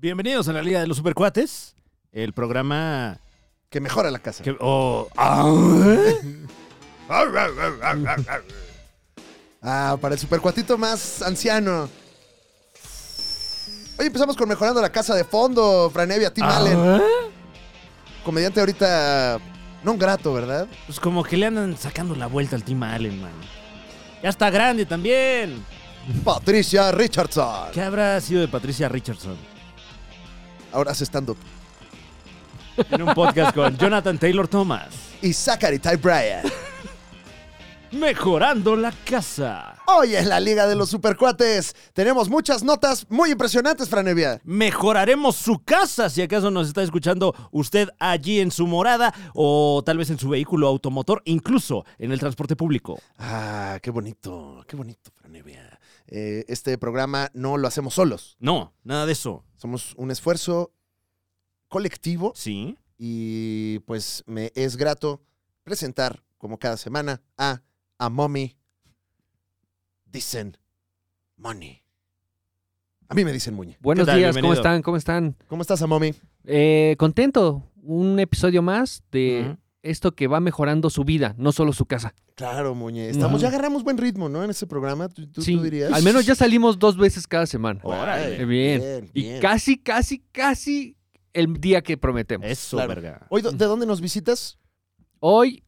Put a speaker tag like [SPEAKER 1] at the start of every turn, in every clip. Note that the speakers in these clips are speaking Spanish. [SPEAKER 1] Bienvenidos a la Liga de los Supercuates, el programa
[SPEAKER 2] Que mejora la casa.
[SPEAKER 1] que... oh, ah,
[SPEAKER 2] Ah, para el supercuatito más anciano. Hoy empezamos con mejorando la casa de fondo, Franevia, Tim Allen.
[SPEAKER 1] ah,
[SPEAKER 2] Comediante ahorita no un grato, ¿verdad?
[SPEAKER 1] Pues como que le andan sacando la vuelta al Team Allen, man. Ya está grande también.
[SPEAKER 2] Patricia Richardson.
[SPEAKER 1] ¿Qué habrá sido de Patricia Richardson?
[SPEAKER 2] Ahora hace stand-up.
[SPEAKER 1] Tiene un podcast con Jonathan Taylor Thomas.
[SPEAKER 2] Y Zachary Ty Bryan.
[SPEAKER 1] Mejorando la casa.
[SPEAKER 2] Hoy es la Liga de los Supercuates. Tenemos muchas notas muy impresionantes, Franevia.
[SPEAKER 1] Mejoraremos su casa si acaso nos está escuchando usted allí en su morada o tal vez en su vehículo automotor, incluso en el transporte público.
[SPEAKER 2] Ah, qué bonito, qué bonito, Franevia. Eh, este programa no lo hacemos solos.
[SPEAKER 1] No, nada de eso.
[SPEAKER 2] Somos un esfuerzo colectivo
[SPEAKER 1] Sí.
[SPEAKER 2] y pues me es grato presentar, como cada semana, a A Mommy Dicen Money. A mí me dicen Muñe.
[SPEAKER 1] ¿Qué
[SPEAKER 3] Buenos
[SPEAKER 1] tal?
[SPEAKER 3] días,
[SPEAKER 1] Bienvenido.
[SPEAKER 3] ¿cómo están? ¿Cómo están?
[SPEAKER 2] ¿Cómo estás, A Mommy?
[SPEAKER 3] Eh, contento, un episodio más de
[SPEAKER 1] Ujú.
[SPEAKER 3] esto que va mejorando su vida, no solo su casa.
[SPEAKER 2] Claro, Muñe. Estamos,
[SPEAKER 3] Ujú.
[SPEAKER 2] ya agarramos buen ritmo, ¿no? En ese programa, tú, tú-
[SPEAKER 3] Sí,
[SPEAKER 2] tú dirías. Oh,
[SPEAKER 3] al menos ya salimos dos veces cada semana.
[SPEAKER 1] Órale.
[SPEAKER 3] Eh, bien. y casi, casi, casi el día que prometemos.
[SPEAKER 1] Eso,
[SPEAKER 2] Claro.
[SPEAKER 1] verga.
[SPEAKER 2] Hoy, ¿de de dónde nos visitas?
[SPEAKER 3] Hoy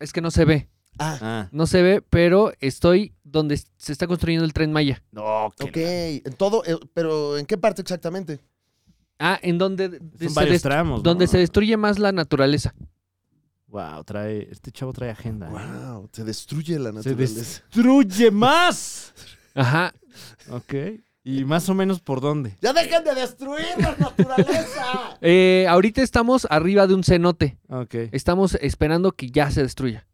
[SPEAKER 3] es que no se ve,
[SPEAKER 2] Ah,
[SPEAKER 1] Ah.
[SPEAKER 3] no se ve, pero estoy donde se está construyendo el tren Maya.
[SPEAKER 1] No, qué
[SPEAKER 2] ok. En todo, eh, pero ¿en qué parte exactamente?
[SPEAKER 3] Ah, en donde, de-
[SPEAKER 1] Son
[SPEAKER 3] se,
[SPEAKER 1] varios
[SPEAKER 3] dest-
[SPEAKER 1] tramos.
[SPEAKER 3] donde se destruye más la naturaleza.
[SPEAKER 1] Wow, trae. Este chavo trae agenda. ¿eh?
[SPEAKER 2] Wow, se destruye la
[SPEAKER 1] Se
[SPEAKER 2] naturaleza.
[SPEAKER 1] destruye más.
[SPEAKER 3] Ajá,
[SPEAKER 1] ok. ¿Y más o menos por dónde?
[SPEAKER 2] ¡Ya dejen de destruir la naturaleza!
[SPEAKER 3] Eh, ahorita estamos arriba de un cenote.
[SPEAKER 1] Ok.
[SPEAKER 3] Estamos esperando que ya se destruya.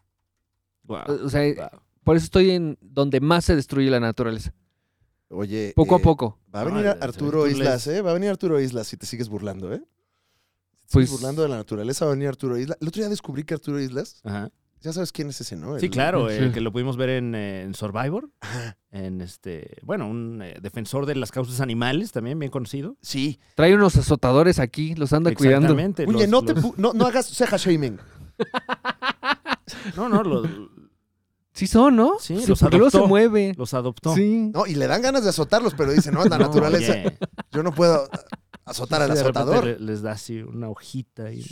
[SPEAKER 1] Wow.
[SPEAKER 3] O sea, eh,
[SPEAKER 1] wow.
[SPEAKER 3] por eso estoy en donde más se destruye la naturaleza.
[SPEAKER 2] Oye.
[SPEAKER 3] Poco
[SPEAKER 2] eh,
[SPEAKER 3] a poco.
[SPEAKER 2] Va a
[SPEAKER 1] No,
[SPEAKER 2] venir
[SPEAKER 1] eh,
[SPEAKER 2] Arturo
[SPEAKER 1] tú lees.
[SPEAKER 2] Islas, ¿eh? Va a venir Arturo Islas si te sigues burlando, ¿eh? Si
[SPEAKER 3] Pues-
[SPEAKER 2] sigues burlando de la naturaleza, va a venir Arturo Islas. El otro día descubrí que Arturo Islas,
[SPEAKER 1] Ajá.
[SPEAKER 2] ya sabes quién es ese, ¿no?
[SPEAKER 1] Sí,
[SPEAKER 2] El-
[SPEAKER 1] claro,
[SPEAKER 3] Sí.
[SPEAKER 1] eh, que lo pudimos ver en, eh, en Survivor. En este, bueno, un eh, defensor de las causas animales también, bien conocido.
[SPEAKER 2] Sí.
[SPEAKER 3] Trae unos azotadores aquí, los anda cuidando.
[SPEAKER 1] Exactamente,
[SPEAKER 2] Oye,
[SPEAKER 1] los-
[SPEAKER 2] no, te
[SPEAKER 1] los-
[SPEAKER 2] pu- no, no hagas ceja shaming.
[SPEAKER 1] No, no, los,
[SPEAKER 3] Sí son, ¿no?
[SPEAKER 1] Sí, los
[SPEAKER 3] porque luego se
[SPEAKER 1] adoptó.
[SPEAKER 3] mueve.
[SPEAKER 1] los adoptó.
[SPEAKER 3] Sí.
[SPEAKER 2] No, y le dan ganas de azotarlos, pero dicen, no, es la
[SPEAKER 1] No,
[SPEAKER 2] naturaleza.
[SPEAKER 1] oye,
[SPEAKER 2] Yo no puedo azotar al
[SPEAKER 1] de repente
[SPEAKER 2] azotador.
[SPEAKER 1] le- les da así una hojita y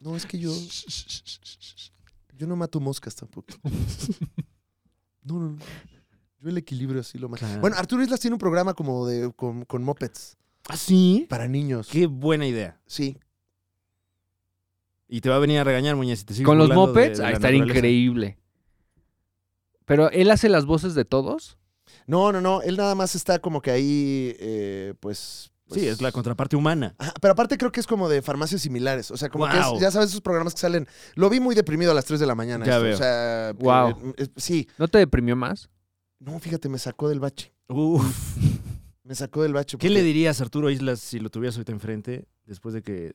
[SPEAKER 2] No, es que yo. Yo no mato moscas tampoco. No, no, no. Yo el equilibrio así lo mato.
[SPEAKER 1] Claro.
[SPEAKER 2] Bueno, Arturo Islas tiene un programa como de con, con mopeds
[SPEAKER 1] así.
[SPEAKER 2] para niños.
[SPEAKER 1] Qué buena idea.
[SPEAKER 2] Sí.
[SPEAKER 1] Y te va a venir a regañar, muñe, si te sigues
[SPEAKER 3] Con los
[SPEAKER 1] burlando de-
[SPEAKER 3] mopeds,
[SPEAKER 1] de
[SPEAKER 3] a
[SPEAKER 1] la
[SPEAKER 3] estar
[SPEAKER 1] naturaleza.
[SPEAKER 3] increíble. Pero él hace las voces de todos.
[SPEAKER 2] No, no, no. Él nada más está como que ahí, eh, pues, pues-
[SPEAKER 1] Sí, es la contraparte humana.
[SPEAKER 2] Ajá, pero aparte creo que es como de farmacias similares. O sea, como que es-
[SPEAKER 1] Guau.
[SPEAKER 2] ya sabes esos programas que salen. Lo vi muy deprimido a las 3 de la mañana.
[SPEAKER 1] Ya
[SPEAKER 2] esto,
[SPEAKER 1] veo.
[SPEAKER 2] O sea,
[SPEAKER 3] Guau.
[SPEAKER 2] eh, eh, sí.
[SPEAKER 3] ¿No te deprimió más?
[SPEAKER 2] No, fíjate, me sacó del bache.
[SPEAKER 1] Uf.
[SPEAKER 2] Me sacó del bache.
[SPEAKER 1] ¿Qué
[SPEAKER 2] porque-
[SPEAKER 1] le dirías a Arturo Islas si lo tuvieras ahorita enfrente después de que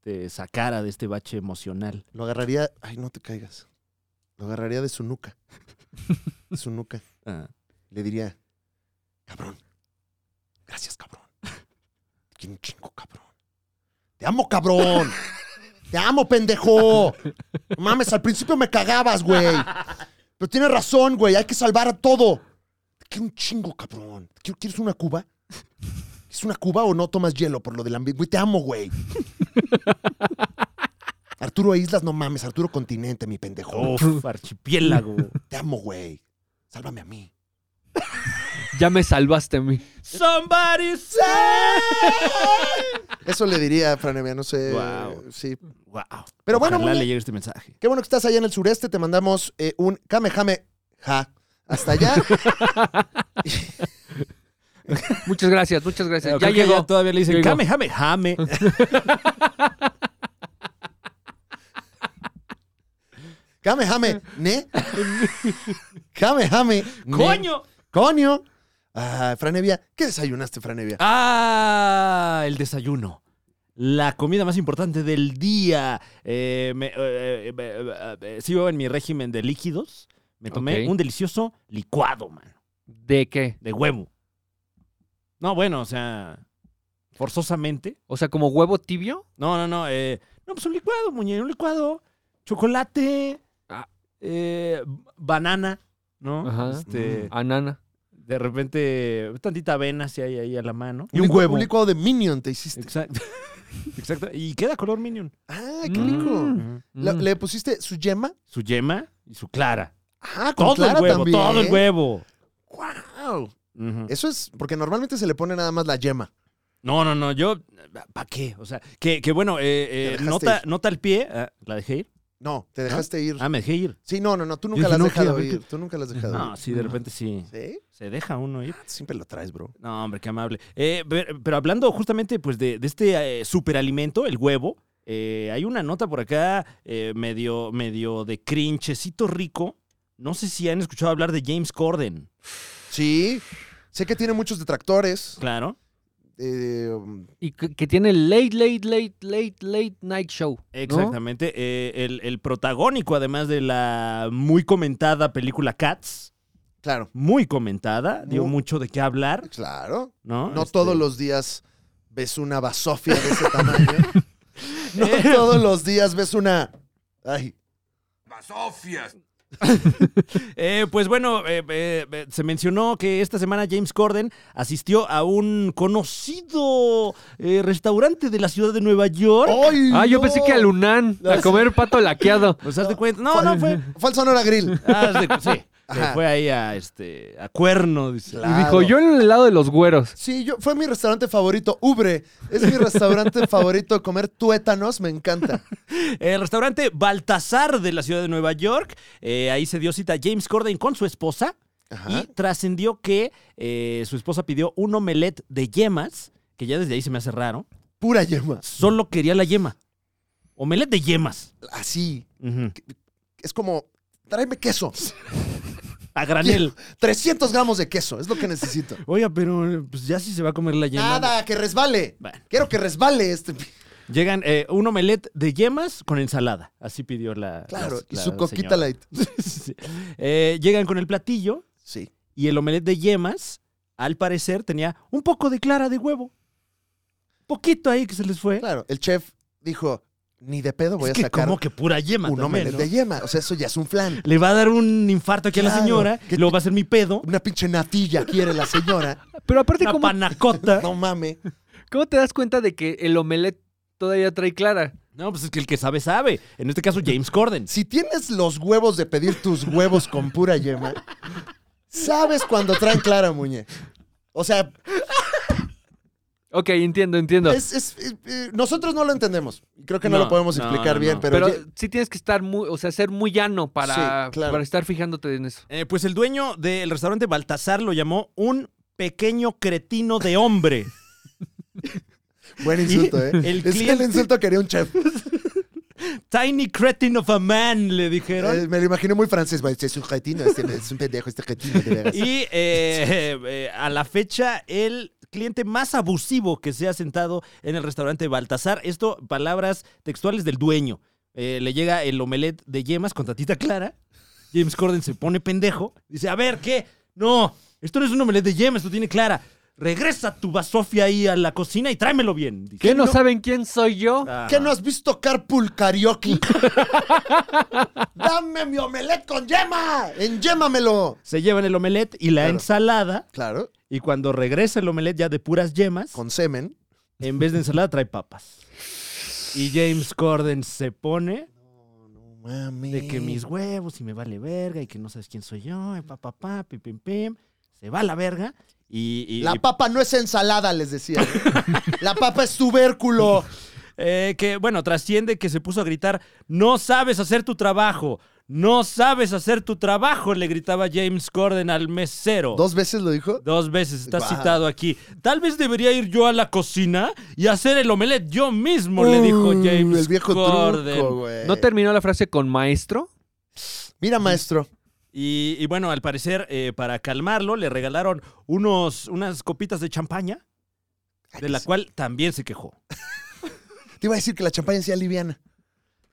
[SPEAKER 1] te sacara de este bache emocional?
[SPEAKER 2] Lo agarraría. Ay, no te caigas. Lo agarraría de su nuca. De su nuca.
[SPEAKER 1] Ah,
[SPEAKER 2] Le diría, cabrón. Gracias, cabrón. Te quiero un chingo, cabrón. Te amo, cabrón. Te amo, pendejo. No Mames, al principio me cagabas, güey. Pero tienes razón, güey. Hay que salvar a todo. Te quiero un chingo, cabrón. Te quiero- ¿Quieres una cuba? ¿Es una cuba o no tomas hielo por lo del ambiente? Güey, te amo, güey. Arturo Islas, no mames. Arturo Continente, mi pendejo.
[SPEAKER 1] Uf, archipiélago.
[SPEAKER 2] Te amo, güey. Sálvame a mí.
[SPEAKER 3] Ya me salvaste a mí.
[SPEAKER 1] Somebody say.
[SPEAKER 2] Eso le diría a Franemia, no sé.
[SPEAKER 1] Guau.
[SPEAKER 2] Sí.
[SPEAKER 1] Wow.
[SPEAKER 2] Pero bueno,
[SPEAKER 1] Ojalá
[SPEAKER 2] Muñe,
[SPEAKER 1] le llegue este mensaje.
[SPEAKER 2] qué bueno que estás allá en el sureste. Te mandamos eh, un kamehame ja hasta allá.
[SPEAKER 3] Muchas gracias, muchas gracias.
[SPEAKER 1] Creo
[SPEAKER 3] ya
[SPEAKER 1] que
[SPEAKER 3] llegó.
[SPEAKER 1] todavía le dicen,
[SPEAKER 3] Llegó.
[SPEAKER 1] jame, jame, jame.
[SPEAKER 2] kamehame ne. kamehame ne.
[SPEAKER 1] ¡Coño!
[SPEAKER 2] Coño. Ah, Franevia, ¿qué desayunaste, Franevia?
[SPEAKER 1] Ah, el desayuno. La comida más importante del día. Eh, me- eh, eh, eh, eh, sigo en mi régimen de líquidos. Me tomé
[SPEAKER 3] Ok.
[SPEAKER 1] un delicioso licuado, man,
[SPEAKER 3] ¿De qué?
[SPEAKER 1] de huevo. No, bueno, o sea, forzosamente.
[SPEAKER 3] O sea, como huevo tibio.
[SPEAKER 1] No, no, no. eh, no, pues un licuado, muñe, un licuado. Chocolate.
[SPEAKER 3] Ah.
[SPEAKER 1] eh, b- banana, ¿no?
[SPEAKER 3] Ajá. Mm.
[SPEAKER 1] Este,
[SPEAKER 3] Anana.
[SPEAKER 1] De repente, tantita avena si hay ahí a la mano.
[SPEAKER 2] licu- Un licuado de Minion te hiciste.
[SPEAKER 1] Exacto. Exacto. Y queda color minion.
[SPEAKER 2] Ah, qué rico.
[SPEAKER 3] Mm,
[SPEAKER 2] La-
[SPEAKER 3] mm.
[SPEAKER 2] ¿Le pusiste su yema?
[SPEAKER 1] Su yema y su clara.
[SPEAKER 2] Ah, con
[SPEAKER 1] Todo
[SPEAKER 2] clara
[SPEAKER 1] el huevo,
[SPEAKER 2] también.
[SPEAKER 1] todo el huevo.
[SPEAKER 2] ¡Guau!
[SPEAKER 1] Ujú.
[SPEAKER 2] Eso es porque normalmente se le pone nada más la yema.
[SPEAKER 1] No, no, no, yo, ¿para qué? O sea, que, que bueno, eh, eh,
[SPEAKER 2] Te dejaste
[SPEAKER 1] nota,
[SPEAKER 2] ir.
[SPEAKER 1] nota el pie, ah, ¿la dejé ir?
[SPEAKER 2] No, te dejaste ir.
[SPEAKER 1] Ah, me dejé ir.
[SPEAKER 2] Sí, no, no, no. Tú nunca
[SPEAKER 1] dije,
[SPEAKER 2] la has
[SPEAKER 1] no,
[SPEAKER 2] dejado
[SPEAKER 1] quiero ver
[SPEAKER 2] ir. Tú nunca la has dejado
[SPEAKER 1] No,
[SPEAKER 2] ir.
[SPEAKER 1] sí, de repente sí,
[SPEAKER 2] ¿Sí?
[SPEAKER 1] se deja uno ir.
[SPEAKER 2] Siempre lo traes, bro.
[SPEAKER 1] No, hombre, qué amable. Eh, pero, pero hablando justamente pues de, de este eh, superalimento, el huevo, eh, hay una nota por acá eh, medio, medio de crinchecito rico. No sé si han escuchado hablar de James Corden.
[SPEAKER 2] Sí. Sé que tiene muchos detractores.
[SPEAKER 1] Claro.
[SPEAKER 2] eh,
[SPEAKER 3] Y que, que tiene late, late, late, late, late night show. ¿no?
[SPEAKER 1] Exactamente. Eh, el, el protagónico, además de la muy comentada película Cats,
[SPEAKER 2] claro,
[SPEAKER 1] muy comentada, dio
[SPEAKER 2] Mu-
[SPEAKER 1] mucho de qué hablar,
[SPEAKER 2] claro.
[SPEAKER 1] ¿no?
[SPEAKER 2] No
[SPEAKER 1] Este,
[SPEAKER 2] todos los días ves una basofia de ese tamaño. no
[SPEAKER 1] Eh.
[SPEAKER 2] todos los días ves una. Ay,
[SPEAKER 1] Eh, pues bueno, eh, eh, eh, se mencionó que esta semana James Corden asistió a un conocido eh, restaurante de la ciudad de Nueva York.
[SPEAKER 2] ¡Ay,
[SPEAKER 3] Ah, yo
[SPEAKER 2] no!
[SPEAKER 3] pensé que al Unan, a comer pato laqueado.
[SPEAKER 1] Pues haz de cuenta. No, no, fue.
[SPEAKER 2] Falso honor a grill.
[SPEAKER 1] haz de cu- sí, se
[SPEAKER 2] Ajá.
[SPEAKER 1] fue ahí a, este, a cuerno, dice.
[SPEAKER 2] Claro.
[SPEAKER 3] Y dijo, yo en el lado de los güeros.
[SPEAKER 2] Sí, yo, fue mi restaurante favorito, Ubre. Es mi restaurante favorito. Comer tuétanos me encanta.
[SPEAKER 1] El restaurante Baltasar de la ciudad de Nueva York. eh, ahí se dio cita James Corden con su esposa.
[SPEAKER 2] Ajá.
[SPEAKER 1] Y trascendió que eh, su esposa pidió un omelette de yemas, que ya desde ahí se me hace raro.
[SPEAKER 2] Pura yema.
[SPEAKER 1] Solo quería la yema. Omelette de yemas.
[SPEAKER 2] Así.
[SPEAKER 1] Ujú.
[SPEAKER 2] Es como, tráeme queso.
[SPEAKER 1] A granel.
[SPEAKER 2] 300 gramos de queso. Es lo que necesito.
[SPEAKER 1] Oiga, pero eh, pues ya sí se va a comer la yema.
[SPEAKER 2] Nada, que resbale.
[SPEAKER 1] Bueno,
[SPEAKER 2] Quiero que resbale este.
[SPEAKER 1] llegan eh, un omelette de yemas con ensalada. Así pidió la.
[SPEAKER 2] Claro,
[SPEAKER 1] la-
[SPEAKER 2] y
[SPEAKER 1] la
[SPEAKER 2] su
[SPEAKER 1] señora.
[SPEAKER 2] coquita light.
[SPEAKER 1] Sí. Eh, llegan con el platillo
[SPEAKER 2] Sí.
[SPEAKER 1] y el omelette de yemas, al parecer, tenía un poco de clara de huevo. Poquito ahí que se les fue.
[SPEAKER 2] Claro, el chef dijo, ni de pedo
[SPEAKER 1] es
[SPEAKER 2] voy a
[SPEAKER 1] que
[SPEAKER 2] sacar
[SPEAKER 1] como que pura yema.
[SPEAKER 2] un
[SPEAKER 1] también,
[SPEAKER 2] omelette
[SPEAKER 1] ¿no?
[SPEAKER 2] de yema. O sea, eso ya es un flan.
[SPEAKER 1] Le va a dar un infarto aquí a la
[SPEAKER 2] Claro.
[SPEAKER 1] señora,
[SPEAKER 2] ¿Qué
[SPEAKER 1] luego va a ser mi pedo,
[SPEAKER 2] Una pinche natilla quiere la señora.
[SPEAKER 3] Pero aparte,
[SPEAKER 1] una
[SPEAKER 3] ¿cómo,
[SPEAKER 1] panacota.
[SPEAKER 2] No mames.
[SPEAKER 3] ¿cómo te das cuenta de que el omelette todavía trae clara?
[SPEAKER 1] No, pues es que el que sabe, sabe. En este caso, James Corden.
[SPEAKER 2] Si tienes los huevos de pedir tus huevos con pura yema, sabes cuando traen clara, muñe. O sea,
[SPEAKER 3] Ok, entiendo, entiendo.
[SPEAKER 2] es- es- eh, eh, nosotros no lo entendemos. Creo que no,
[SPEAKER 1] No,
[SPEAKER 2] lo podemos
[SPEAKER 1] no,
[SPEAKER 2] explicar
[SPEAKER 1] no,
[SPEAKER 2] bien,
[SPEAKER 1] no.
[SPEAKER 2] pero,
[SPEAKER 3] Pero,
[SPEAKER 2] ye-
[SPEAKER 3] sí tienes que estar muy, o sea, ser muy llano para,
[SPEAKER 2] Sí, claro.
[SPEAKER 3] para estar fijándote en eso.
[SPEAKER 1] Eh, pues el dueño del restaurante Baltasar lo llamó un pequeño cretino de hombre.
[SPEAKER 2] buen insulto, ¿eh?
[SPEAKER 1] el
[SPEAKER 2] es que el
[SPEAKER 1] cliente-
[SPEAKER 2] insulto quería un chef.
[SPEAKER 1] Tiny cretin of a man, le dijeron.
[SPEAKER 2] Eh, me lo imaginé muy francés. güey, Es un jetino, este, es un pendejo este jetino, de veras.
[SPEAKER 1] Y eh, eh, eh, a la fecha, el cliente más abusivo que se ha sentado en el restaurante Baltasar. Esto, palabras textuales del dueño. Eh, le llega el omelette de yemas con tatita clara. James Corden se pone pendejo. Dice, a ver, ¿qué? No, esto no es un omelette de yemas, esto tiene clara. Regresa tu basofia ahí a la cocina y tráemelo bien. Dice.
[SPEAKER 3] ¿Qué no, saben quién soy yo?
[SPEAKER 1] Ah,
[SPEAKER 2] ¿Qué no has visto Carpool Karaoke? ¡Dame mi omelette con yema! ¡Enllémamelo!
[SPEAKER 1] Se llevan el omelette y la
[SPEAKER 2] Claro.
[SPEAKER 1] ensalada.
[SPEAKER 2] Claro,
[SPEAKER 1] Y cuando regresa el omelette ya de puras yemas,
[SPEAKER 2] con semen.
[SPEAKER 1] en vez de ensalada trae papas. Y James Corden se pone
[SPEAKER 2] No, no mames.
[SPEAKER 1] de que mis huevos y me vale verga y que no sabes quién soy yo, y pa, pa, pa, pim, pim, pim. Se va a la verga y... y-
[SPEAKER 2] La
[SPEAKER 1] y-
[SPEAKER 2] papa no es ensalada, les decía. La papa es tubérculo.
[SPEAKER 1] eh, que, bueno, trasciende que se puso a gritar, no sabes hacer tu trabajo, no sabes hacer tu trabajo, le gritaba James Corden al mesero.
[SPEAKER 2] ¿Dos veces lo dijo?
[SPEAKER 1] Dos veces está
[SPEAKER 2] Guau.
[SPEAKER 1] citado aquí. Tal vez debería ir yo a la cocina y hacer el omelette yo mismo, le dijo
[SPEAKER 2] Uy,
[SPEAKER 1] James
[SPEAKER 2] El viejo
[SPEAKER 1] Corden.
[SPEAKER 2] truco, güey.
[SPEAKER 1] eh.
[SPEAKER 3] ¿No terminó la frase con maestro?
[SPEAKER 2] Mira, maestro.
[SPEAKER 1] Y, y bueno, al parecer, eh, para calmarlo, le regalaron unos, unas copitas de champaña, de la cual también se quejó.
[SPEAKER 2] Te iba a decir que la champaña sea liviana.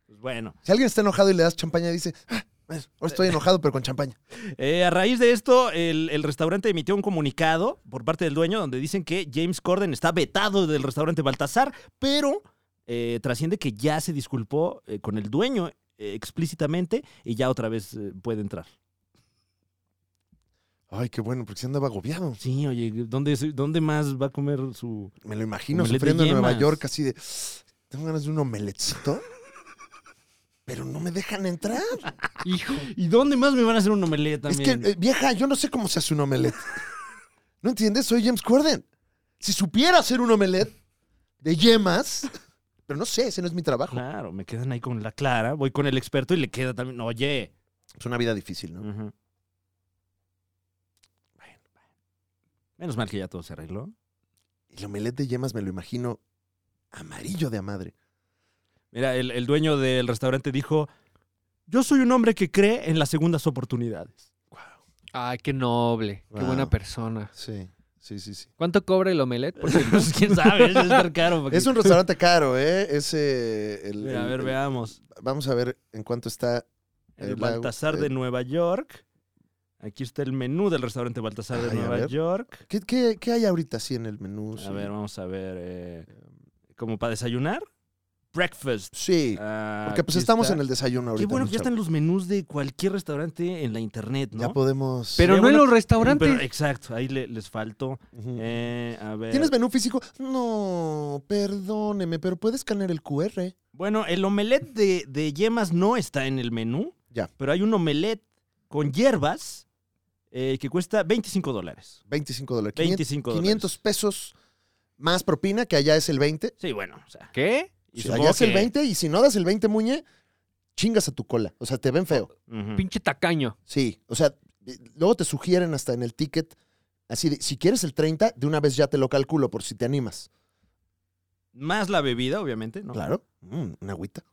[SPEAKER 1] Pues bueno,
[SPEAKER 2] Si alguien está enojado y le das champaña, dice, "Ah, Ahora estoy enojado, pero con champaña.
[SPEAKER 1] Eh, a raíz de esto, el, el restaurante emitió un comunicado por parte del dueño donde dicen que James Corden está vetado del restaurante Baltasar, pero eh, trasciende que ya se disculpó eh, con el dueño eh, explícitamente y ya otra vez eh, puede entrar.
[SPEAKER 2] Ay, qué bueno, porque se andaba agobiado.
[SPEAKER 1] Sí, oye, ¿dónde, se- dónde más va a comer su...?
[SPEAKER 2] Me lo imagino
[SPEAKER 1] Omelette de
[SPEAKER 2] sufriendo en Nueva
[SPEAKER 1] yemas.
[SPEAKER 2] York así de. Tengo ganas de un omeletcito. Pero no me dejan entrar.
[SPEAKER 3] Hijo.
[SPEAKER 1] ¿Y dónde más me van a hacer un omelette
[SPEAKER 2] Es
[SPEAKER 1] también?
[SPEAKER 2] que, eh, vieja, yo no sé cómo se hace un omelette. ¿No entiendes? Soy James Corden. Si supiera hacer un omelette de yemas, pero no sé, ese no es mi trabajo.
[SPEAKER 1] Claro, me quedan ahí con la clara, voy con el experto y le queda también... Oye...
[SPEAKER 2] Es una vida difícil, ¿no?
[SPEAKER 1] Ujú. Bueno, bueno. Menos mal que ya todo se arregló.
[SPEAKER 2] El omelette de yemas me lo imagino amarillo de a madre.
[SPEAKER 1] Mira, el, el dueño del restaurante dijo, yo soy un hombre que cree en las segundas oportunidades.
[SPEAKER 3] Ay, qué noble. Qué
[SPEAKER 2] Wow.
[SPEAKER 3] buena persona.
[SPEAKER 2] Sí, sí, sí, sí.
[SPEAKER 3] ¿Cuánto cobra el omelette? Porque
[SPEAKER 1] Pues, ¿Quién sabe? Es estar caro. porque-
[SPEAKER 2] Es un restaurante caro, ¿eh? Ese. el-
[SPEAKER 1] Mira, a
[SPEAKER 2] el-
[SPEAKER 1] ver,
[SPEAKER 2] el-
[SPEAKER 1] veamos.
[SPEAKER 2] Vamos a ver en cuánto está.
[SPEAKER 1] El
[SPEAKER 2] El
[SPEAKER 1] Baltasar
[SPEAKER 2] lago,
[SPEAKER 1] de
[SPEAKER 2] el-
[SPEAKER 1] Nueva York. Aquí está el menú del restaurante Baltasar de
[SPEAKER 2] Ay, a
[SPEAKER 1] Nueva
[SPEAKER 2] ver.
[SPEAKER 1] York.
[SPEAKER 2] ¿Qué, qué- qué hay ahorita así en el menú?
[SPEAKER 1] A
[SPEAKER 2] Sí.
[SPEAKER 1] ver, vamos a ver. eh, ¿Como para desayunar? Breakfast.
[SPEAKER 2] Sí,
[SPEAKER 1] Ah,
[SPEAKER 2] porque pues
[SPEAKER 1] aquí
[SPEAKER 2] estamos
[SPEAKER 1] está.
[SPEAKER 2] en el desayuno ahorita.
[SPEAKER 1] Qué bueno que ya
[SPEAKER 2] muchacho.
[SPEAKER 1] están los menús de cualquier restaurante en la internet, ¿no?
[SPEAKER 2] Ya podemos.
[SPEAKER 3] Pero
[SPEAKER 1] Sería
[SPEAKER 3] no en
[SPEAKER 1] bueno-
[SPEAKER 3] los restaurantes.
[SPEAKER 1] Pero, exacto, ahí le- les faltó.
[SPEAKER 2] Ujú.
[SPEAKER 1] Eh, a ver.
[SPEAKER 2] ¿Tienes menú físico? No, perdóneme, pero puedes escanear el QR.
[SPEAKER 1] Bueno, el omelet de, de yemas no está en el menú.
[SPEAKER 2] Ya.
[SPEAKER 1] Pero hay un omelet con hierbas eh, que cuesta 25 dólares.
[SPEAKER 2] 25 dólares.
[SPEAKER 1] 25 dólares.
[SPEAKER 2] 500 pesos más propina, que allá es el 20.
[SPEAKER 1] Sí, bueno, o sea.
[SPEAKER 3] ¿Qué?
[SPEAKER 1] y
[SPEAKER 2] Si
[SPEAKER 1] supongo
[SPEAKER 2] allá es el
[SPEAKER 1] que-
[SPEAKER 2] 20 y si no das el 20, Muñe, chingas a tu cola. O sea, te ven feo.
[SPEAKER 1] Ujú.
[SPEAKER 3] Pinche tacaño.
[SPEAKER 2] Sí, o sea, eh, luego te sugieren hasta en el ticket, así de, si quieres el 30, de una vez ya te lo calculo por si te animas.
[SPEAKER 1] Más la bebida, obviamente, ¿no?
[SPEAKER 2] Claro, Mm, una agüita.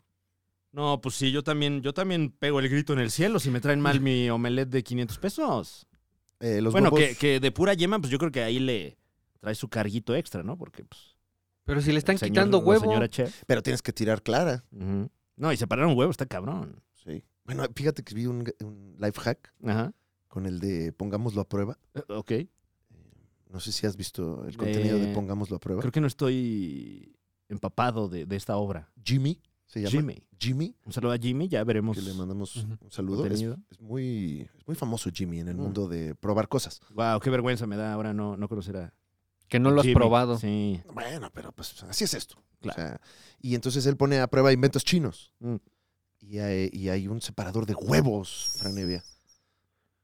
[SPEAKER 1] No, pues sí, yo también, yo también pego el grito en el cielo si me traen mal mi omelet de 500 pesos.
[SPEAKER 2] Eh, los
[SPEAKER 1] bueno,
[SPEAKER 2] huevos-
[SPEAKER 1] que, que de pura yema, pues yo creo que ahí le trae su carguito extra, ¿no? Porque pues.
[SPEAKER 3] Pero si le están
[SPEAKER 1] el señor-
[SPEAKER 3] quitando
[SPEAKER 1] la
[SPEAKER 3] huevo.
[SPEAKER 1] señora chef.
[SPEAKER 2] Pero tienes que tirar clara.
[SPEAKER 1] Ujú. No, y separaron huevo, está cabrón.
[SPEAKER 2] Sí. Bueno, fíjate que vi un, un life hack
[SPEAKER 1] Ajá.
[SPEAKER 2] con el de pongámoslo a prueba.
[SPEAKER 1] Eh, Ok.
[SPEAKER 2] No sé si has visto el contenido de
[SPEAKER 1] Eh,
[SPEAKER 2] Pongámoslo a prueba.
[SPEAKER 1] Creo que no estoy empapado de, de esta obra.
[SPEAKER 2] Jimmy se llama.
[SPEAKER 1] Jimmy.
[SPEAKER 2] Jimmy,
[SPEAKER 1] Un saludo a Jimmy, ya veremos.
[SPEAKER 2] que le mandamos
[SPEAKER 3] Ujú.
[SPEAKER 2] un saludo. Es,
[SPEAKER 1] Contenido.
[SPEAKER 2] es muy, es muy famoso Jimmy en el
[SPEAKER 1] Mm.
[SPEAKER 2] mundo de probar cosas.
[SPEAKER 1] Wow, qué vergüenza me da ahora no, no conocer a.
[SPEAKER 3] Que no lo has
[SPEAKER 1] Jimmy.
[SPEAKER 3] probado.
[SPEAKER 1] Sí.
[SPEAKER 2] Bueno, pero pues así es esto. O
[SPEAKER 1] Claro.
[SPEAKER 2] sea, y entonces él pone a prueba inventos chinos.
[SPEAKER 1] Mm.
[SPEAKER 2] Y, hay, y hay un separador de huevos, Franevia.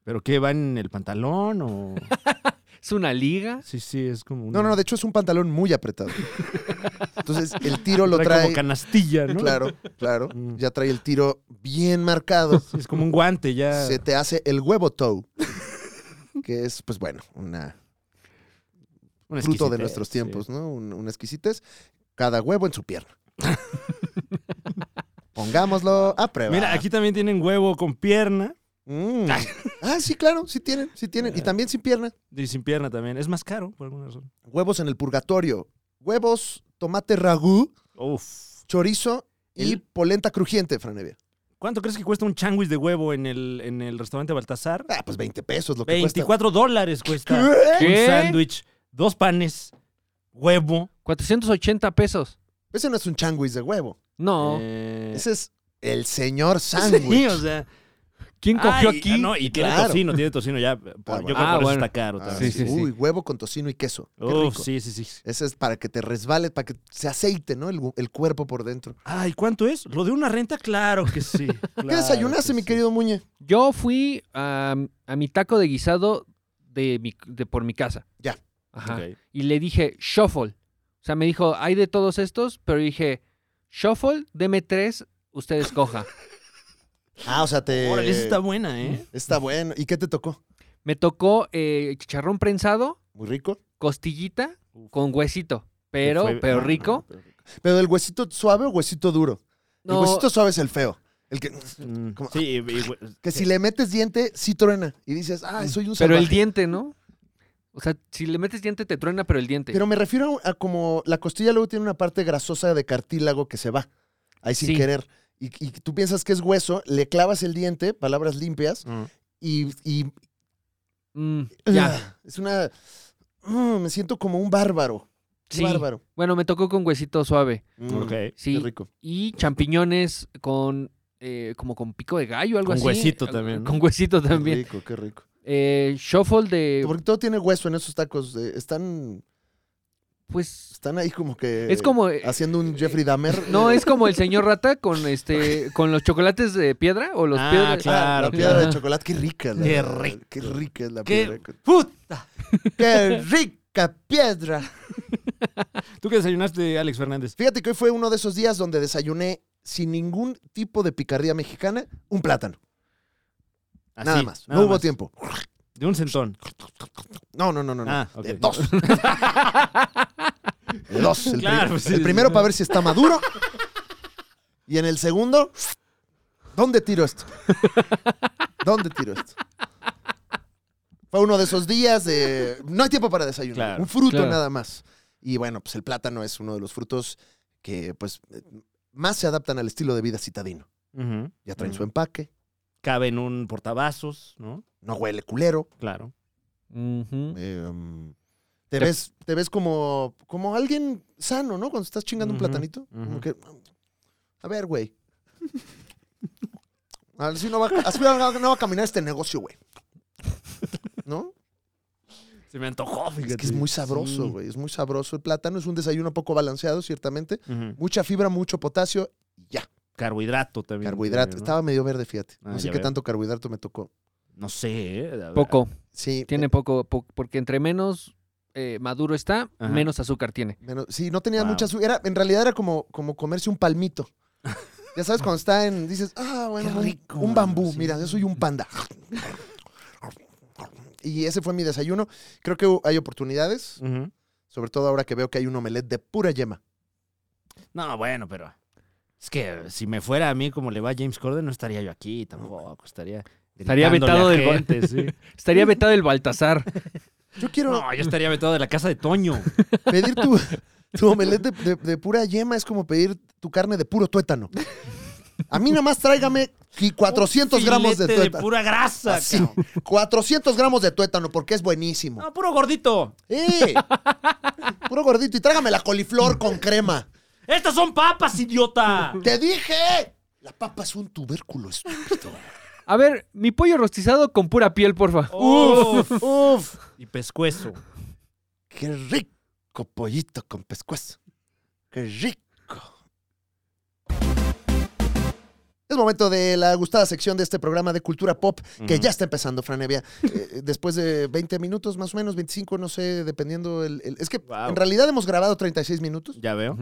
[SPEAKER 1] ¿Pero qué? ¿Va en el pantalón o.?
[SPEAKER 3] Es una liga.
[SPEAKER 1] Sí, sí, es como.
[SPEAKER 2] No, no, no, de hecho es un pantalón muy apretado. Entonces el tiro lo trae.
[SPEAKER 1] como canastilla, ¿no?
[SPEAKER 2] Claro, claro.
[SPEAKER 1] Mm.
[SPEAKER 2] Ya trae el tiro bien marcado.
[SPEAKER 1] Sí, es como un guante ya.
[SPEAKER 2] se te hace el huevo toe, que es, pues bueno, una
[SPEAKER 1] Una
[SPEAKER 2] fruto de
[SPEAKER 1] exquisitez,
[SPEAKER 2] nuestros
[SPEAKER 1] sí.
[SPEAKER 2] tiempos, ¿no? Un- una exquisitez. Cada huevo en su pierna. Pongámoslo a prueba.
[SPEAKER 1] Mira, aquí también tienen huevo con pierna.
[SPEAKER 2] Mm. Ah, sí, claro, sí tienen, sí
[SPEAKER 1] Ah.
[SPEAKER 2] tienen. Y también sin pierna.
[SPEAKER 1] Y sin pierna también. Es más caro, por alguna razón.
[SPEAKER 2] Huevos en el purgatorio. Huevos, tomate ragú,
[SPEAKER 1] Uf.
[SPEAKER 2] chorizo y
[SPEAKER 1] El-
[SPEAKER 2] polenta crujiente, Franevia.
[SPEAKER 1] ¿Cuánto crees que cuesta un changuis de huevo en el, en el restaurante Baltasar?
[SPEAKER 2] Ah, pues 20 pesos lo que cuesta.
[SPEAKER 1] 24 dólares cuesta.
[SPEAKER 2] ¿Qué?
[SPEAKER 1] un
[SPEAKER 3] ¿Qué?
[SPEAKER 1] sándwich, dos panes, huevo.
[SPEAKER 3] 480 pesos.
[SPEAKER 2] Ese no es un changuis de huevo.
[SPEAKER 3] No.
[SPEAKER 1] eh,
[SPEAKER 2] Ese es el señor sándwich.
[SPEAKER 1] sí, o sea.
[SPEAKER 3] ¿Quién cogió
[SPEAKER 1] Ah, y-
[SPEAKER 3] aquí?
[SPEAKER 1] No, y tiene
[SPEAKER 2] Claro.
[SPEAKER 1] tocino, tiene tocino ya. por-
[SPEAKER 2] bueno.
[SPEAKER 1] Yo creo que
[SPEAKER 3] Ah,
[SPEAKER 1] por eso
[SPEAKER 3] bueno.
[SPEAKER 1] está caro
[SPEAKER 2] Ah,
[SPEAKER 1] también.
[SPEAKER 3] sí, sí, sí.
[SPEAKER 2] Uy, huevo con tocino y queso. Qué
[SPEAKER 1] Uf,
[SPEAKER 2] rico.
[SPEAKER 1] sí, sí, sí.
[SPEAKER 2] Ese es para que te resbale, para que se aceite, ¿no? El, el cuerpo por dentro.
[SPEAKER 1] Ay, ¿cuánto es? ¿Lo de una renta? Claro que sí. claro
[SPEAKER 2] ¿Qué desayunaste,
[SPEAKER 1] que
[SPEAKER 2] mi
[SPEAKER 1] sí.
[SPEAKER 2] querido Muñe?
[SPEAKER 3] Yo fui a, a mi taco de guisado de mi- de por mi casa.
[SPEAKER 2] Ya.
[SPEAKER 3] Ajá.
[SPEAKER 1] Ok.
[SPEAKER 3] Y le dije, shuffle. O sea, me dijo, hay de todos estos, pero dije, shuffle, deme tres, usted escoja.
[SPEAKER 2] Ah, o sea, te.
[SPEAKER 1] Órale, esa está buena, ¿eh?
[SPEAKER 2] Está bueno. ¿Y qué te tocó?
[SPEAKER 3] Me tocó eh, chicharrón prensado,
[SPEAKER 2] Muy rico.
[SPEAKER 3] costillita
[SPEAKER 1] Uf.
[SPEAKER 3] con huesito, pero,
[SPEAKER 1] Fue-
[SPEAKER 3] pero
[SPEAKER 1] ah,
[SPEAKER 3] rico.
[SPEAKER 1] pero rico.
[SPEAKER 2] ¿Pero el huesito suave o huesito duro? El
[SPEAKER 3] No,
[SPEAKER 2] huesito suave es el feo. El que,
[SPEAKER 1] Mm,
[SPEAKER 2] Como-
[SPEAKER 1] Sí, y- y hue-
[SPEAKER 2] que si le metes diente, sí truena. Y dices, ah, soy un
[SPEAKER 3] pero
[SPEAKER 2] salvaje.
[SPEAKER 3] el diente, ¿no? O sea, si le metes diente, te truena, pero el diente.
[SPEAKER 2] Pero me refiero a como la costilla luego tiene una parte grasosa de cartílago que se va. Ahí sin
[SPEAKER 3] Sí.
[SPEAKER 2] querer. y, y tú piensas que es hueso, le clavas el diente, palabras limpias, y, y-
[SPEAKER 3] Mm, ya.
[SPEAKER 2] Ah, es una... Mm, me siento como un bárbaro.
[SPEAKER 3] Sí.
[SPEAKER 2] Un bárbaro.
[SPEAKER 3] Bueno, me tocó con huesito suave.
[SPEAKER 2] Mm,
[SPEAKER 1] Ok.
[SPEAKER 2] Qué
[SPEAKER 3] Sí.
[SPEAKER 2] rico.
[SPEAKER 3] Y champiñones con. eh, como con pico de gallo, algo
[SPEAKER 1] Con
[SPEAKER 3] así.
[SPEAKER 1] huesito
[SPEAKER 3] Eh,
[SPEAKER 1] también, ¿no?
[SPEAKER 3] Con huesito
[SPEAKER 2] Qué
[SPEAKER 3] también.
[SPEAKER 2] rico, qué rico.
[SPEAKER 3] Eh, shuffle de.
[SPEAKER 2] Porque todo tiene hueso en esos tacos. eh, están,
[SPEAKER 3] Pues.
[SPEAKER 2] están ahí como que...
[SPEAKER 3] Es como. eh,
[SPEAKER 2] Haciendo un Jeffrey Dahmer.
[SPEAKER 3] No, es como el señor rata con este. con los chocolates de piedra o los
[SPEAKER 1] Ah,
[SPEAKER 3] piedra-
[SPEAKER 1] claro.
[SPEAKER 2] la piedra de
[SPEAKER 3] claro.
[SPEAKER 2] chocolate, qué rica. La,
[SPEAKER 1] Qué rico.
[SPEAKER 2] Qué rica es la
[SPEAKER 1] ¡Qué
[SPEAKER 2] piedra.
[SPEAKER 1] puta!
[SPEAKER 2] Qué rica piedra.
[SPEAKER 1] ¿Tú qué desayunaste, Alex Fernández?
[SPEAKER 2] Fíjate que hoy fue uno de esos días donde desayuné sin ningún tipo de picardía mexicana, un plátano.
[SPEAKER 1] Así,
[SPEAKER 2] nada más.
[SPEAKER 1] Ah, nada
[SPEAKER 2] no hubo
[SPEAKER 1] más.
[SPEAKER 2] tiempo.
[SPEAKER 1] De un centón.
[SPEAKER 2] No, no, no, no. no.
[SPEAKER 1] Ah, ok.
[SPEAKER 2] De Eh, dos. De dos. El,
[SPEAKER 1] Claro,
[SPEAKER 2] pri-
[SPEAKER 1] pues sí,
[SPEAKER 2] el
[SPEAKER 1] sí.
[SPEAKER 2] primero para ver si está maduro. Y en el segundo, ¿dónde tiro esto? ¿Dónde tiro esto? Fue uno de esos días de... No hay tiempo para desayunar.
[SPEAKER 1] Claro,
[SPEAKER 2] un fruto
[SPEAKER 3] claro.
[SPEAKER 2] nada más. Y bueno, pues el plátano es uno de los frutos que pues eh, más se adaptan al estilo de vida citadino.
[SPEAKER 1] Ujú.
[SPEAKER 2] Ya traen
[SPEAKER 1] Ujú.
[SPEAKER 2] su empaque,
[SPEAKER 1] Cabe en un portavasos, ¿no?
[SPEAKER 2] no huele culero.
[SPEAKER 1] Claro.
[SPEAKER 3] Ujú.
[SPEAKER 2] Eh, um, te ves, te ves como, como alguien sano, ¿no? Cuando estás chingando un
[SPEAKER 1] Ujú,
[SPEAKER 2] platanito. Como
[SPEAKER 1] ujú.
[SPEAKER 2] que, a ver, güey. Así no, va, así no va- no va a caminar este negocio, güey. ¿No?
[SPEAKER 1] Se me antojó, fíjate.
[SPEAKER 2] Es que es muy sabroso,
[SPEAKER 1] Sí.
[SPEAKER 2] güey. Es muy sabroso. El plátano es un desayuno poco balanceado, ciertamente.
[SPEAKER 1] Ujú.
[SPEAKER 2] Mucha fibra, mucho potasio y ya.
[SPEAKER 1] Carbohidrato también.
[SPEAKER 2] Carbohidrato.
[SPEAKER 1] creo, ¿no?
[SPEAKER 2] Estaba medio verde, fíjate.
[SPEAKER 1] Ah,
[SPEAKER 2] no sé
[SPEAKER 1] ya
[SPEAKER 2] qué
[SPEAKER 1] veo.
[SPEAKER 2] tanto carbohidrato me tocó.
[SPEAKER 1] No sé, ¿eh? A ver.
[SPEAKER 3] Poco.
[SPEAKER 2] Sí.
[SPEAKER 3] Tiene poco, po- porque entre menos eh, maduro está,
[SPEAKER 1] Ajá.
[SPEAKER 3] menos azúcar tiene.
[SPEAKER 2] Menos- sí, no tenía
[SPEAKER 1] Wow.
[SPEAKER 2] mucha azúcar. Era, en realidad era como, como comerse un palmito. Ya sabes, cuando está en. Dices, ah, bueno,
[SPEAKER 1] Qué
[SPEAKER 2] un-
[SPEAKER 1] rico,
[SPEAKER 2] un bambú.
[SPEAKER 1] sí.
[SPEAKER 2] Mira, yo soy un panda. Y ese fue mi desayuno. Creo que hay oportunidades,
[SPEAKER 1] Ujú.
[SPEAKER 2] sobre todo ahora que veo que hay un omelette de pura yema.
[SPEAKER 1] No, bueno, pero. Es que si me fuera a mí como le va a James Corden, no estaría yo aquí tampoco. Estaría.
[SPEAKER 3] Estaría vetado
[SPEAKER 1] gritándole a
[SPEAKER 3] del
[SPEAKER 1] gente, sí.
[SPEAKER 3] Estaría vetado el Baltasar.
[SPEAKER 2] Yo quiero
[SPEAKER 1] No, yo estaría vetado de la casa de Toño.
[SPEAKER 2] pedir tu, tu omelette de, de- de pura yema, es como pedir tu carne de puro tuétano. A mí nada más tráigame qui- 400
[SPEAKER 1] Un
[SPEAKER 2] gramos de
[SPEAKER 1] filete de
[SPEAKER 2] tuétano.
[SPEAKER 1] pura grasa,
[SPEAKER 2] Así,
[SPEAKER 1] cabrón.
[SPEAKER 2] 400 gramos de tuétano, porque es buenísimo.
[SPEAKER 1] No, puro gordito.
[SPEAKER 2] ¡Eh! Puro gordito. Y trágame la coliflor con crema.
[SPEAKER 1] Estas son papas, idiota.
[SPEAKER 2] ¡Te dije! La papa es un tubérculo estúpido.
[SPEAKER 3] A ver, mi pollo rostizado con pura piel, porfa.
[SPEAKER 1] Uf, uf. Y pescuezo.
[SPEAKER 2] ¡Qué rico pollito con pescuezo! ¡Qué rico! Es momento de la gustada sección de este programa de cultura pop que
[SPEAKER 1] Ujú.
[SPEAKER 2] ya está empezando, Franevia. Eh, después de 20 minutos, más o menos, 25, no sé, dependiendo. El, el- Es que
[SPEAKER 1] Wow.
[SPEAKER 2] en realidad hemos grabado 36 minutos,
[SPEAKER 1] Ya veo.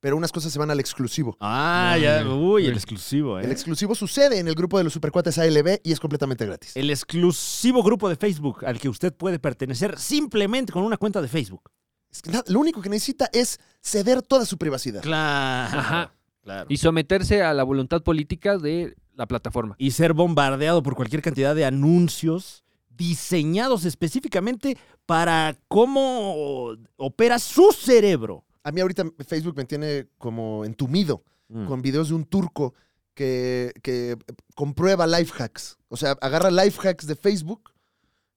[SPEAKER 2] pero unas cosas se van al exclusivo.
[SPEAKER 1] Ah, ya. Uy, el exclusivo, ¿eh?
[SPEAKER 2] El exclusivo sucede en el grupo de los supercuates ALB y es completamente gratis.
[SPEAKER 1] el exclusivo grupo de Facebook al que usted puede pertenecer simplemente con una cuenta de Facebook.
[SPEAKER 2] Es que nada, lo único que necesita es ceder toda su privacidad.
[SPEAKER 1] Claro.
[SPEAKER 3] Ajá.
[SPEAKER 1] Claro.
[SPEAKER 3] Y someterse a la voluntad política de la plataforma.
[SPEAKER 1] y ser bombardeado por cualquier cantidad de anuncios diseñados específicamente para cómo opera su cerebro.
[SPEAKER 2] A mí ahorita Facebook me tiene como entumido
[SPEAKER 1] Mm.
[SPEAKER 2] con videos de un turco que, que comprueba life hacks. O sea, agarra life hacks de Facebook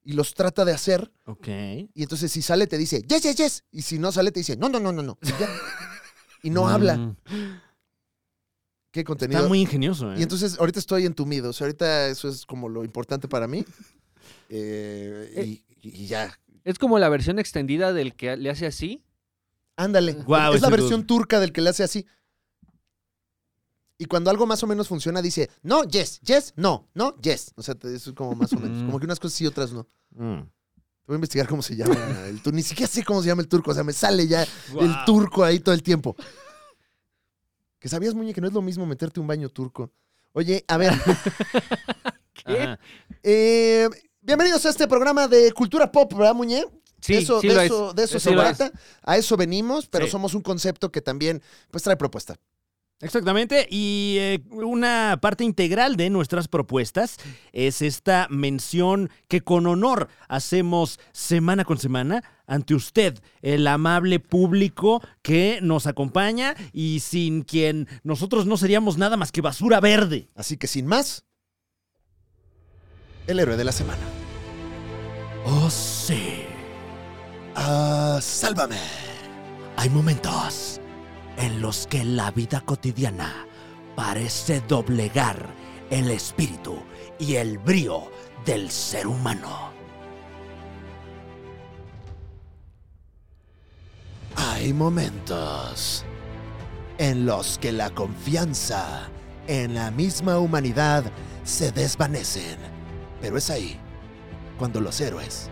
[SPEAKER 2] y los trata de hacer.
[SPEAKER 1] Ok.
[SPEAKER 2] Y entonces si sale te dice, yes, yes, yes. Y si no sale te dice, no, no, no, no, no. Y, ya. Y no habla.
[SPEAKER 3] Mm.
[SPEAKER 2] Qué contenido.
[SPEAKER 1] Está muy ingenioso, ¿eh?
[SPEAKER 2] Y entonces ahorita estoy entumido. O sea, ahorita eso es como lo importante para mí. Eh, y- y ya,
[SPEAKER 3] Es como la versión extendida del que le hace así.
[SPEAKER 2] Ándale.
[SPEAKER 1] Guau,
[SPEAKER 2] es la
[SPEAKER 1] ese dude.
[SPEAKER 2] versión turca del que le hace así. Y cuando algo más o menos funciona, dice, no, yes, yes, no, no, yes. O sea, te- es como más o menos.
[SPEAKER 3] Mm.
[SPEAKER 2] Como que unas cosas sí, otras no. Te
[SPEAKER 1] Mm.
[SPEAKER 2] voy a investigar cómo se llama el turco. Ni siquiera sé cómo se llama el turco. O sea, me sale ya el
[SPEAKER 1] Guau.
[SPEAKER 2] turco ahí todo el tiempo. Que sabías, Muñe, que no es lo mismo meterte un baño turco. Oye, a ver.
[SPEAKER 1] Ajá.
[SPEAKER 2] eh, bienvenidos a este programa de cultura pop, ¿verdad, Muñe?
[SPEAKER 3] Sí,
[SPEAKER 2] de eso,
[SPEAKER 3] sí
[SPEAKER 2] de
[SPEAKER 3] lo es.
[SPEAKER 2] eso, de eso
[SPEAKER 3] Sí
[SPEAKER 2] se
[SPEAKER 3] lo es.
[SPEAKER 2] trata. A eso venimos, pero
[SPEAKER 1] Sí.
[SPEAKER 2] somos un concepto que también pues trae propuesta.
[SPEAKER 1] Exactamente, y eh, una parte integral de nuestras propuestas es esta mención que con honor hacemos semana con semana ante usted, el amable público que nos acompaña y sin quien nosotros no seríamos nada más que basura verde.
[SPEAKER 2] Así que sin más, el héroe de la semana.
[SPEAKER 1] Oh, sí.
[SPEAKER 2] Ah, sálvame.
[SPEAKER 1] Hay momentos en los que la vida cotidiana parece doblegar el espíritu y el brío del ser humano.
[SPEAKER 2] Hay momentos en los que la confianza en la misma humanidad se desvanecen. Pero es ahí cuando los héroes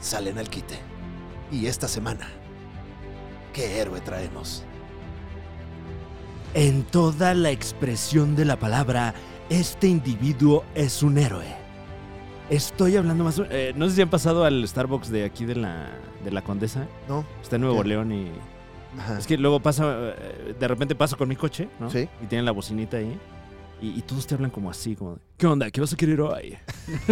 [SPEAKER 2] salen al quite. Y esta semana, ¿qué héroe traemos?
[SPEAKER 1] En toda la expresión de la palabra, este individuo es un héroe. Estoy hablando más... eh, no sé si han pasado al Starbucks de aquí de la, de la Condesa.
[SPEAKER 2] ¿No?
[SPEAKER 1] Está en Nuevo
[SPEAKER 2] Ya.
[SPEAKER 1] León y...
[SPEAKER 2] Ajá.
[SPEAKER 1] Es que luego pasa... eh, De repente paso con mi coche, ¿no?
[SPEAKER 2] Sí.
[SPEAKER 1] Y tienen la bocinita ahí. Y, y todos te hablan como así, como... de, ¿Qué onda? ¿Qué vas a querer hoy?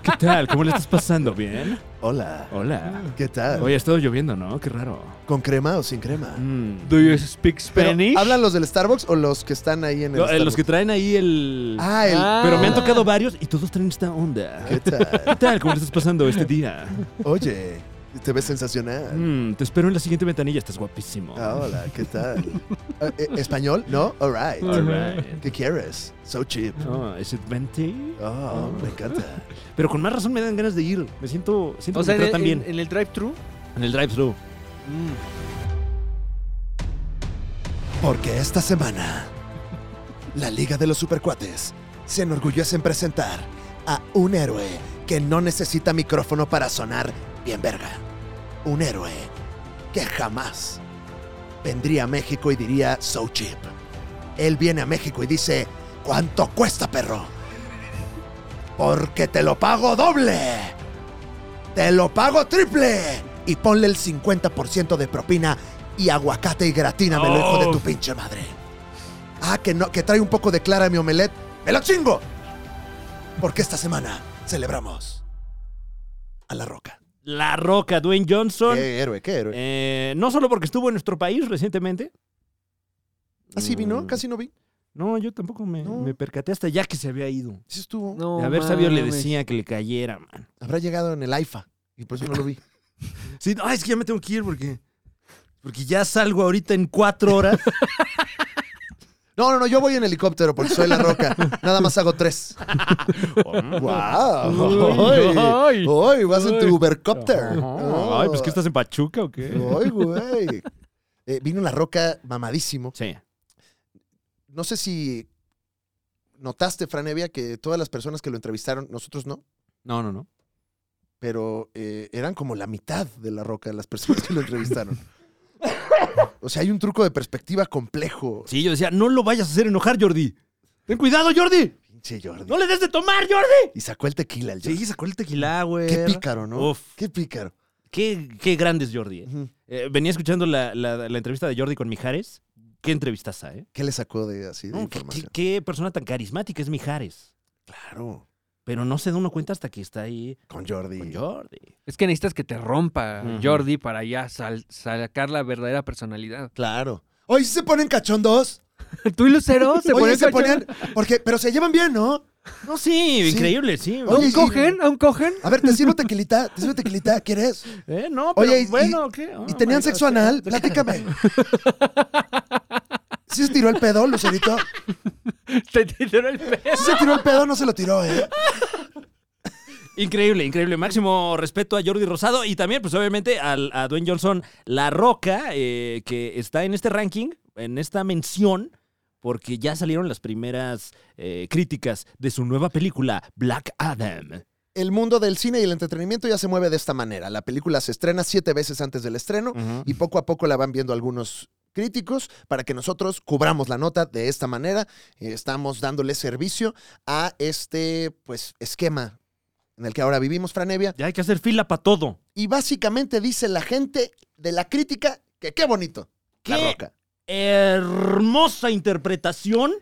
[SPEAKER 1] ¿Qué tal? ¿Cómo le estás pasando? ¿Bien?
[SPEAKER 2] Hola.
[SPEAKER 1] Hola.
[SPEAKER 2] ¿Qué tal?
[SPEAKER 1] Oye, ha estado lloviendo, ¿no? Qué raro.
[SPEAKER 2] ¿Con crema o sin crema?
[SPEAKER 1] Mm.
[SPEAKER 3] ¿Do you speak
[SPEAKER 2] Pero,
[SPEAKER 3] Spanish?
[SPEAKER 2] ¿Hablan los del Starbucks o los que están ahí en el
[SPEAKER 1] No, eh, los que
[SPEAKER 2] Starbucks?
[SPEAKER 1] traen ahí el...
[SPEAKER 2] Ah, el... Ah,
[SPEAKER 3] Ah.
[SPEAKER 1] Pero me han tocado varios y todos traen esta onda.
[SPEAKER 2] ¿Qué tal?
[SPEAKER 1] ¿Qué tal? ¿Cómo le estás pasando este día?
[SPEAKER 2] Oye, te ves sensacional.
[SPEAKER 1] Mm, te espero en la siguiente ventanilla, estás guapísimo.
[SPEAKER 2] Ah, hola, ¿qué tal? Ah, eh, ¿Español? No, all right.
[SPEAKER 1] All right.
[SPEAKER 2] ¿Qué quieres? So cheap.
[SPEAKER 1] Oh, ¿Es it 20?
[SPEAKER 2] Oh, me encanta.
[SPEAKER 1] Pero con más razón me dan ganas de ir. Me siento, siento
[SPEAKER 3] o
[SPEAKER 1] que
[SPEAKER 3] sea,
[SPEAKER 1] me
[SPEAKER 3] en, el-
[SPEAKER 1] tratan bien.
[SPEAKER 3] en- en el drive-thru.
[SPEAKER 1] En el drive-thru.
[SPEAKER 2] Porque esta semana, la Liga de los Supercuates se enorgullece en presentar a un héroe que no necesita micrófono para sonar bien verga. Un héroe que jamás vendría a México y diría so cheap. Él viene a México y dice, ¿cuánto cuesta, perro? Porque te lo pago doble. Te lo pago triple. Y ponle el 50% de propina y aguacate y gratínamelo, hijo de tu pinche madre. Ah, que no, que trae un poco de clara a mi omelette. ¡Me lo chingo! Porque esta semana celebramos a La Roca.
[SPEAKER 1] La Roca, Dwayne Johnson.
[SPEAKER 2] héroe, qué héroe.
[SPEAKER 1] Eh, no solo porque estuvo en nuestro país recientemente.
[SPEAKER 2] Así vino,
[SPEAKER 1] Mm,
[SPEAKER 2] casi no vi.
[SPEAKER 1] No, yo tampoco me,
[SPEAKER 2] No.
[SPEAKER 1] me percaté hasta ya que se había ido.
[SPEAKER 2] Sí estuvo.
[SPEAKER 3] No,
[SPEAKER 1] De haber sabido le
[SPEAKER 3] mames.
[SPEAKER 1] decía que le cayera, man.
[SPEAKER 2] Habrá llegado en el AIFA y por eso no lo vi.
[SPEAKER 1] Sí, ay, es que ya me tengo que ir porque... Porque ya salgo ahorita en cuatro horas.
[SPEAKER 2] No, no, no, yo voy en helicóptero porque soy La Roca. Nada más hago tres.
[SPEAKER 1] Oh,
[SPEAKER 2] ¡Wow!
[SPEAKER 3] Uy,
[SPEAKER 2] ¡Ay!
[SPEAKER 3] ay.
[SPEAKER 2] ¡Ay! Vas en
[SPEAKER 3] Ay.
[SPEAKER 2] tu Ubercopter.
[SPEAKER 1] Ajá. Ay, pues que estás en Pachuca o qué.
[SPEAKER 2] ¡Ay, güey! Eh, vino La Roca mamadísimo.
[SPEAKER 1] Sí.
[SPEAKER 2] No sé si notaste, Franevia, que todas las personas que lo entrevistaron, nosotros no,
[SPEAKER 1] No, no, no.
[SPEAKER 2] pero eh, eran como la mitad de La Roca las personas que lo entrevistaron. O sea, hay un truco de perspectiva complejo.
[SPEAKER 1] Sí, yo decía, no lo vayas a hacer enojar, Jordi. Ten cuidado, Jordi.
[SPEAKER 2] Pinche Jordi.
[SPEAKER 1] No le des de tomar, Jordi.
[SPEAKER 2] Y sacó el tequila el Jordi.
[SPEAKER 1] Sí, sacó el tequila, güey.
[SPEAKER 2] Qué pícaro, ¿no?
[SPEAKER 1] Uf.
[SPEAKER 2] Qué pícaro.
[SPEAKER 1] Qué, qué grande es Jordi. eh.
[SPEAKER 2] Ujú.
[SPEAKER 1] Eh, venía escuchando la, la- la entrevista de Jordi con Mijares. Qué entrevistaza, ¿eh?
[SPEAKER 2] ¿Qué le sacó de así de
[SPEAKER 1] No, qué,
[SPEAKER 2] información?
[SPEAKER 1] qué- qué persona tan carismática es Mijares.
[SPEAKER 2] Claro.
[SPEAKER 1] Pero no se da uno cuenta hasta que está ahí
[SPEAKER 2] Con Jordi.
[SPEAKER 1] con Jordi.
[SPEAKER 3] Es que necesitas que te rompa
[SPEAKER 1] Ujú.
[SPEAKER 3] Jordi para ya sal- sacar la verdadera personalidad.
[SPEAKER 2] Claro. Hoy sí se ponen cachondos.
[SPEAKER 3] ¿Tú y Lucero se
[SPEAKER 2] Oye,
[SPEAKER 3] ponen
[SPEAKER 2] se
[SPEAKER 3] cachondos?
[SPEAKER 2] ponían. Porque, pero se llevan bien, ¿no?
[SPEAKER 1] No, sí,
[SPEAKER 2] Sí.
[SPEAKER 1] increíble, sí.
[SPEAKER 2] Oye,
[SPEAKER 3] ¿Aún
[SPEAKER 2] y-
[SPEAKER 3] cogen? ¿Aún cogen?
[SPEAKER 2] A ver, te sirvo tequilita, te sirvo tequilita, ¿quieres?
[SPEAKER 1] Eh, no, pero
[SPEAKER 2] Oye, y-
[SPEAKER 1] bueno, ¿qué?
[SPEAKER 3] Ah,
[SPEAKER 1] Oh,
[SPEAKER 2] ¿Y tenían
[SPEAKER 1] my
[SPEAKER 2] sexo
[SPEAKER 1] God.
[SPEAKER 2] anal? Platícame. ¿Sí se tiró el pedo, Lucerito?
[SPEAKER 3] Te tiró el pez.
[SPEAKER 2] ¿Sí se tiró el pedo? No se lo tiró, ¿eh?
[SPEAKER 1] Increíble, increíble. Máximo respeto a Jordi Rosado y también, pues obviamente, al- a Dwayne Johnson La Roca, eh, que está en este ranking, en esta mención, porque ya salieron las primeras eh, críticas de su nueva película, Black Adam.
[SPEAKER 2] El mundo del cine y el entretenimiento ya se mueve de esta manera. La película se estrena siete veces antes del estreno y poco a poco la van viendo algunos críticos para que nosotros cubramos la nota de esta manera. Eh, Estamos dándole servicio a este pues esquema en el que ahora vivimos, Franevia.
[SPEAKER 1] Ya hay que hacer fila para todo.
[SPEAKER 2] Y básicamente dice la gente de la crítica que qué bonito. La
[SPEAKER 1] ¿Qué?
[SPEAKER 2] Roca.
[SPEAKER 1] hermosa interpretación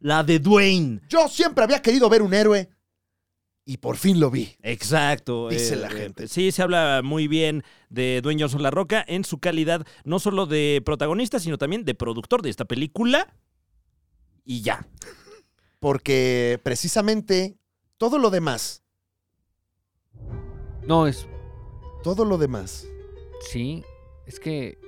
[SPEAKER 1] la de Dwayne.
[SPEAKER 2] Yo siempre había querido ver un héroe y por fin lo vi.
[SPEAKER 1] Exacto. eh,
[SPEAKER 2] Dice la gente.
[SPEAKER 1] sí, se habla muy bien de Dwayne Johnson La Roca en su calidad no solo de protagonista, sino también de productor de esta película. Y ya.
[SPEAKER 2] Porque precisamente todo lo demás,
[SPEAKER 3] No, es.
[SPEAKER 2] todo lo demás.
[SPEAKER 3] Sí, es que.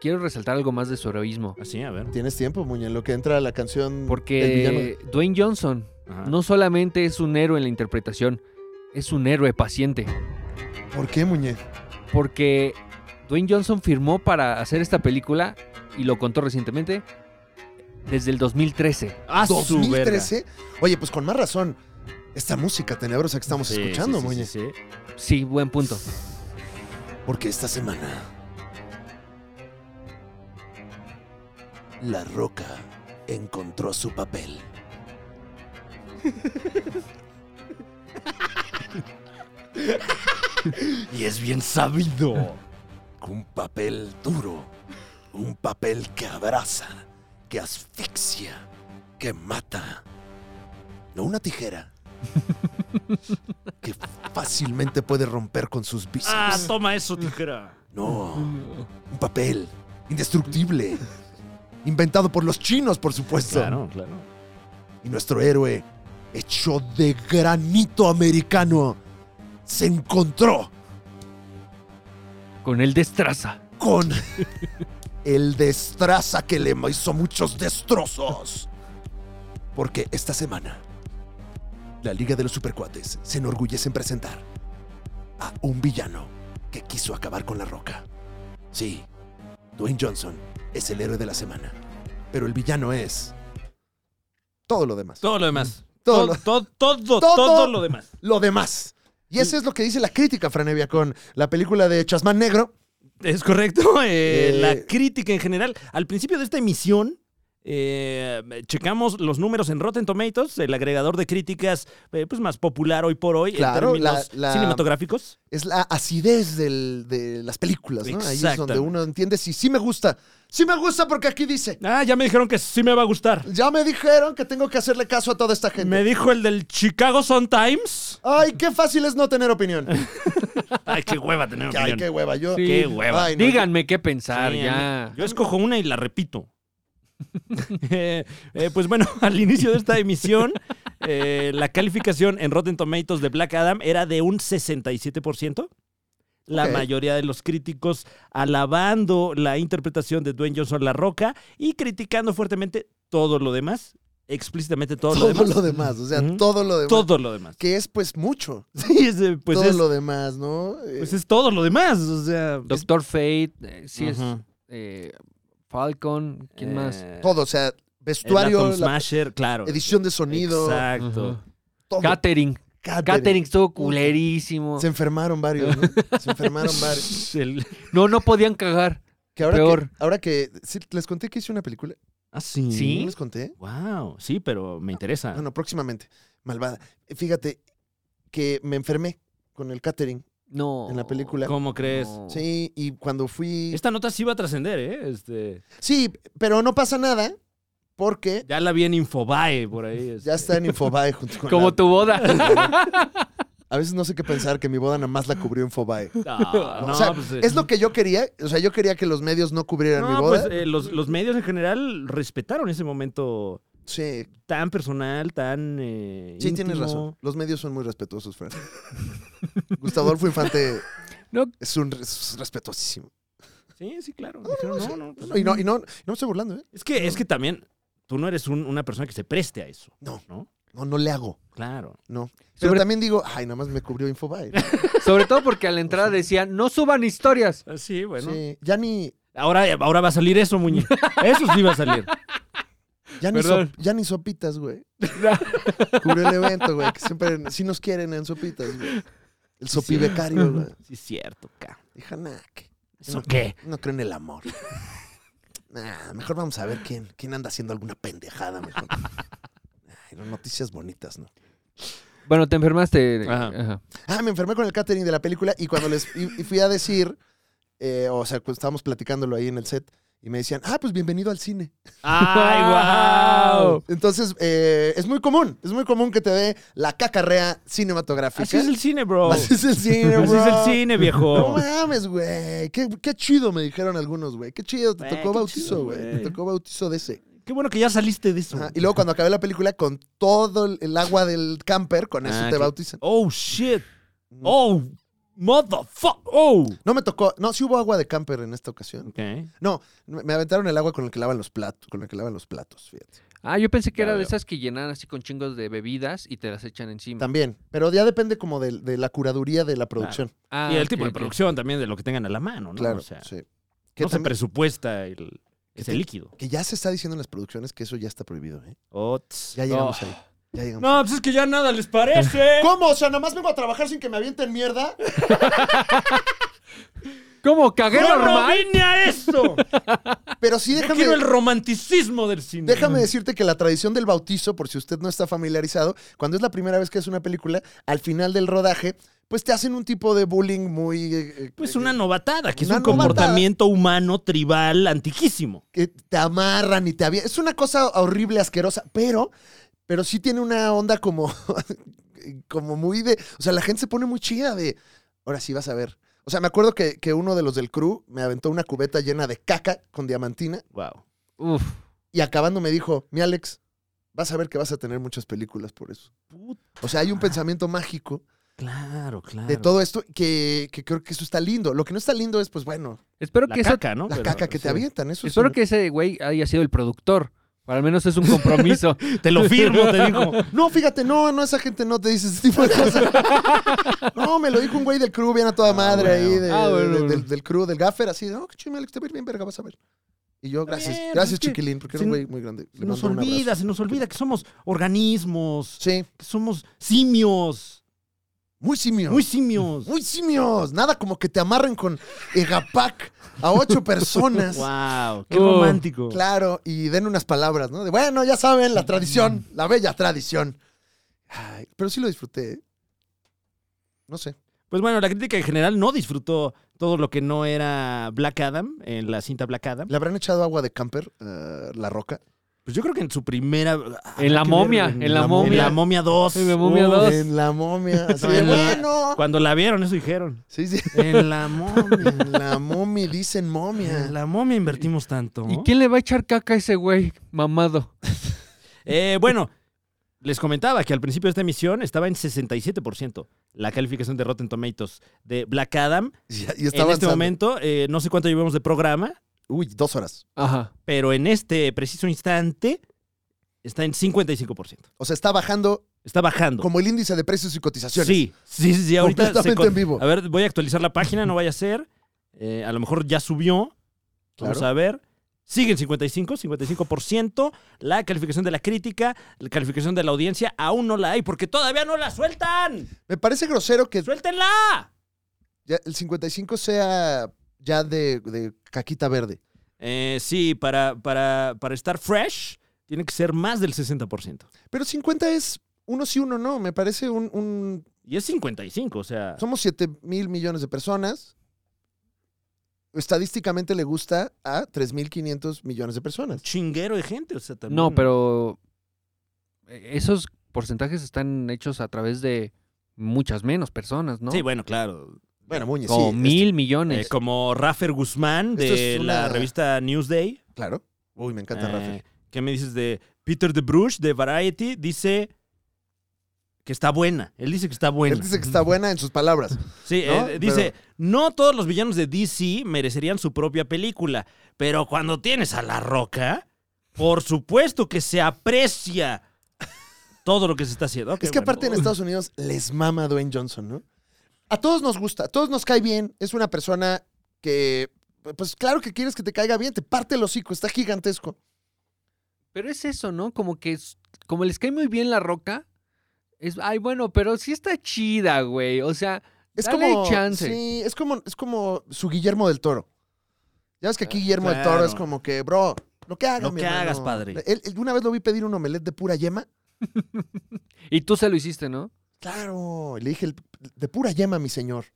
[SPEAKER 3] Quiero resaltar algo más de su heroísmo.
[SPEAKER 1] Así, Ah, a ver.
[SPEAKER 2] Tienes tiempo, Muñe, en lo que entra la canción. del Mm, villano.
[SPEAKER 3] Porque Dwayne Johnson
[SPEAKER 1] Ajá.
[SPEAKER 3] no solamente es un héroe en la interpretación, es un héroe paciente.
[SPEAKER 2] ¿Por qué, Muñe?
[SPEAKER 3] Porque Dwayne Johnson firmó para hacer esta película, y lo contó recientemente, desde el 2013.
[SPEAKER 1] A su verga.
[SPEAKER 2] 2013. Oye, pues con más razón. Esta música tenebrosa que estamos
[SPEAKER 1] Sí,
[SPEAKER 2] escuchando,
[SPEAKER 1] sí, sí,
[SPEAKER 2] Muñe.
[SPEAKER 1] sí, sí.
[SPEAKER 3] Sí, buen punto.
[SPEAKER 2] Porque esta semana. La Roca encontró su papel.
[SPEAKER 1] Y es bien sabido.
[SPEAKER 2] Un papel duro. Un papel que abraza, que asfixia, que mata. No una tijera. que fácilmente puede romper con sus bíceps.
[SPEAKER 1] ah, toma eso, tijera.
[SPEAKER 2] No, un papel indestructible. Inventado por los chinos, por supuesto.
[SPEAKER 1] Claro, claro.
[SPEAKER 2] Y nuestro héroe, hecho de granito americano, se encontró
[SPEAKER 3] Con el destraza.
[SPEAKER 2] con el destraza que le hizo muchos destrozos. Porque esta semana, la Liga de los Supercuates se enorgullece en presentar a un villano que quiso acabar con la roca. Sí, Dwayne Johnson es el héroe de la semana, pero el villano es todo lo demás.
[SPEAKER 1] Todo lo demás.
[SPEAKER 2] Todo
[SPEAKER 1] Todo,
[SPEAKER 2] lo-
[SPEAKER 1] todo, todo,
[SPEAKER 2] Todo.
[SPEAKER 1] todo lo demás.
[SPEAKER 2] Lo demás. Y eso es lo que dice la crítica, Franevia, con la película de Chasmán Negro.
[SPEAKER 1] Es correcto. eh,
[SPEAKER 2] Eh,
[SPEAKER 1] La crítica en general. Al principio de esta emisión, eh, checamos los números en Rotten Tomatoes, el agregador de críticas eh, pues más popular hoy por hoy
[SPEAKER 2] Claro,
[SPEAKER 1] en términos
[SPEAKER 2] la- la-
[SPEAKER 1] cinematográficos.
[SPEAKER 2] es la acidez del- de las películas, ¿no? Ahí es donde
[SPEAKER 1] Exactamente.
[SPEAKER 2] uno entiende si sí me gusta. Sí me gusta porque aquí dice,
[SPEAKER 1] Ah, ya me dijeron que sí me va a gustar.
[SPEAKER 2] ya me dijeron que tengo que hacerle caso a toda esta gente.
[SPEAKER 1] Me dijo el del Chicago Sun Times.
[SPEAKER 2] Ay, qué fácil es no tener opinión.
[SPEAKER 1] Ay, qué hueva tener
[SPEAKER 2] Ay, qué
[SPEAKER 1] opinión.
[SPEAKER 2] hueva. Yo,
[SPEAKER 3] Sí.
[SPEAKER 1] Qué hueva.
[SPEAKER 2] Ay, no,
[SPEAKER 3] Díganme qué pensar,
[SPEAKER 1] Sí, a
[SPEAKER 3] ya.
[SPEAKER 1] mí- Yo escojo una y la repito. Eh, eh, pues bueno, al inicio de esta emisión, eh, la calificación en Rotten Tomatoes de Black Adam era de un 67%. La
[SPEAKER 2] Ok.
[SPEAKER 1] mayoría de los críticos alabando la interpretación de Dwayne Johnson La Roca y criticando fuertemente todo lo demás, explícitamente todo,
[SPEAKER 2] todo
[SPEAKER 1] lo demás.
[SPEAKER 2] o sea,
[SPEAKER 1] Ujú.
[SPEAKER 2] todo lo demás.
[SPEAKER 1] Todo lo demás.
[SPEAKER 2] Que es, pues, mucho.
[SPEAKER 1] Sí, es, eh, pues,
[SPEAKER 2] todo
[SPEAKER 1] es,
[SPEAKER 2] lo demás, ¿no? Eh,
[SPEAKER 1] pues es todo lo demás. O sea, es-
[SPEAKER 3] Doctor Fate, eh, sí es.
[SPEAKER 1] Ujú.
[SPEAKER 3] eh, Falcon, ¿quién más?
[SPEAKER 1] Eh,
[SPEAKER 2] todo, o sea,
[SPEAKER 1] el
[SPEAKER 2] vestuario,
[SPEAKER 1] Atom
[SPEAKER 2] la
[SPEAKER 1] Smasher, claro.
[SPEAKER 2] edición de sonido,
[SPEAKER 1] Exacto.
[SPEAKER 3] Ujú.
[SPEAKER 2] todo.
[SPEAKER 3] Catering.
[SPEAKER 2] Catering.
[SPEAKER 3] Catering estuvo culerísimo.
[SPEAKER 2] Se enfermaron varios, ¿no? Se enfermaron varios.
[SPEAKER 1] El-
[SPEAKER 3] No, no podían cagar.
[SPEAKER 2] Que ahora
[SPEAKER 3] Peor.
[SPEAKER 2] que ahora que sí, les conté que hice una película.
[SPEAKER 1] Ah, sí.
[SPEAKER 3] Sí.
[SPEAKER 2] ¿No les conté?
[SPEAKER 1] Wow, sí, pero me interesa.
[SPEAKER 2] Bueno, próximamente. Malvada. Eh, Fíjate que me enfermé con el catering
[SPEAKER 3] No.
[SPEAKER 2] en la película.
[SPEAKER 1] ¿Cómo crees?
[SPEAKER 3] No.
[SPEAKER 2] Sí, y cuando fui
[SPEAKER 1] Esta nota sí va a trascender, ¿eh? Este,
[SPEAKER 2] Sí, pero no pasa nada porque
[SPEAKER 1] ya la vi en Infobae por ahí. este.
[SPEAKER 2] ya está en Infobae junto con
[SPEAKER 3] Como
[SPEAKER 2] la-
[SPEAKER 3] tu boda.
[SPEAKER 2] A veces no sé qué pensar que mi boda nada más la cubrió Infobae.
[SPEAKER 1] Ah, no,
[SPEAKER 2] o sea,
[SPEAKER 1] pues, eh,
[SPEAKER 2] es lo que yo quería, o sea, yo quería que los medios no cubrieran mi
[SPEAKER 1] no,
[SPEAKER 2] boda.
[SPEAKER 1] pues eh, los, los medios en general respetaron ese momento
[SPEAKER 2] sí,
[SPEAKER 1] tan personal, tan. eh,
[SPEAKER 2] sí tienes
[SPEAKER 1] íntimo.
[SPEAKER 2] razón. Los medios son muy respetuosos, Fran. Gustavo Adolfo Infante
[SPEAKER 3] No.
[SPEAKER 2] es un es respetuosísimo.
[SPEAKER 1] Sí, sí, claro. Dijeron, No, no, pues,
[SPEAKER 2] No, y no, y no, no me estoy burlando, ¿eh?
[SPEAKER 1] Es que, es que también tú no eres un- una persona que se preste a eso.
[SPEAKER 2] No.
[SPEAKER 1] ¿No?
[SPEAKER 2] No, no le hago.
[SPEAKER 1] Claro.
[SPEAKER 2] No. Pero
[SPEAKER 3] Sobre-
[SPEAKER 2] también digo, ay, nada más me cubrió Infobae.
[SPEAKER 3] Sobre todo porque a la entrada decía, no suban historias.
[SPEAKER 1] Ah, Sí, bueno.
[SPEAKER 2] Sí, ya ni,
[SPEAKER 1] Ahora, ahora va a salir eso, Muñe. Eso sí va a salir.
[SPEAKER 2] ya ni,
[SPEAKER 3] Perdón.
[SPEAKER 2] sop- ya ni sopitas, güey. Cubrió el evento, güey. Que siempre sí nos quieren en sopitas, güey. El sopibecario, güey.
[SPEAKER 1] Sí, es cierto, ca.
[SPEAKER 2] Dije, nah, que
[SPEAKER 1] ¿Eso qué?
[SPEAKER 2] no creo en el amor. Nah, mejor vamos a ver quién, quién anda haciendo alguna pendejada mejor. Ay, no, noticias bonitas, ¿no?
[SPEAKER 3] Bueno, te enfermaste.
[SPEAKER 1] Ajá.
[SPEAKER 3] Ajá.
[SPEAKER 2] Ah, me enfermé con el catering de la película y cuando les y- y fui a decir, eh, o sea, pues, estábamos platicándolo ahí en el set, Y me decían, ah, pues bienvenido al cine.
[SPEAKER 1] ¡Ay, wow!
[SPEAKER 2] Entonces, eh, es muy común, es muy común que te dé la cacarrea cinematográfica.
[SPEAKER 1] Así es el cine, bro.
[SPEAKER 2] Así es el cine,
[SPEAKER 1] Así es
[SPEAKER 2] bro.
[SPEAKER 1] el cine,
[SPEAKER 2] No
[SPEAKER 1] viejo.
[SPEAKER 2] mames, güey. Qué, qué chido, me dijeron algunos, güey. Qué chido, te
[SPEAKER 1] Güey,
[SPEAKER 2] tocó
[SPEAKER 1] qué
[SPEAKER 2] bautizo,
[SPEAKER 1] chido,
[SPEAKER 2] güey. Te
[SPEAKER 1] güey.
[SPEAKER 2] tocó bautizo de ese.
[SPEAKER 1] Qué bueno que ya saliste de eso.
[SPEAKER 2] Ajá, Y luego cuando acabé la película, con todo el- el agua del camper, con eso
[SPEAKER 1] Ah,
[SPEAKER 2] te
[SPEAKER 1] qué-
[SPEAKER 2] bautizan.
[SPEAKER 1] Oh, shit. Oh, motherfuck. Oh.
[SPEAKER 2] No me tocó, no, sí hubo agua de camper en esta ocasión.
[SPEAKER 1] Ok.
[SPEAKER 2] No, me me aventaron el agua con el que lavan los platos, con el que lavan los platos, fíjate.
[SPEAKER 3] Ah, yo pensé que
[SPEAKER 1] Ya
[SPEAKER 3] era de
[SPEAKER 1] veo.
[SPEAKER 3] esas que llenan así con chingos de bebidas y te las echan
[SPEAKER 1] Mm.
[SPEAKER 3] encima.
[SPEAKER 2] También, pero ya depende como de, de la curaduría de la producción.
[SPEAKER 3] Ah,
[SPEAKER 1] y el
[SPEAKER 3] ok,
[SPEAKER 1] tipo de
[SPEAKER 3] ok.
[SPEAKER 1] producción también, de lo que tengan a la mano, ¿no?
[SPEAKER 2] Claro,
[SPEAKER 1] O sea,
[SPEAKER 2] sí. Que,
[SPEAKER 1] no se
[SPEAKER 2] tam-
[SPEAKER 1] presupuesta el, ese
[SPEAKER 2] te-
[SPEAKER 1] líquido.
[SPEAKER 2] que ya se está diciendo en las producciones que eso ya está prohibido, ¿eh?
[SPEAKER 1] Oh, tss.
[SPEAKER 2] Ya llegamos
[SPEAKER 3] Oh.
[SPEAKER 2] ahí. Ya llegamos.
[SPEAKER 1] No, pues es que ya nada les parece.
[SPEAKER 2] ¿Cómo? O sea, nomás vengo a trabajar sin que me avienten mierda.
[SPEAKER 3] ¿Cómo? ¿Cagué
[SPEAKER 1] ¡Yo no
[SPEAKER 3] normal?
[SPEAKER 1] vine a eso!
[SPEAKER 2] Pero sí
[SPEAKER 1] Yo
[SPEAKER 2] déjame.
[SPEAKER 1] quiero el romanticismo del cine.
[SPEAKER 2] Déjame decirte que la tradición del bautizo, por si usted no está familiarizado, cuando es la primera vez que es una película, al final del rodaje, pues te hacen un tipo de bullying muy... eh, eh,
[SPEAKER 1] Pues una novatada, que
[SPEAKER 2] Una
[SPEAKER 1] es un
[SPEAKER 2] novatada.
[SPEAKER 1] comportamiento humano tribal antiquísimo.
[SPEAKER 2] Que te amarran y te avie- Es una cosa horrible, asquerosa, pero, pero sí tiene una onda como, como muy de... O sea, la gente se pone muy chida de... Ahora sí vas a ver. O sea, me acuerdo que, que uno de los del crew me aventó una cubeta llena de caca con diamantina
[SPEAKER 1] Wow.
[SPEAKER 3] Uf.
[SPEAKER 2] y acabando me dijo, mi Alex, vas a ver que vas a tener muchas películas por eso. O sea, hay un pensamiento mágico
[SPEAKER 1] Claro, Ah. claro.
[SPEAKER 2] de todo esto, que, que creo que eso está lindo. Lo que no está lindo es, pues bueno,
[SPEAKER 3] Espero
[SPEAKER 1] La
[SPEAKER 3] que eso-
[SPEAKER 1] caca, ¿no?
[SPEAKER 2] la
[SPEAKER 1] Pero,
[SPEAKER 2] caca que
[SPEAKER 1] sí.
[SPEAKER 2] te avientan, eso
[SPEAKER 3] Espero
[SPEAKER 2] sí.
[SPEAKER 3] que ese güey haya sido el productor. Para al menos es un compromiso.
[SPEAKER 1] Te lo firmo, te digo.
[SPEAKER 2] No, fíjate, no, no, esa gente no te dice ese tipo de cosas. no, me lo dijo un güey del crew, bien a toda madre
[SPEAKER 1] bueno.
[SPEAKER 2] ahí, de-
[SPEAKER 3] Ah, bueno,
[SPEAKER 2] de-
[SPEAKER 3] bueno.
[SPEAKER 2] Del, del crew, del gaffer, así, no, que chido, Alex, te va a ir bien, verga, vas a ver. Y yo,
[SPEAKER 1] Está
[SPEAKER 2] gracias,
[SPEAKER 1] bien, pues
[SPEAKER 2] gracias,
[SPEAKER 1] es que
[SPEAKER 2] chiquilín, porque era
[SPEAKER 1] se-
[SPEAKER 2] un güey muy grande. Le
[SPEAKER 1] Se nos
[SPEAKER 2] mando un abrazo.
[SPEAKER 1] olvida, se nos olvida que somos organismos,
[SPEAKER 2] Sí,
[SPEAKER 1] que somos simios,
[SPEAKER 2] muy simios.
[SPEAKER 1] muy
[SPEAKER 2] Muy,
[SPEAKER 1] simios.
[SPEAKER 2] simios. Nada como que te amarren con egapac a ocho personas.
[SPEAKER 1] Wow, qué
[SPEAKER 3] Oh.
[SPEAKER 1] romántico.
[SPEAKER 2] Claro, y den unas palabras, ¿no? De, bueno, ya saben, la tradición,
[SPEAKER 1] Mm.
[SPEAKER 2] la bella tradición. Ay, pero sí lo disfruté. ¿eh? No sé.
[SPEAKER 1] Pues bueno, la crítica en general no disfrutó todo lo que no era Black Adam en la cinta Black Adam.
[SPEAKER 2] ¿Le habrán echado agua de camper eh, la roca?
[SPEAKER 1] Pues yo creo que en su primera
[SPEAKER 3] En la
[SPEAKER 1] Hay que
[SPEAKER 3] momia,
[SPEAKER 1] verlo,
[SPEAKER 3] en la
[SPEAKER 1] En
[SPEAKER 3] momia.
[SPEAKER 1] la momia 2.
[SPEAKER 3] En la momia
[SPEAKER 1] Uf,
[SPEAKER 3] 2.
[SPEAKER 2] Oh. En la momia. Así
[SPEAKER 1] No,
[SPEAKER 2] de,
[SPEAKER 1] en la-
[SPEAKER 2] bueno.
[SPEAKER 1] Cuando la vieron eso dijeron.
[SPEAKER 2] Sí, sí.
[SPEAKER 1] En la momia.
[SPEAKER 2] En la momia dicen
[SPEAKER 1] En
[SPEAKER 2] momia.
[SPEAKER 1] la momia invertimos tanto.
[SPEAKER 3] ¿Y quién le va a echar caca a ese güey mamado?
[SPEAKER 1] Eh, bueno, les comentaba que al principio de esta emisión estaba en 67% la calificación de Rotten Tomatoes de Black Adam.
[SPEAKER 2] Y, y
[SPEAKER 1] En
[SPEAKER 2] está
[SPEAKER 1] este
[SPEAKER 2] avanzando.
[SPEAKER 1] momento, eh, no sé cuánto llevamos de programa,
[SPEAKER 2] Uy, dos horas.
[SPEAKER 3] Ajá.
[SPEAKER 1] pero en este preciso instante está en 55%.
[SPEAKER 2] O sea, está bajando
[SPEAKER 1] Está bajando.
[SPEAKER 2] como el índice de precios y cotizaciones.
[SPEAKER 1] Sí, sí, sí, sí, ahorita se
[SPEAKER 2] Completamente
[SPEAKER 1] con-
[SPEAKER 2] en vivo.
[SPEAKER 1] A ver, voy a actualizar la página, no vaya a ser. Eh, a lo mejor ya subió. Vamos
[SPEAKER 2] Claro.
[SPEAKER 1] a ver. Sigue en 55, 55%. La calificación de la crítica, la calificación de la audiencia, aún no la hay porque todavía no la sueltan.
[SPEAKER 2] Me parece grosero que
[SPEAKER 1] ¡Suéltenla!
[SPEAKER 2] ya el 55 sea ya de, de caquita verde.
[SPEAKER 1] Eh, sí, para, para, para estar fresh, tiene que ser más del 60%.
[SPEAKER 2] Pero 50 es uno sí, uno no. Me parece un. un-
[SPEAKER 1] Y es 55, o sea.
[SPEAKER 2] somos 7 mil millones de personas. Estadísticamente le gusta a 3.500 millones de
[SPEAKER 1] Un
[SPEAKER 2] personas.
[SPEAKER 1] chinguero de gente, o sea, también.
[SPEAKER 3] No, pero eh, esos porcentajes están hechos a través de muchas menos personas, ¿no?
[SPEAKER 1] Sí, bueno, claro.
[SPEAKER 2] Bueno, Muñe, sí. este,
[SPEAKER 3] Como
[SPEAKER 2] es-
[SPEAKER 3] mil
[SPEAKER 1] Eh,
[SPEAKER 3] millones.
[SPEAKER 1] como Rafer Guzmán
[SPEAKER 2] Esto
[SPEAKER 1] de
[SPEAKER 2] es una-
[SPEAKER 1] la revista Newsday.
[SPEAKER 2] Claro. Uy, me encanta
[SPEAKER 1] Eh,
[SPEAKER 2] Rafael.
[SPEAKER 1] ¿Qué me dices de Peter DeBrush de Variety? Dice que está buena. Él dice que está buena.
[SPEAKER 2] Él dice que está buena en sus palabras.
[SPEAKER 1] Sí,
[SPEAKER 2] ¿no?
[SPEAKER 1] eh, dice, no todos los villanos de DC merecerían su propia película, pero cuando tienes a La Roca, por supuesto que se aprecia todo lo que se está haciendo. Ok,
[SPEAKER 2] es que
[SPEAKER 1] bueno.
[SPEAKER 2] aparte en Estados Unidos les mama Dwayne Johnson, ¿no? A todos nos gusta, a todos nos cae bien. Es una persona que, pues claro que quieres que te caiga bien, te parte el hocico, está gigantesco.
[SPEAKER 3] Pero es eso, ¿no? Como que es- como les cae muy bien la roca, es, ay, bueno, pero sí está chida, güey. O sea,
[SPEAKER 2] Es
[SPEAKER 3] Dale
[SPEAKER 2] como.
[SPEAKER 3] chance.
[SPEAKER 2] Sí, es como, es como su Guillermo del Toro. Ya ves que aquí Guillermo del
[SPEAKER 1] claro.
[SPEAKER 2] Toro es como que, bro, lo que hagas,
[SPEAKER 1] Lo que hagas, padre.
[SPEAKER 2] Él, él- una vez lo vi pedir un omelette de pura yema.
[SPEAKER 3] y tú se lo hiciste, ¿no?
[SPEAKER 2] Claro. y Le dije, "El- de pura yema, mi señor.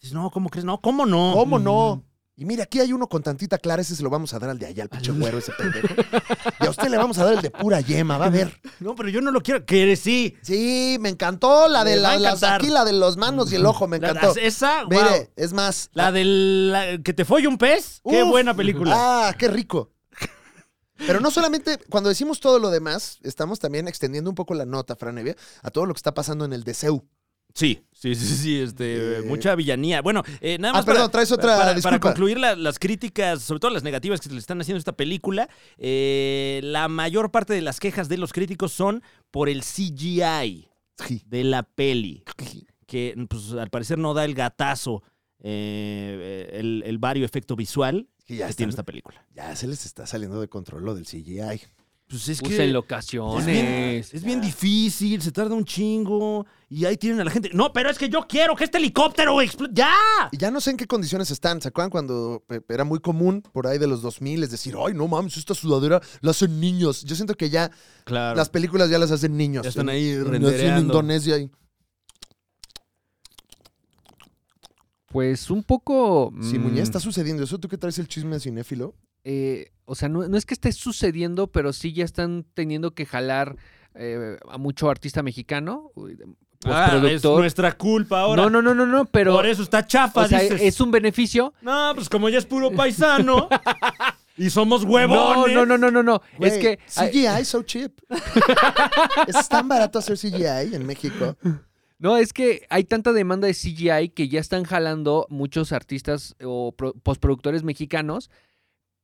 [SPEAKER 1] Dices, no, ¿cómo crees? No, ¿cómo no?
[SPEAKER 2] ¿Cómo no? Y mira, aquí hay uno con tantita clara, ese se lo vamos a dar al de allá, al pinche güero, ese pendejo. Y a usted le vamos a dar el de pura yema, va a ver.
[SPEAKER 1] No, pero yo no lo quiero. Que sí.
[SPEAKER 2] Sí, me encantó la de
[SPEAKER 1] Me va a
[SPEAKER 2] la, las de
[SPEAKER 1] encantar.
[SPEAKER 2] aquí, la de los manos y el ojo, me
[SPEAKER 1] La-
[SPEAKER 2] encantó.
[SPEAKER 1] la- esa,
[SPEAKER 2] Mire,
[SPEAKER 1] wow.
[SPEAKER 2] es más.
[SPEAKER 1] La del la- que te folle un pez. Qué
[SPEAKER 2] Uf.
[SPEAKER 1] buena película.
[SPEAKER 2] Ah, qué rico. Pero no solamente, cuando decimos todo lo demás, estamos también extendiendo un poco la nota, Franevia, a todo lo que está pasando en el Deseu.
[SPEAKER 1] Sí, sí, sí, sí, este,
[SPEAKER 2] Eh.
[SPEAKER 1] mucha villanía. Bueno, eh, nada
[SPEAKER 2] Ah,
[SPEAKER 1] más.
[SPEAKER 2] perdón, traes otra,
[SPEAKER 1] para, para
[SPEAKER 2] disculpa.
[SPEAKER 1] concluir la- las críticas, sobre todo las negativas que se le están haciendo a esta película, eh, la mayor parte de las quejas de los críticos son por el CGI
[SPEAKER 2] Sí.
[SPEAKER 1] de la peli, que pues, al parecer no da el gatazo, eh, eh, el, el vario efecto visual
[SPEAKER 2] Que ya,
[SPEAKER 1] que
[SPEAKER 2] están-
[SPEAKER 1] tiene esta película.
[SPEAKER 2] ya se les está saliendo de control lo del CGI.
[SPEAKER 1] Pues es que.
[SPEAKER 3] Usen
[SPEAKER 1] Es bien,
[SPEAKER 3] locaciones.
[SPEAKER 1] es bien difícil, se tarda un chingo. Y ahí tienen a la gente. No, pero es que yo quiero que este helicóptero explote. ¡Ya!
[SPEAKER 2] Y ya no sé en qué condiciones están. ¿Se acuerdan cuando pe- era muy común por ahí de los 2000 es decir, ay, no mames, esta sudadera la hacen niños? Yo siento que ya
[SPEAKER 1] Claro.
[SPEAKER 2] las películas ya las hacen niños.
[SPEAKER 1] Ya están
[SPEAKER 2] En-
[SPEAKER 1] ahí
[SPEAKER 2] en- En
[SPEAKER 1] rendereando.
[SPEAKER 2] Indonesia. y-
[SPEAKER 3] Pues un poco.
[SPEAKER 2] Sí,
[SPEAKER 3] mm,
[SPEAKER 2] Muñe, está sucediendo eso. ¿Tú qué traes el chisme cinéfilo?
[SPEAKER 3] eh, o sea, no, no es que esté sucediendo, pero sí ya están teniendo que jalar eh, a mucho artista mexicano. uy,
[SPEAKER 1] Ah, es
[SPEAKER 3] postproductor.
[SPEAKER 1] nuestra culpa ahora.
[SPEAKER 3] no, no, no, no, no, pero
[SPEAKER 1] Por eso está chafa,
[SPEAKER 3] o sea,
[SPEAKER 1] dices.
[SPEAKER 3] es un beneficio.
[SPEAKER 1] No, pues como ya es puro paisano y somos huevones.
[SPEAKER 3] No, no, no, no, no, no. es
[SPEAKER 2] Güey,
[SPEAKER 3] que ay,
[SPEAKER 2] CGI so cheap. es tan barato hacer CGI en México.
[SPEAKER 3] no, es que hay tanta demanda de CGI que ya están jalando muchos artistas o pro- postproductores mexicanos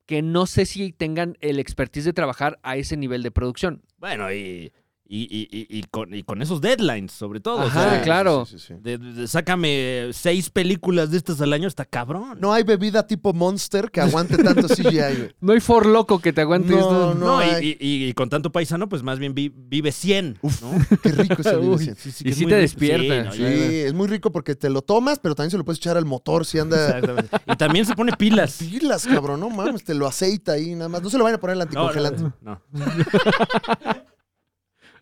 [SPEAKER 3] que no sé si tengan el expertise de trabajar a ese nivel de producción.
[SPEAKER 1] Bueno, y, y, y- y- y con, y con esos deadlines, sobre todo. o
[SPEAKER 3] Ajá,
[SPEAKER 1] sea,
[SPEAKER 3] claro.
[SPEAKER 2] Sí, sí, sí, sí.
[SPEAKER 1] de- de- sácame seis películas de estas al año, está cabrón.
[SPEAKER 2] No hay bebida tipo Monster que aguante tanto CGI. güey.
[SPEAKER 3] No hay for loco que te aguante
[SPEAKER 2] No,
[SPEAKER 3] esto.
[SPEAKER 2] no.
[SPEAKER 1] No, y,
[SPEAKER 2] hay.
[SPEAKER 1] y- y- y con tanto paisano, pues más bien vi- vive 100.
[SPEAKER 2] Uf, qué rico ese
[SPEAKER 3] Uy,
[SPEAKER 2] delicia.
[SPEAKER 1] Sí, sí,
[SPEAKER 3] Y
[SPEAKER 1] que es
[SPEAKER 3] sí
[SPEAKER 1] muy
[SPEAKER 3] te
[SPEAKER 1] rico.
[SPEAKER 3] despierta.
[SPEAKER 1] no,
[SPEAKER 2] Sí,
[SPEAKER 1] ya-
[SPEAKER 2] es muy rico porque te lo tomas, pero también se lo puedes echar al motor si anda
[SPEAKER 1] Exactamente. Y también se pone pilas.
[SPEAKER 2] pilas, cabrón. No mames, te lo aceita ahí nada más. No se lo vayan a poner el
[SPEAKER 1] No, no,
[SPEAKER 2] anticongelante.
[SPEAKER 1] no.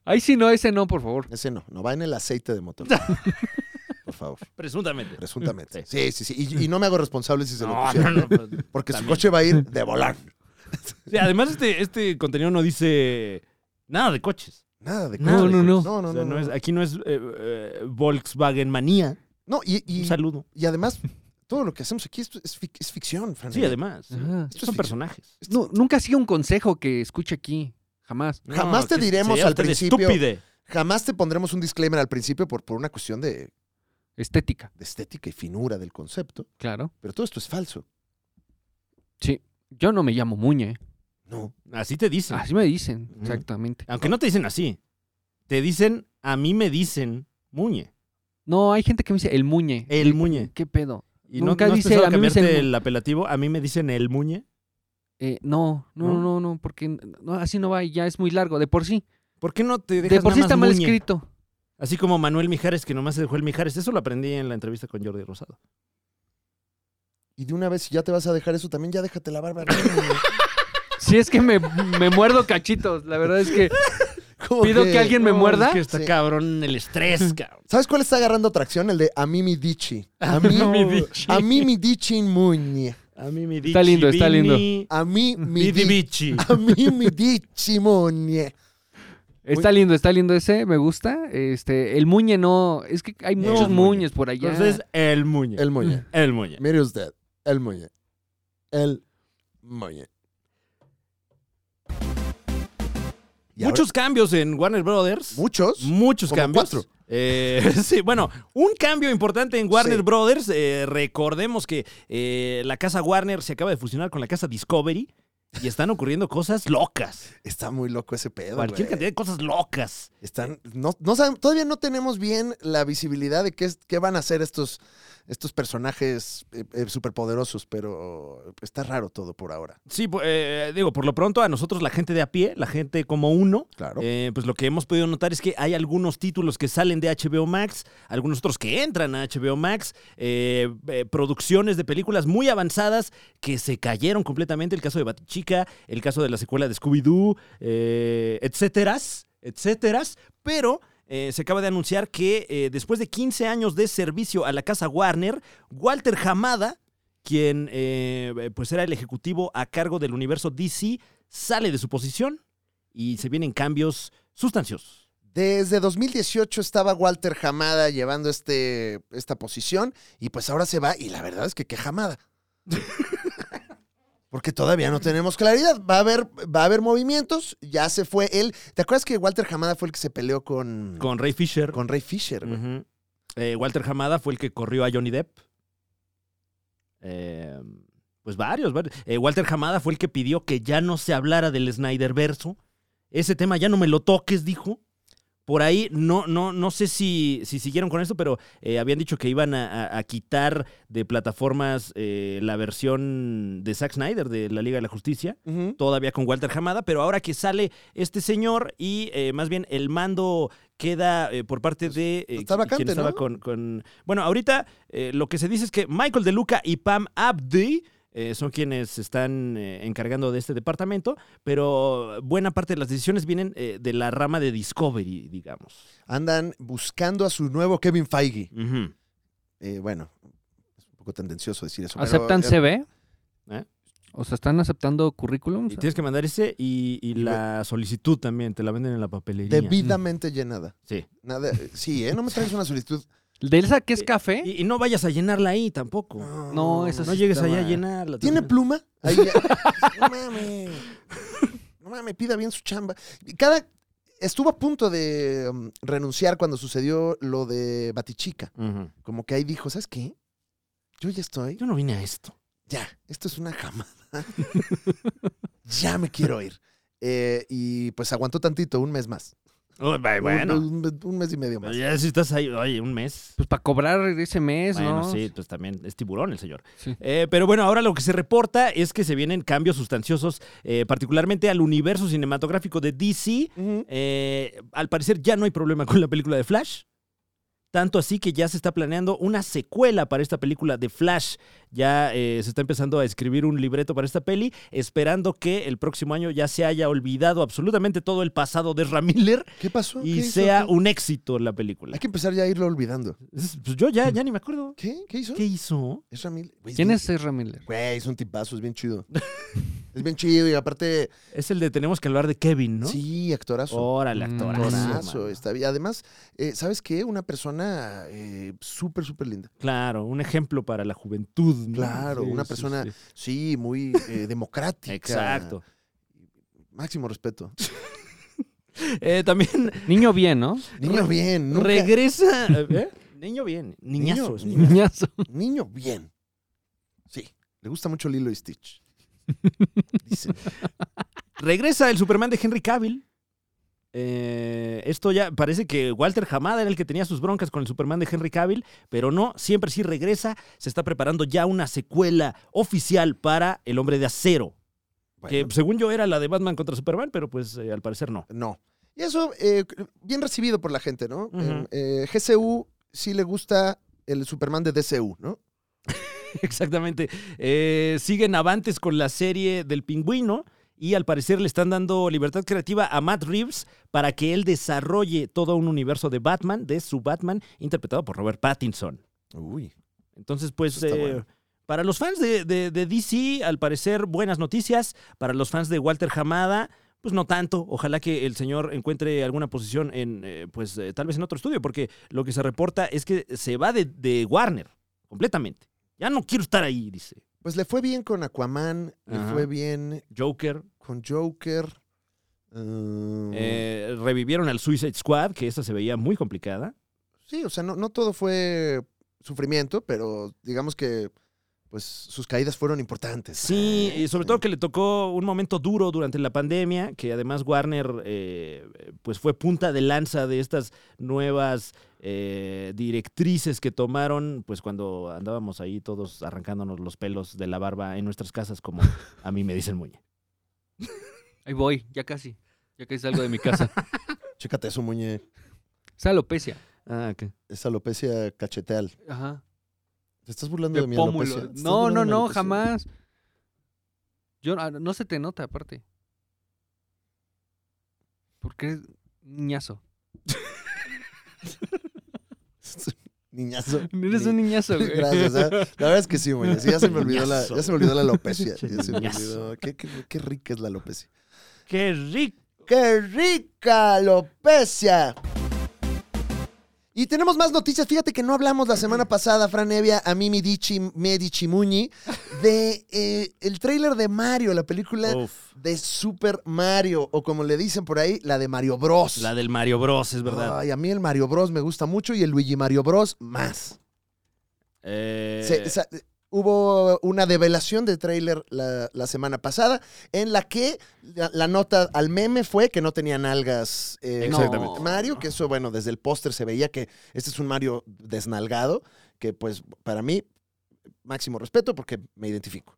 [SPEAKER 3] Ahí sí no, ese no, por favor.
[SPEAKER 2] Ese no, no va en el aceite de motor. Por favor,
[SPEAKER 1] Presuntamente.
[SPEAKER 2] presuntamente. Sí, sí, sí. Y, y no me hago responsable si se lo
[SPEAKER 1] No,
[SPEAKER 2] pusieron.
[SPEAKER 1] no, no, pues,
[SPEAKER 2] Porque su
[SPEAKER 1] también.
[SPEAKER 2] coche va a ir de volar.
[SPEAKER 1] Sí, además, este, este contenido no dice nada de coches.
[SPEAKER 2] Nada de
[SPEAKER 1] Nada
[SPEAKER 2] coche.
[SPEAKER 1] de
[SPEAKER 3] no, no.
[SPEAKER 1] coches.
[SPEAKER 2] No, no,
[SPEAKER 1] O sea,
[SPEAKER 2] no, no.
[SPEAKER 1] es- aquí no es eh, eh, Volkswagen manía.
[SPEAKER 2] No, y, y-
[SPEAKER 1] Un saludo.
[SPEAKER 2] y además, todo lo que hacemos aquí es, es fic- es ficción, Fran.
[SPEAKER 1] Sí, además. sí.
[SPEAKER 2] Esto es
[SPEAKER 3] Ajá.
[SPEAKER 1] Son
[SPEAKER 2] ficción.
[SPEAKER 1] personajes.
[SPEAKER 3] No, nunca sigue un consejo que escuche aquí. Jamás.
[SPEAKER 1] No,
[SPEAKER 2] Jamás te
[SPEAKER 1] que
[SPEAKER 2] diremos
[SPEAKER 1] sería
[SPEAKER 2] al
[SPEAKER 1] usted
[SPEAKER 2] principio-
[SPEAKER 1] Estúpide.
[SPEAKER 2] Jamás te pondremos un disclaimer al principio por, por una cuestión de,
[SPEAKER 3] Estética,
[SPEAKER 2] de estética y finura del concepto,
[SPEAKER 3] claro.
[SPEAKER 2] pero todo esto es falso.
[SPEAKER 3] Sí. Yo no me llamo Muñe.
[SPEAKER 2] No.
[SPEAKER 1] Así te dicen.
[SPEAKER 2] Ah,
[SPEAKER 3] Así me dicen,
[SPEAKER 1] Ujú.
[SPEAKER 3] exactamente.
[SPEAKER 1] Aunque no te dicen así. Te dicen, a mí me dicen Muñe.
[SPEAKER 3] No, hay gente que me dice el Muñe.
[SPEAKER 1] El Muñe.
[SPEAKER 3] ¿Qué pedo?
[SPEAKER 1] Y
[SPEAKER 3] Nunca
[SPEAKER 1] no, no has
[SPEAKER 3] dice,
[SPEAKER 1] pensado
[SPEAKER 3] "A mí me dicen
[SPEAKER 1] cambiarte
[SPEAKER 3] Muñe".
[SPEAKER 1] el apelativo. A mí me dicen el Muñe.
[SPEAKER 3] Eh, no, no,
[SPEAKER 1] ¿No?
[SPEAKER 3] no, no, no, porque no, así no va y ya es muy largo, de por sí.
[SPEAKER 1] ¿Por qué no te dejas
[SPEAKER 3] De por sí
[SPEAKER 1] nada
[SPEAKER 3] está
[SPEAKER 1] más
[SPEAKER 3] mal
[SPEAKER 1] Muñe?
[SPEAKER 3] escrito.
[SPEAKER 1] Así como Manuel Mijares, que nomás se dejó el Mijares. Eso lo aprendí en la entrevista con Jordi Rosado.
[SPEAKER 2] Y de una vez, si ya te vas a dejar eso, también ya déjate la barba. ¿no?
[SPEAKER 3] Si es que me, me muerdo cachitos, la verdad es que
[SPEAKER 2] Como
[SPEAKER 3] pido que alguien me
[SPEAKER 1] No,
[SPEAKER 3] muerda.
[SPEAKER 1] Es que está
[SPEAKER 2] Sí.
[SPEAKER 1] cabrón el estrés, cabrón.
[SPEAKER 2] ¿Sabes cuál está agarrando tracción? El de A mí mi dichi. A mí,
[SPEAKER 1] No. Mi dichi.
[SPEAKER 2] a mí mi dichi muñe.
[SPEAKER 1] A mí me
[SPEAKER 3] Está lindo, está lindo.
[SPEAKER 2] A mí mi
[SPEAKER 1] Mi
[SPEAKER 2] dichi.
[SPEAKER 1] divichi.
[SPEAKER 2] A mí mi dichi muñe.
[SPEAKER 3] Está lindo, está lindo ese, me gusta. Este, el Muñe no, es que hay
[SPEAKER 2] No,
[SPEAKER 3] muchos
[SPEAKER 2] Muñe.
[SPEAKER 3] muñes por allá.
[SPEAKER 1] Entonces, el muñe. El,
[SPEAKER 2] El muñe.
[SPEAKER 1] muñe.
[SPEAKER 2] Mire usted. El muñe. El muñe. Y ahora-
[SPEAKER 1] Muchos Mm. cambios en Warner Brothers.
[SPEAKER 2] Muchos.
[SPEAKER 1] Muchos
[SPEAKER 2] Como
[SPEAKER 1] cambios.
[SPEAKER 2] cuatro.
[SPEAKER 1] Eh, sí, bueno, un cambio importante en Warner
[SPEAKER 2] Sí.
[SPEAKER 1] Brothers. eh, recordemos que eh, la casa Warner se acaba de fusionar con la casa Discovery y están ocurriendo cosas locas.
[SPEAKER 2] Está muy loco ese pedo.
[SPEAKER 1] Cualquier
[SPEAKER 2] güey.
[SPEAKER 1] cantidad de cosas locas.
[SPEAKER 2] Están, no, no saben- todavía no tenemos bien la visibilidad de qué, es- qué van a hacer estos, estos personajes eh, eh, superpoderosos, pero está raro todo por ahora.
[SPEAKER 1] Sí, pu- eh, digo, por lo pronto a nosotros la gente de a pie, la gente como uno,
[SPEAKER 2] Claro.
[SPEAKER 1] eh, pues lo que hemos podido notar es que hay algunos títulos que salen de HBO Max, algunos otros que entran a HBO Max, eh, eh, producciones de películas muy avanzadas que se cayeron completamente, el caso de Batichica, el caso de la secuela de Scooby-Doo, eh, etcéteras, etcéteras, pero... eh, se acaba de anunciar que eh, después de 15 años de servicio a la casa Warner, Walter Hamada quien eh, pues era el ejecutivo a cargo del universo DC, sale de su posición y se vienen cambios sustanciosos.
[SPEAKER 2] Desde 2018 estaba Walter Hamada llevando este, esta posición y pues ahora se va y la verdad es que qué Hamada. Porque todavía no tenemos claridad. Va a haber, va a haber movimientos. Ya se fue él. ¿Te acuerdas que Walter Hamada fue el que se peleó con,
[SPEAKER 1] Con Ray Fisher.
[SPEAKER 2] con Ray Fisher? güey?
[SPEAKER 1] Ujú. Eh, Walter Hamada fue el que corrió a Johnny Depp. Eh, pues varios. varios. Eh, Walter Hamada fue el que pidió que ya no se hablara del Snyder verso. Ese tema ya no me lo toques, dijo. Por ahí, no, no, no sé si, si siguieron con esto, pero eh, habían dicho que iban a, a- a quitar de plataformas eh, la versión de Zack Snyder de la Liga de la Justicia
[SPEAKER 2] Ujú.
[SPEAKER 1] todavía con Walter Hamada, pero ahora que sale este señor y eh, más bien el mando queda eh, por parte de eh,
[SPEAKER 2] Pues, Está vacante,
[SPEAKER 1] quien estaba
[SPEAKER 2] ¿no?
[SPEAKER 1] con, con- Bueno, ahorita eh, lo que se dice es que Michael De Luca y Pam Abdi eh, son quienes se están eh, encargando de este departamento, pero buena parte de las decisiones vienen eh, de la rama de Discovery, digamos.
[SPEAKER 2] Andan buscando a su nuevo Kevin Feige.
[SPEAKER 1] Ujú.
[SPEAKER 2] Eh, bueno, es un poco tendencioso decir eso. pero-
[SPEAKER 3] ¿Aceptan CV?
[SPEAKER 1] ¿Eh?
[SPEAKER 3] O sea, ¿están aceptando currículums?
[SPEAKER 1] Y tienes que mandar ese y, y la solicitud también, te la venden en la papelería.
[SPEAKER 2] Debidamente llenada.
[SPEAKER 1] Sí.
[SPEAKER 2] Nada, sí, ¿eh? No me traes una solicitud.
[SPEAKER 3] ¿De esa que es café?
[SPEAKER 1] Y, y no vayas a llenarla ahí tampoco.
[SPEAKER 2] Ah,
[SPEAKER 3] No, esa
[SPEAKER 1] No
[SPEAKER 3] sí
[SPEAKER 1] llegues
[SPEAKER 3] estaba-
[SPEAKER 1] allá a llenarla.
[SPEAKER 2] ¿Tiene
[SPEAKER 1] también.
[SPEAKER 2] pluma? Ahí ya- no mames. No mames, pida bien su chamba. Cada. Estuvo a punto de um, renunciar cuando sucedió lo de Batichica.
[SPEAKER 1] Ujú.
[SPEAKER 2] Como que ahí dijo, ¿sabes qué? Yo ya estoy.
[SPEAKER 1] Yo no vine a esto.
[SPEAKER 2] Ya, esto es una jamada. ya me quiero ir. Eh, y pues aguantó tantito, un mes más.
[SPEAKER 1] Oh, va-
[SPEAKER 2] Un-
[SPEAKER 1] bueno,
[SPEAKER 2] Un, un mes y medio
[SPEAKER 1] pero
[SPEAKER 2] más.
[SPEAKER 1] ya si estás ahí, oye, un mes.
[SPEAKER 3] Pues para cobrar ese mes,
[SPEAKER 1] Bueno,
[SPEAKER 3] ¿no?
[SPEAKER 1] sí, pues también es tiburón el señor.
[SPEAKER 3] Sí.
[SPEAKER 1] Eh, pero bueno, ahora lo que se reporta es que se vienen cambios sustanciosos, eh, particularmente al universo cinematográfico de DC.
[SPEAKER 2] Ujú.
[SPEAKER 1] Eh, al parecer ya no hay problema con la película de Flash. Tanto así que ya se está planeando una secuela para esta película de Flash. Ya eh, se está empezando a escribir un libreto para esta peli, esperando que el próximo año ya se haya olvidado absolutamente todo el pasado de Ramiller
[SPEAKER 2] ¿Qué pasó? ¿Qué
[SPEAKER 1] y
[SPEAKER 2] hizo?
[SPEAKER 1] sea
[SPEAKER 2] ¿Qué-
[SPEAKER 1] un éxito la película.
[SPEAKER 2] Hay que empezar ya a irlo olvidando.
[SPEAKER 1] Es- Pues yo ya, ya ni me acuerdo.
[SPEAKER 2] Mm. ¿Qué? ¿Qué hizo?
[SPEAKER 1] ¿Qué hizo?
[SPEAKER 2] Es Ramil. Güey,
[SPEAKER 3] ¿Quién
[SPEAKER 2] bien-
[SPEAKER 3] es Ezra Miller?
[SPEAKER 2] Güey, es un tipazo, es bien chido. es bien chido y aparte,
[SPEAKER 1] Es el de tenemos que hablar de Kevin, ¿no? Oh,
[SPEAKER 2] sí, actorazo.
[SPEAKER 1] Órale,
[SPEAKER 3] Mm,
[SPEAKER 1] actorazo.
[SPEAKER 2] actorazo.
[SPEAKER 1] mano.
[SPEAKER 2] está bien. Además, eh, ¿sabes qué? Una persona eh, súper, súper linda.
[SPEAKER 1] Claro, un ejemplo para la juventud. ¿no?
[SPEAKER 2] Claro, una persona-
[SPEAKER 1] Mm, sí.
[SPEAKER 2] Sí, muy eh, democrática.
[SPEAKER 1] Exacto.
[SPEAKER 2] Máximo respeto.
[SPEAKER 1] Eh, también
[SPEAKER 3] Niño bien, ¿no?
[SPEAKER 2] Niño bien. Nunca,
[SPEAKER 1] regresa. ¿eh? Niño bien. Niñazo.
[SPEAKER 2] Niño,
[SPEAKER 1] es
[SPEAKER 2] niño.
[SPEAKER 1] niñazo.
[SPEAKER 3] Niñazo.
[SPEAKER 2] Niño bien. Sí, le gusta mucho Lilo y Stitch. Dicen.
[SPEAKER 1] Regresa el Superman de Henry Cavill. Eh, esto ya parece que Walter Hamada era el que tenía sus broncas con el Superman de Henry Cavill, pero no, siempre sí regresa. Se está preparando ya una secuela oficial para El Hombre de Acero,
[SPEAKER 2] Bueno,
[SPEAKER 1] que pues, según yo era la de Batman contra Superman, pero pues eh, al parecer no.
[SPEAKER 2] no. Y eso, eh, bien recibido por la gente, ¿no?
[SPEAKER 1] Ujú.
[SPEAKER 2] Eh, eh, GCU sí le gusta el Superman de DCU, ¿no?
[SPEAKER 1] Exactamente. Eh, siguen avantes con la serie del pingüino y al parecer le están dando libertad creativa a Matt Reeves para que él desarrolle todo un universo de Batman, de su Batman, interpretado por Robert Pattinson.
[SPEAKER 2] Uy.
[SPEAKER 1] Entonces, pues,
[SPEAKER 2] Eso está
[SPEAKER 1] eh,
[SPEAKER 2] bueno.
[SPEAKER 1] para los fans de, de- de DC, al parecer, buenas noticias. Para los fans de Walter Hamada, pues no tanto. Ojalá que el señor encuentre alguna posición en, eh, pues, eh, tal vez en otro estudio, porque lo que se reporta es que se va de, de Warner completamente. Ya no quiero estar ahí, dice.
[SPEAKER 2] Pues le fue bien con Aquaman,
[SPEAKER 1] Ajá.
[SPEAKER 2] le fue bien
[SPEAKER 1] Joker.
[SPEAKER 2] con Joker. um,
[SPEAKER 1] eh, revivieron al Suicide Squad, que esa se veía muy complicada.
[SPEAKER 2] Sí, o sea, no, no todo fue sufrimiento, pero digamos que pues sus caídas fueron importantes.
[SPEAKER 1] Sí,
[SPEAKER 2] Ah,
[SPEAKER 1] y sobre
[SPEAKER 2] sí.
[SPEAKER 1] todo que le tocó un momento duro durante la pandemia, que además Warner eh, pues fue punta de lanza de estas nuevas eh, directrices que tomaron, pues cuando andábamos ahí todos arrancándonos los pelos de la barba en nuestras casas, como a mí me dicen muñe.
[SPEAKER 3] Ahí voy, ya casi. Ya casi salgo de mi casa.
[SPEAKER 2] Chécate eso, muñe.
[SPEAKER 3] Esa alopecia.
[SPEAKER 1] Ah, ¿qué?
[SPEAKER 2] Es alopecia cacheteal.
[SPEAKER 3] Ajá.
[SPEAKER 2] ¿Te estás burlando
[SPEAKER 3] De
[SPEAKER 2] de, mi
[SPEAKER 3] pómulo.
[SPEAKER 2] alopecia? ¿Te estás
[SPEAKER 3] No,
[SPEAKER 2] burlando
[SPEAKER 3] no,
[SPEAKER 2] de mi
[SPEAKER 3] no,
[SPEAKER 2] alopecia?
[SPEAKER 3] jamás. Yo ah, no se te nota, aparte. Porque eres niñazo.
[SPEAKER 2] Niñazo.
[SPEAKER 3] Eres un niñazo, güey.
[SPEAKER 2] Gracias. ¿eh? La verdad es que sí, güey. Sí, ya se me olvidó la,
[SPEAKER 1] Niñazo.
[SPEAKER 2] ya se me olvidó la alopecia. Ya se me
[SPEAKER 1] Niñazo.
[SPEAKER 2] olvidó. Qué, qué, qué rica es la alopecia.
[SPEAKER 1] ¡Qué rico!
[SPEAKER 2] ¡Qué rica alopecia! Y tenemos más noticias. Fíjate que no hablamos la semana pasada, Fran Evia, a mí Medici, Medici Muñi, de eh, el tráiler de Mario, la película
[SPEAKER 1] Uf,
[SPEAKER 2] de Super Mario, o como le dicen por ahí, la de Mario Bros.
[SPEAKER 1] la del Mario Bros, es verdad.
[SPEAKER 2] Ay, a mí el Mario Bros me gusta mucho y el Luigi Mario Bros más.
[SPEAKER 1] Eh,
[SPEAKER 2] Se- sa- hubo una develación de tráiler la, la semana pasada en la que la, la nota al meme fue que no tenían algas eh,
[SPEAKER 1] Exactamente.
[SPEAKER 2] Mario, que eso, bueno, desde el póster se veía que este es un Mario desnalgado, que pues para mí, máximo respeto porque me identifico.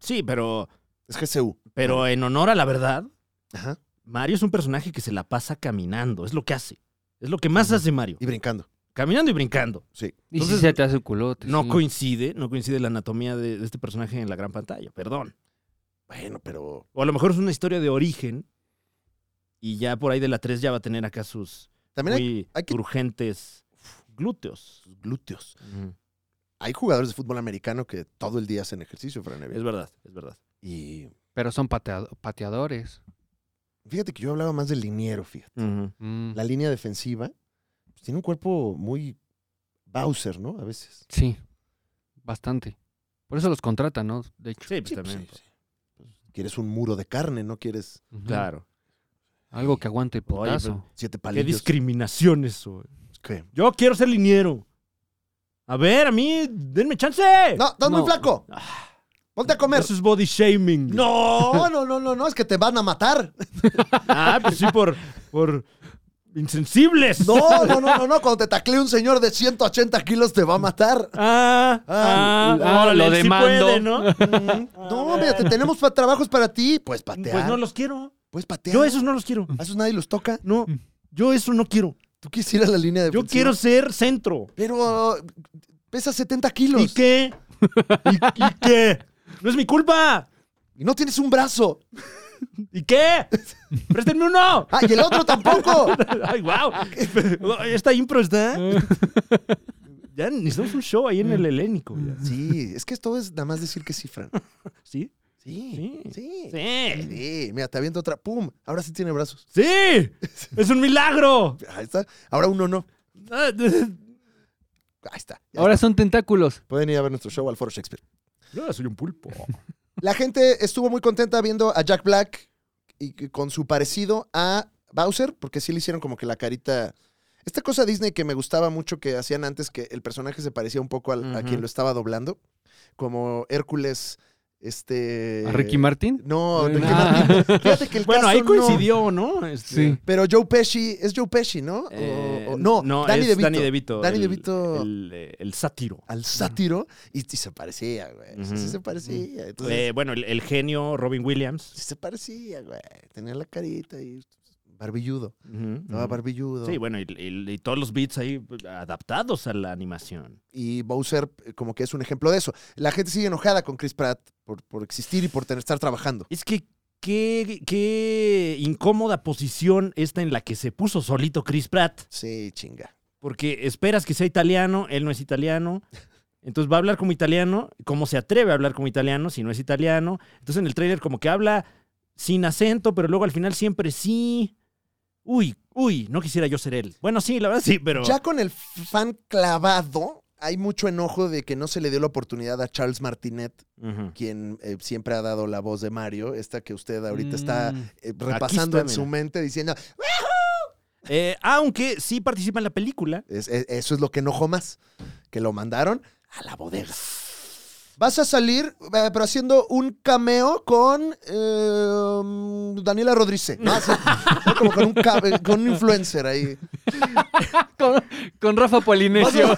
[SPEAKER 1] sí, pero,
[SPEAKER 2] Es GCU.
[SPEAKER 1] pero en honor a la verdad,
[SPEAKER 2] Ajá.
[SPEAKER 1] Mario es un personaje que se la pasa caminando, es lo que hace. Es lo que más hace Mario.
[SPEAKER 2] Y brincando,
[SPEAKER 1] Caminando y brincando.
[SPEAKER 2] sí.
[SPEAKER 3] Y si
[SPEAKER 1] Entonces,
[SPEAKER 3] se te hace culote.
[SPEAKER 1] No
[SPEAKER 3] sí.
[SPEAKER 1] coincide, no coincide la anatomía de, de este personaje en la gran pantalla, perdón.
[SPEAKER 2] Bueno, pero...
[SPEAKER 1] O a lo mejor es una historia de origen y ya por ahí de la 3 ya va a tener acá sus
[SPEAKER 2] También hay
[SPEAKER 1] muy
[SPEAKER 2] que-
[SPEAKER 1] urgentes glúteos.
[SPEAKER 2] glúteos. Hay jugadores de fútbol americano que todo el día hacen ejercicio, Fran Evia.
[SPEAKER 1] Es verdad, es verdad.
[SPEAKER 2] Y
[SPEAKER 3] Pero son pateado- pateadores.
[SPEAKER 2] fíjate que yo hablaba más del liniero, fíjate.
[SPEAKER 3] Mm,
[SPEAKER 2] La línea defensiva pues, tiene un cuerpo muy Bowser, ¿no? A veces.
[SPEAKER 3] Sí, bastante. Por eso los contratan, ¿no? De hecho.
[SPEAKER 1] Sí, pues
[SPEAKER 2] Sí, pues,
[SPEAKER 1] también.
[SPEAKER 2] sí, sí. Pues, Quieres un muro de carne, no quieres
[SPEAKER 3] Ujú.
[SPEAKER 1] Claro.
[SPEAKER 3] Algo que aguante el
[SPEAKER 1] Oye,
[SPEAKER 3] putazo.
[SPEAKER 2] siete
[SPEAKER 1] Qué
[SPEAKER 2] palillos.
[SPEAKER 1] discriminación eso. eh.
[SPEAKER 2] ¿Qué?
[SPEAKER 1] Yo quiero ser liniero. A ver, a mí, denme chance.
[SPEAKER 2] No, Ah. estás muy
[SPEAKER 3] No.
[SPEAKER 2] flaco. Ponte a comer.
[SPEAKER 1] Eso es body shaming.
[SPEAKER 2] No, no, no, no, no, es que te van a matar.
[SPEAKER 1] Ah, pues sí, por, por insensibles.
[SPEAKER 2] No, no, no, no, no. Cuando te tacle un señor de 180 kilos te va a matar.
[SPEAKER 1] Ah, ah,
[SPEAKER 2] Ah,
[SPEAKER 3] ah,
[SPEAKER 1] órale,
[SPEAKER 3] lo
[SPEAKER 1] él sí
[SPEAKER 3] demando.
[SPEAKER 1] puede, ¿no? Ah,
[SPEAKER 2] No, mira, te tenemos pa- trabajos para ti. Ah. Pues patear.
[SPEAKER 1] Pues no los quiero.
[SPEAKER 2] Pues patear.
[SPEAKER 1] Yo esos no los quiero.
[SPEAKER 2] A esos nadie los toca.
[SPEAKER 1] No, yo eso no quiero.
[SPEAKER 2] Tú quisieras la línea de
[SPEAKER 1] Yo quiero ser centro.
[SPEAKER 2] Pero pesa 70 kilos.
[SPEAKER 1] ¿Y qué? ¿Y, y qué? No es mi culpa.
[SPEAKER 2] Y no tienes un brazo.
[SPEAKER 1] ¿Y qué? Préstenme uno.
[SPEAKER 2] Ah, y el otro tampoco.
[SPEAKER 1] Ay, wow. Esta impro está. Ya necesitamos un show ahí en el helénico. ya.
[SPEAKER 2] Sí, es que esto es nada más decir que sí, Fran.
[SPEAKER 1] ¿Sí?
[SPEAKER 2] Sí,
[SPEAKER 1] Sí.
[SPEAKER 2] sí. Sí.
[SPEAKER 1] Sí.
[SPEAKER 2] Mira, te aviento otra. ¡Pum! Ahora sí tiene brazos.
[SPEAKER 1] Sí. Es un milagro.
[SPEAKER 2] Ahí está. Ahora uno no.
[SPEAKER 1] Ah,
[SPEAKER 2] Ahí está. Ya
[SPEAKER 3] Ahora son tentáculos.
[SPEAKER 2] está. Pueden ir a ver nuestro show al Foro Shakespeare.
[SPEAKER 1] Yo soy un pulpo.
[SPEAKER 2] La gente estuvo muy contenta viendo a Jack Black y que- con su parecido a Bowser, porque sí le hicieron como que la carita. Esta cosa Disney que me gustaba mucho que hacían antes, que el personaje se parecía un poco al- a
[SPEAKER 1] Ujú.
[SPEAKER 2] quien lo estaba doblando, como Hércules, este.
[SPEAKER 3] ¿A Ricky Martin?
[SPEAKER 2] No, Ricky
[SPEAKER 3] Ah.
[SPEAKER 2] Martin. Fíjate que el
[SPEAKER 1] Bueno,
[SPEAKER 2] caso
[SPEAKER 1] ahí
[SPEAKER 2] no.
[SPEAKER 1] coincidió, ¿no? Este,
[SPEAKER 3] Sí.
[SPEAKER 2] Pero Joe Pesci, es Joe Pesci, ¿no? O-
[SPEAKER 1] Eh,
[SPEAKER 2] o- no, Danny
[SPEAKER 1] es
[SPEAKER 2] DeVito.
[SPEAKER 1] Danny DeVito.
[SPEAKER 2] Danny
[SPEAKER 1] el-
[SPEAKER 2] DeVito.
[SPEAKER 1] El, eh, el sátiro.
[SPEAKER 2] Al sátiro, y, y se parecía, güey.
[SPEAKER 1] Ujú.
[SPEAKER 2] Sí se parecía. Entonces,
[SPEAKER 1] Eh, bueno, el, el genio Robin
[SPEAKER 2] Sí
[SPEAKER 1] Williams.
[SPEAKER 2] se parecía, güey. Tenía la carita y barbilludo.
[SPEAKER 1] Ujú,
[SPEAKER 2] Estaba
[SPEAKER 1] ujú.
[SPEAKER 2] barbilludo.
[SPEAKER 1] Sí, bueno, y, y- y todos los beats ahí pues, adaptados a la animación.
[SPEAKER 2] Y Bowser eh, como que es un ejemplo de eso. La gente sigue enojada con Chris Pratt por, por existir y por tener, estar trabajando.
[SPEAKER 1] Es que qué, qué incómoda posición esta en la que se puso solito Chris Pratt.
[SPEAKER 2] Sí, chinga.
[SPEAKER 1] Porque esperas que sea italiano, él no es italiano. Entonces va a hablar como italiano. ¿Cómo se atreve a hablar como italiano si no es italiano? Entonces en el tráiler como que habla sin acento, pero luego al final siempre sí. Uy, uy, no quisiera yo ser él. Bueno, sí, la verdad sí, pero...
[SPEAKER 2] Ya con el fan clavado, hay mucho enojo de que no se le dio la oportunidad a Charles Martinet,
[SPEAKER 1] Ujú.
[SPEAKER 2] quien eh, siempre ha dado la voz de Mario, esta que usted ahorita está
[SPEAKER 3] Mm.
[SPEAKER 2] eh, repasando
[SPEAKER 1] está,
[SPEAKER 2] en su
[SPEAKER 1] mira.
[SPEAKER 2] mente diciendo,
[SPEAKER 1] Eh, aunque sí participa en la película.
[SPEAKER 2] Es- es- eso es lo que enojó más. Que lo mandaron a la bodega. Vas a salir, eh, pero haciendo un cameo con eh, mm, Daniela Rodríguez. ¿no? Así, ¿no? como con un, ca- eh, con un influencer ahí.
[SPEAKER 3] Con, con Rafa Polinesio.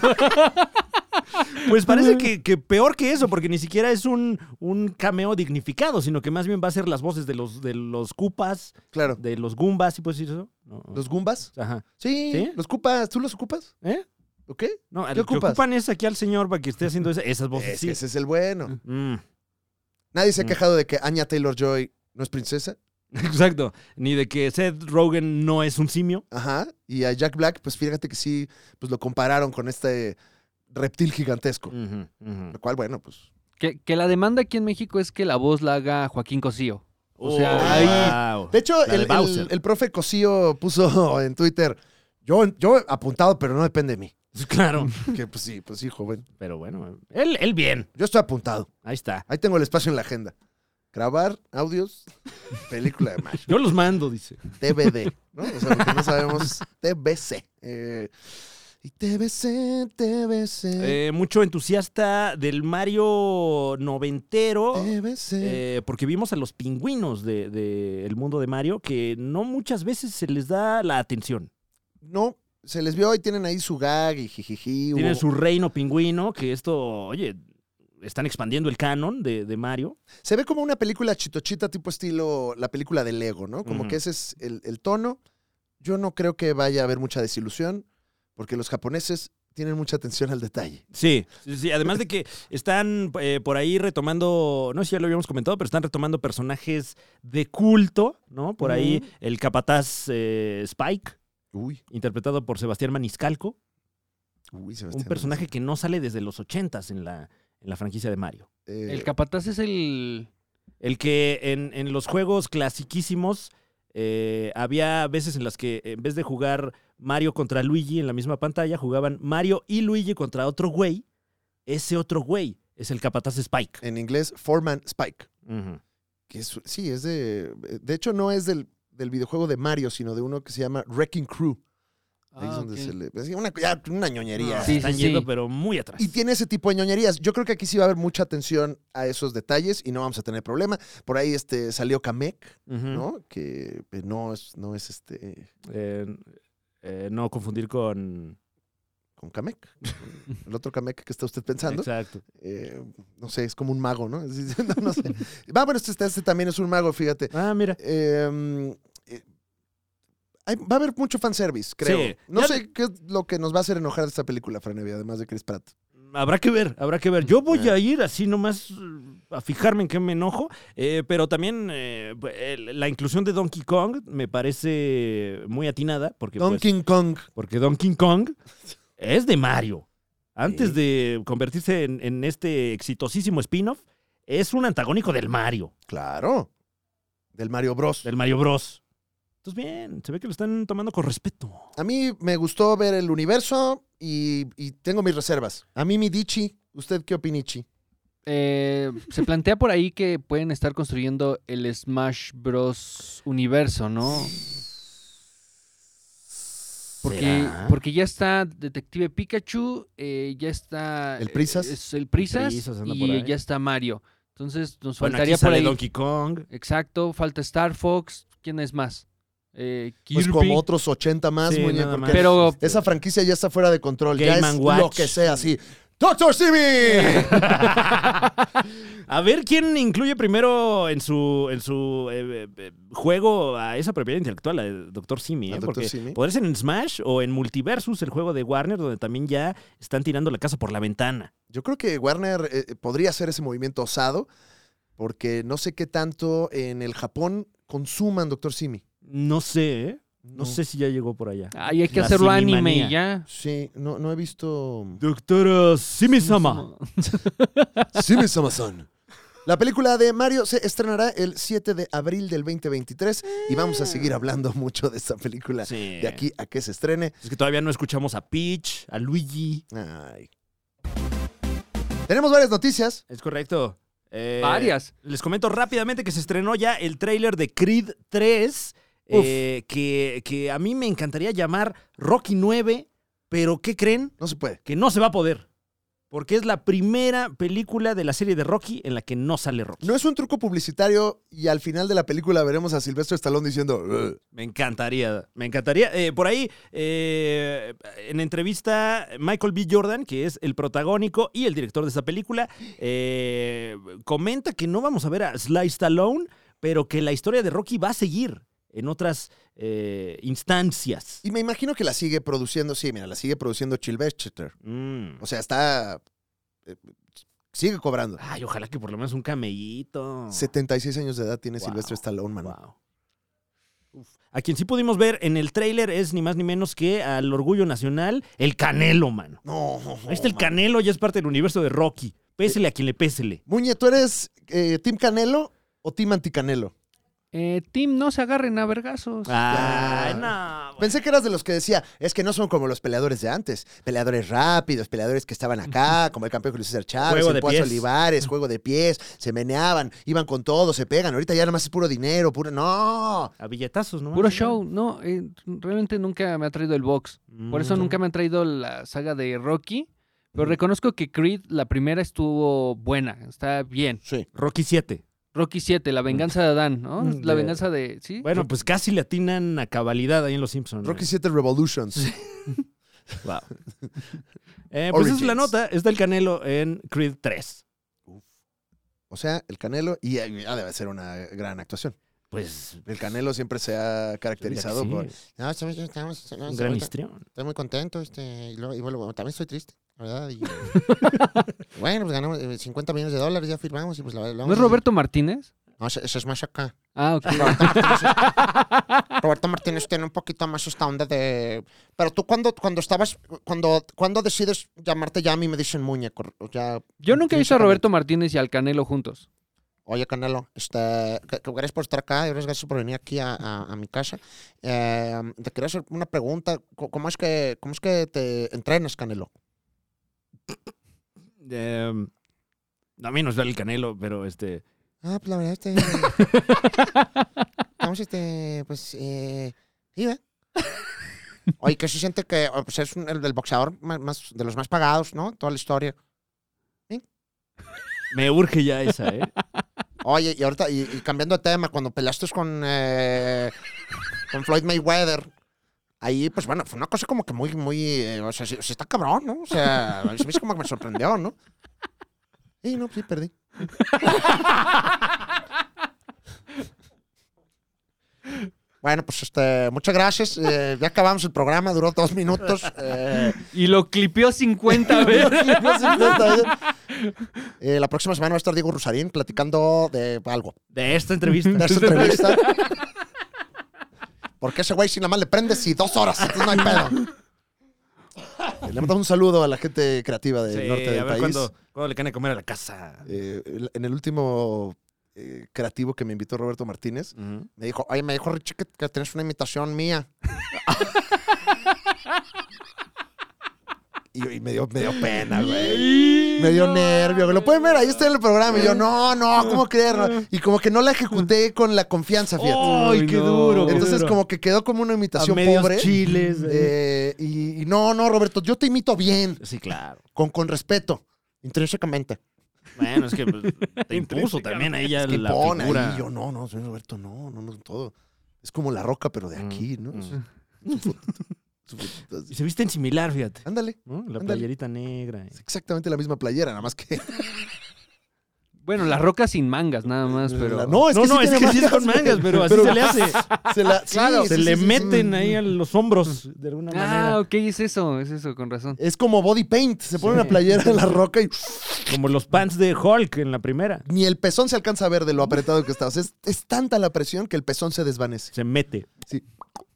[SPEAKER 1] Pues parece que, que peor que eso, porque ni siquiera es un, un cameo dignificado, sino que más bien va a ser las voces de los, de los cupas,
[SPEAKER 2] Claro.
[SPEAKER 1] de los gumbas, ¿sí puedes decir eso? No.
[SPEAKER 2] ¿Los Goombas?
[SPEAKER 1] Ajá.
[SPEAKER 2] Sí,
[SPEAKER 1] ¿Sí?
[SPEAKER 2] los Cupas. ¿Tú los ocupas?
[SPEAKER 1] ¿Eh?
[SPEAKER 2] ¿O qué?
[SPEAKER 1] No, al
[SPEAKER 2] ¿Qué
[SPEAKER 1] que
[SPEAKER 2] ocupas?
[SPEAKER 1] ocupan es aquí al señor para que esté haciendo esa- esas voces.
[SPEAKER 2] Es
[SPEAKER 1] Pues sí.
[SPEAKER 2] que ese es el bueno.
[SPEAKER 1] Mm.
[SPEAKER 2] Nadie se ha
[SPEAKER 1] Mm.
[SPEAKER 2] quejado de que Anya Taylor Joy no es princesa.
[SPEAKER 1] Exacto. Ni de que Seth Rogen no es un simio.
[SPEAKER 2] Ajá. Y a Jack Black, pues fíjate que sí, pues lo compararon con este reptil gigantesco.
[SPEAKER 1] Ujú, ujú.
[SPEAKER 2] Lo cual, bueno, pues.
[SPEAKER 3] Que, que la demanda aquí en México es que la voz la haga Joaquín Cosío. O sea,
[SPEAKER 1] Oh,
[SPEAKER 2] ahí-
[SPEAKER 1] wow.
[SPEAKER 2] De hecho,
[SPEAKER 1] La de
[SPEAKER 2] el, el-
[SPEAKER 1] Bowser.
[SPEAKER 2] el profe Cosío puso en Twitter. Yo, yo apuntado, pero no depende de mí.
[SPEAKER 1] Claro.
[SPEAKER 2] Que pues sí, pues sí, joven.
[SPEAKER 1] Pero bueno, él, él bien.
[SPEAKER 2] Yo estoy apuntado.
[SPEAKER 1] Ahí está.
[SPEAKER 2] Ahí tengo el espacio en la agenda. Grabar audios, película de Mario.
[SPEAKER 1] Yo los mando, dice.
[SPEAKER 2] TBD, ¿no? O sea, lo que no sabemos, TBC. Eh, y TBC, TBC,
[SPEAKER 1] Eh, mucho entusiasta del Mario noventero.
[SPEAKER 2] TBC.
[SPEAKER 1] eh, porque vimos a los pingüinos del de, el mundo de Mario que no muchas veces se les da la atención.
[SPEAKER 2] no, se les vio y tienen ahí su gag y jijiji. hubo-
[SPEAKER 1] Tienen su reino pingüino, que esto, oye, están expandiendo el canon de, de Mario.
[SPEAKER 2] Se ve como una película chitochita tipo estilo la película de Lego, ¿no? Como
[SPEAKER 1] Ujú.
[SPEAKER 2] que ese es el, el tono. Yo no creo que vaya a haber mucha desilusión porque los japoneses tienen mucha atención al detalle.
[SPEAKER 1] Sí, sí, sí, además de que están eh, por ahí retomando, no sé si ya lo habíamos comentado, pero están retomando personajes de culto, ¿no? Por ahí
[SPEAKER 2] Ujú.
[SPEAKER 1] el capataz eh, Spike,
[SPEAKER 2] Uy,
[SPEAKER 1] interpretado por Sebastián Maniscalco,
[SPEAKER 2] uy, se me
[SPEAKER 1] un
[SPEAKER 2] está-
[SPEAKER 1] personaje que no sale desde los ochentas en la, en la franquicia de Mario.
[SPEAKER 2] Eh,
[SPEAKER 3] El capataz es el...
[SPEAKER 1] El que en, en los juegos clasiquísimos eh, había veces en las que en vez de jugar Mario contra Luigi en la misma pantalla, jugaban Mario y Luigi contra otro güey. Ese otro güey es el capataz Spike.
[SPEAKER 2] en inglés, Foreman Spike.
[SPEAKER 1] Ujú.
[SPEAKER 2] que es- sí, es de. De hecho, no es del, del videojuego de Mario, sino de uno que se llama Wrecking Crew. Ahí
[SPEAKER 3] Ah,
[SPEAKER 2] es donde
[SPEAKER 3] ok.
[SPEAKER 2] se le. es una, ya, una ñoñería.
[SPEAKER 3] Sí,
[SPEAKER 1] Están
[SPEAKER 3] sí,
[SPEAKER 1] yendo,
[SPEAKER 3] sí.
[SPEAKER 1] pero muy atrás.
[SPEAKER 2] Y tiene ese tipo de ñoñerías. Yo creo que aquí sí va a haber mucha atención a esos detalles y no vamos a tener problema. Por ahí este, salió Kamek,
[SPEAKER 1] Ujú.
[SPEAKER 2] ¿no? Que eh, no es, no es este.
[SPEAKER 1] Eh, eh, no confundir con.
[SPEAKER 2] con Kamek. El otro Kamek que está usted pensando.
[SPEAKER 1] Exacto.
[SPEAKER 2] eh, no sé, es como un mago, ¿no? Es- no, no sé. Va, bueno, este, este también es un mago, fíjate.
[SPEAKER 1] Ah, mira.
[SPEAKER 2] Eh, eh, hay- va a haber mucho fanservice, creo.
[SPEAKER 1] Sí.
[SPEAKER 2] No
[SPEAKER 1] Ya-
[SPEAKER 2] sé qué es lo que nos va a hacer enojar de esta película, Franevi, además de Chris Pratt.
[SPEAKER 1] Habrá que ver, habrá que ver. Yo voy a ir así nomás eh, a fijarme en qué me enojo, eh, pero también eh, el- la inclusión de Donkey Kong me parece muy atinada, porque pues,
[SPEAKER 2] Donkey Kong.
[SPEAKER 1] porque Donkey Kong es de Mario. Antes
[SPEAKER 2] Sí.
[SPEAKER 1] de convertirse en, en este exitosísimo spin-off, es un antagónico del Mario,
[SPEAKER 2] Claro. Del Mario Bros.
[SPEAKER 1] del Mario Bros. Entonces bien, se ve que lo están tomando con respeto.
[SPEAKER 2] A mí me gustó ver el universo y, y tengo mis reservas. A mí mi Dichi. ¿Usted qué opinichi?
[SPEAKER 3] Eh, se plantea por ahí que pueden estar construyendo el Smash Bros. universo, ¿no? Porque,
[SPEAKER 1] ¿Será?
[SPEAKER 3] porque ya está Detective Pikachu, eh, ya está...
[SPEAKER 2] ¿El Prisas?
[SPEAKER 3] eh, es el Prisas,
[SPEAKER 1] Prisas anda por
[SPEAKER 3] y
[SPEAKER 1] ahí.
[SPEAKER 3] ya está Mario. Entonces nos
[SPEAKER 1] Bueno,
[SPEAKER 3] faltaría
[SPEAKER 1] aquí
[SPEAKER 3] por
[SPEAKER 1] sale
[SPEAKER 3] ahí...
[SPEAKER 1] Donkey Kong.
[SPEAKER 3] Exacto, falta Star Fox. ¿Quién es más? Eh,
[SPEAKER 2] Pues
[SPEAKER 3] Kirby.
[SPEAKER 2] como otros 80 más,
[SPEAKER 1] Sí,
[SPEAKER 2] muñe,
[SPEAKER 1] nada
[SPEAKER 2] porque
[SPEAKER 1] más.
[SPEAKER 3] Pero-
[SPEAKER 2] esa franquicia ya está fuera de control.
[SPEAKER 1] Game
[SPEAKER 2] ya es
[SPEAKER 1] and Watch.
[SPEAKER 2] lo que sea, sí. ¡Doctor Simi!
[SPEAKER 1] A ver quién incluye primero en su, en su eh, eh, juego a esa propiedad intelectual, al Dr. Simi.
[SPEAKER 2] Al
[SPEAKER 1] ¿eh?
[SPEAKER 2] Dr.
[SPEAKER 1] Porque
[SPEAKER 2] Simi.
[SPEAKER 1] podría ser en Smash o en Multiversus, el juego de Warner, donde también ya están tirando la casa por la ventana.
[SPEAKER 2] Yo creo que Warner eh, podría hacer ese movimiento osado, porque no sé qué tanto en el Japón consuman Doctor Simi.
[SPEAKER 1] No sé, ¿eh? No,
[SPEAKER 2] No.
[SPEAKER 1] sé si ya llegó por allá.
[SPEAKER 3] Ay, hay que
[SPEAKER 1] La
[SPEAKER 3] hacerlo anime
[SPEAKER 1] Simimanía.
[SPEAKER 3] y ya.
[SPEAKER 2] Sí, no, no he visto.
[SPEAKER 1] Doctora eh, Simi-sama.
[SPEAKER 2] Simi Samazón. La película de Mario se estrenará el 7 de abril del 2023 y vamos a seguir hablando mucho de esta película
[SPEAKER 1] Sí.
[SPEAKER 2] de aquí a que se estrene.
[SPEAKER 1] Es que todavía no escuchamos a Peach, a Luigi.
[SPEAKER 2] Ay. Tenemos varias noticias.
[SPEAKER 1] Es correcto. Eh,
[SPEAKER 3] Varias.
[SPEAKER 1] Les comento rápidamente que se estrenó ya el tráiler de Creed 3, eh, que, que a mí me encantaría llamar Rocky 9, pero ¿qué creen?
[SPEAKER 2] No se puede.
[SPEAKER 1] Que no se va a poder. Porque es la primera película de la serie de Rocky en la que no sale Rocky.
[SPEAKER 2] No es un truco publicitario y al final de la película veremos a Silvestre Stallone diciendo. "Ugh".
[SPEAKER 1] Me encantaría, me encantaría. Eh, por ahí, eh, en entrevista, Michael B. Jordan, que es el protagónico y el director de esta película, eh, comenta que no vamos a ver a Sly Stallone, pero que la historia de Rocky va a seguir en otras eh, instancias.
[SPEAKER 2] Y me imagino que la sigue produciendo, sí, mira, la sigue produciendo Chilvester.
[SPEAKER 1] Mm.
[SPEAKER 2] O sea, está. eh, sigue cobrando.
[SPEAKER 1] Ay, ojalá que por lo menos un cameíto.
[SPEAKER 2] 76 años de edad tiene
[SPEAKER 1] Wow.
[SPEAKER 2] Silvestre Stallone, mano.
[SPEAKER 1] Wow. A quien sí pudimos ver en el tráiler es ni más ni menos que al orgullo nacional, el Canelo, mano.
[SPEAKER 2] No, no,
[SPEAKER 1] Ahí está el
[SPEAKER 2] man.
[SPEAKER 1] Canelo, ya es parte del universo de Rocky. Pésele a quien le pésele.
[SPEAKER 2] Muñe, ¿tú eres eh, Team Canelo o Team Anticanelo?
[SPEAKER 3] Eh, Tim, no se agarren a vergazos.
[SPEAKER 1] Ah, Ay, no.
[SPEAKER 3] Pues
[SPEAKER 2] Pensé que eras de los que decía, es que no son como los peleadores de antes. Peleadores rápidos, peleadores que estaban acá, como el campeón Julio César Chávez,
[SPEAKER 1] Juego
[SPEAKER 2] el
[SPEAKER 1] de
[SPEAKER 2] Poazo
[SPEAKER 1] pies.
[SPEAKER 2] Olivares, juego de pies, se meneaban, iban con todo, se pegan. Ahorita ya nada más es puro dinero, puro... ¡No!
[SPEAKER 1] A billetazos, ¿no?
[SPEAKER 3] Puro show, no, eh, realmente nunca me ha traído el box. Por eso
[SPEAKER 1] Mm.
[SPEAKER 3] nunca me han traído la saga de Rocky. Pero reconozco que Creed, la primera, estuvo buena, está bien.
[SPEAKER 2] Sí.
[SPEAKER 1] Rocky 7.
[SPEAKER 3] Rocky 7, la venganza de Adán, ¿no?
[SPEAKER 1] Mm,
[SPEAKER 3] La
[SPEAKER 1] de-
[SPEAKER 3] venganza de. ¿Sí?
[SPEAKER 1] Bueno, pues casi le atinan a cabalidad ahí en Los Simpsons.
[SPEAKER 2] Rocky 7 Revolutions.
[SPEAKER 1] Wow. Eh, pues esa es la
[SPEAKER 2] Origins.
[SPEAKER 1] nota. Está el Canelo en Creed 3.
[SPEAKER 2] O sea, el Canelo, y eh, ya debe ser una gran actuación.
[SPEAKER 1] Pues.
[SPEAKER 2] El Canelo siempre se ha caracterizado
[SPEAKER 1] sí,
[SPEAKER 2] por...
[SPEAKER 1] es
[SPEAKER 4] No, estamos, estamos, estamos-
[SPEAKER 1] Un gran
[SPEAKER 4] ahorita
[SPEAKER 1] histrión.
[SPEAKER 4] estoy muy contento, este, y, luego- y bueno, también estoy triste, la verdad. y- bueno, pues ganamos eh, 50 millones de dólares, ya firmamos y pues la la
[SPEAKER 3] ¿No
[SPEAKER 4] vamos
[SPEAKER 3] es
[SPEAKER 4] a-
[SPEAKER 3] Roberto Martínez?
[SPEAKER 4] No, ese, ese es más acá.
[SPEAKER 3] Ah, ok.
[SPEAKER 4] Roberto Martínez tiene un poquito más esta onda de... Pero tú cuando, cuando estabas, cuando, cuando decides llamarte ya a mí me dicen muñeco, ya...
[SPEAKER 3] Yo nunca he visto a Roberto Martínez y al Canelo juntos.
[SPEAKER 4] Oye, Canelo, este, que- que gracias por estar acá, y gracias por venir aquí a, a- a mi casa. Eh, te quería hacer una pregunta. Co- ¿Cómo es que, cómo es que te entrenas, Canelo?
[SPEAKER 1] Eh, a mí nos da el Canelo, pero este.
[SPEAKER 4] Ah, pues la verdad, este. Vamos, este, pues. Eh, sí, ¿verdad? Oye, que se siente que oh, pues, es un- el del boxeador más, más- de los más pagados, ¿no? Toda la historia.
[SPEAKER 1] Me urge ya esa, ¿eh?
[SPEAKER 4] Oye, y ahorita, y, y cambiando de tema, cuando peleaste con, eh, con Floyd Mayweather, ahí, pues bueno, fue una cosa como que muy, muy. eh, o sea, sí- sí está cabrón, ¿no? O sea, a mí es como que me sorprendió, ¿no? Y no, pues sí, perdí. Bueno, pues este, muchas gracias. eh, ya acabamos el programa, duró dos minutos. eh,
[SPEAKER 3] Y lo clipió 50 veces.
[SPEAKER 4] eh, la próxima semana va a estar Diego Rusarín platicando de algo.
[SPEAKER 1] De esta entrevista.
[SPEAKER 4] de esta entrevista. Porque ese güey si nada más le prendes y dos horas, entonces no hay pedo.
[SPEAKER 2] Le mandamos un saludo a la gente creativa del
[SPEAKER 1] Sí,
[SPEAKER 2] norte del
[SPEAKER 1] a ver
[SPEAKER 2] país.
[SPEAKER 1] cuándo, cuándo le caen a comer a la casa.
[SPEAKER 2] Eh, el- en el último eh, creativo que me invitó Roberto Martínez,
[SPEAKER 1] Ujú.
[SPEAKER 4] Me dijo, oye, me dijo Richie que, que tienes una imitación mía.
[SPEAKER 2] Y, y me, dio, me dio pena, güey. Me dio nervio. güey. Lo pueden ver, ahí está en el programa. Y yo, no, no, ¿cómo creer? no? Y como que no la ejecuté con la confianza, fíjate.
[SPEAKER 1] ¡Ay,
[SPEAKER 3] Uy,
[SPEAKER 1] qué
[SPEAKER 3] no.
[SPEAKER 1] duro! qué
[SPEAKER 2] Entonces,
[SPEAKER 1] duro.
[SPEAKER 2] como que quedó como una
[SPEAKER 1] a
[SPEAKER 2] imitación
[SPEAKER 1] medios
[SPEAKER 2] pobre.
[SPEAKER 1] chiles. eh.
[SPEAKER 2] Eh, y, y no, no, Roberto, yo te imito bien,
[SPEAKER 1] Sí, claro.
[SPEAKER 2] con, con respeto.
[SPEAKER 4] Intrínsecamente.
[SPEAKER 1] Bueno, es que pues, te impuso también ahí ya
[SPEAKER 2] Es que
[SPEAKER 1] la
[SPEAKER 2] pon ahí.
[SPEAKER 1] figura.
[SPEAKER 2] Yo, no, no, soy Roberto, no, no, no, todo. Es como la roca, pero de
[SPEAKER 1] Mm,
[SPEAKER 2] aquí, ¿no?
[SPEAKER 1] mm.
[SPEAKER 2] Su- su fotito, su fotito
[SPEAKER 1] Y
[SPEAKER 2] así.
[SPEAKER 1] se visten similar, fíjate.
[SPEAKER 2] Ándale,
[SPEAKER 1] ¿no? La
[SPEAKER 2] Ándale.
[SPEAKER 1] playerita negra. eh.
[SPEAKER 2] es exactamente la misma playera, nada más que.
[SPEAKER 3] Bueno, la roca sin mangas, nada más, pero.
[SPEAKER 2] La- No, es
[SPEAKER 1] no,
[SPEAKER 2] que, sí
[SPEAKER 1] no, es
[SPEAKER 2] tiene
[SPEAKER 1] que sí es con
[SPEAKER 2] mangas,
[SPEAKER 1] mangas, pero así se le hace.
[SPEAKER 2] Se, la, sí,
[SPEAKER 3] Claro.
[SPEAKER 2] sí,
[SPEAKER 1] se
[SPEAKER 2] sí,
[SPEAKER 1] le
[SPEAKER 2] sí, sí.
[SPEAKER 1] meten ahí a los hombros de alguna
[SPEAKER 3] Ah,
[SPEAKER 1] manera.
[SPEAKER 3] ok, es eso, es eso, con razón.
[SPEAKER 2] Es como body paint. Se pone
[SPEAKER 1] Sí.
[SPEAKER 2] una playera en la roca y
[SPEAKER 1] Como los pants de Hulk en la primera.
[SPEAKER 2] ni el pezón se alcanza a ver de lo apretado que está. O sea, es, es tanta la presión que el pezón se desvanece.
[SPEAKER 1] Se mete.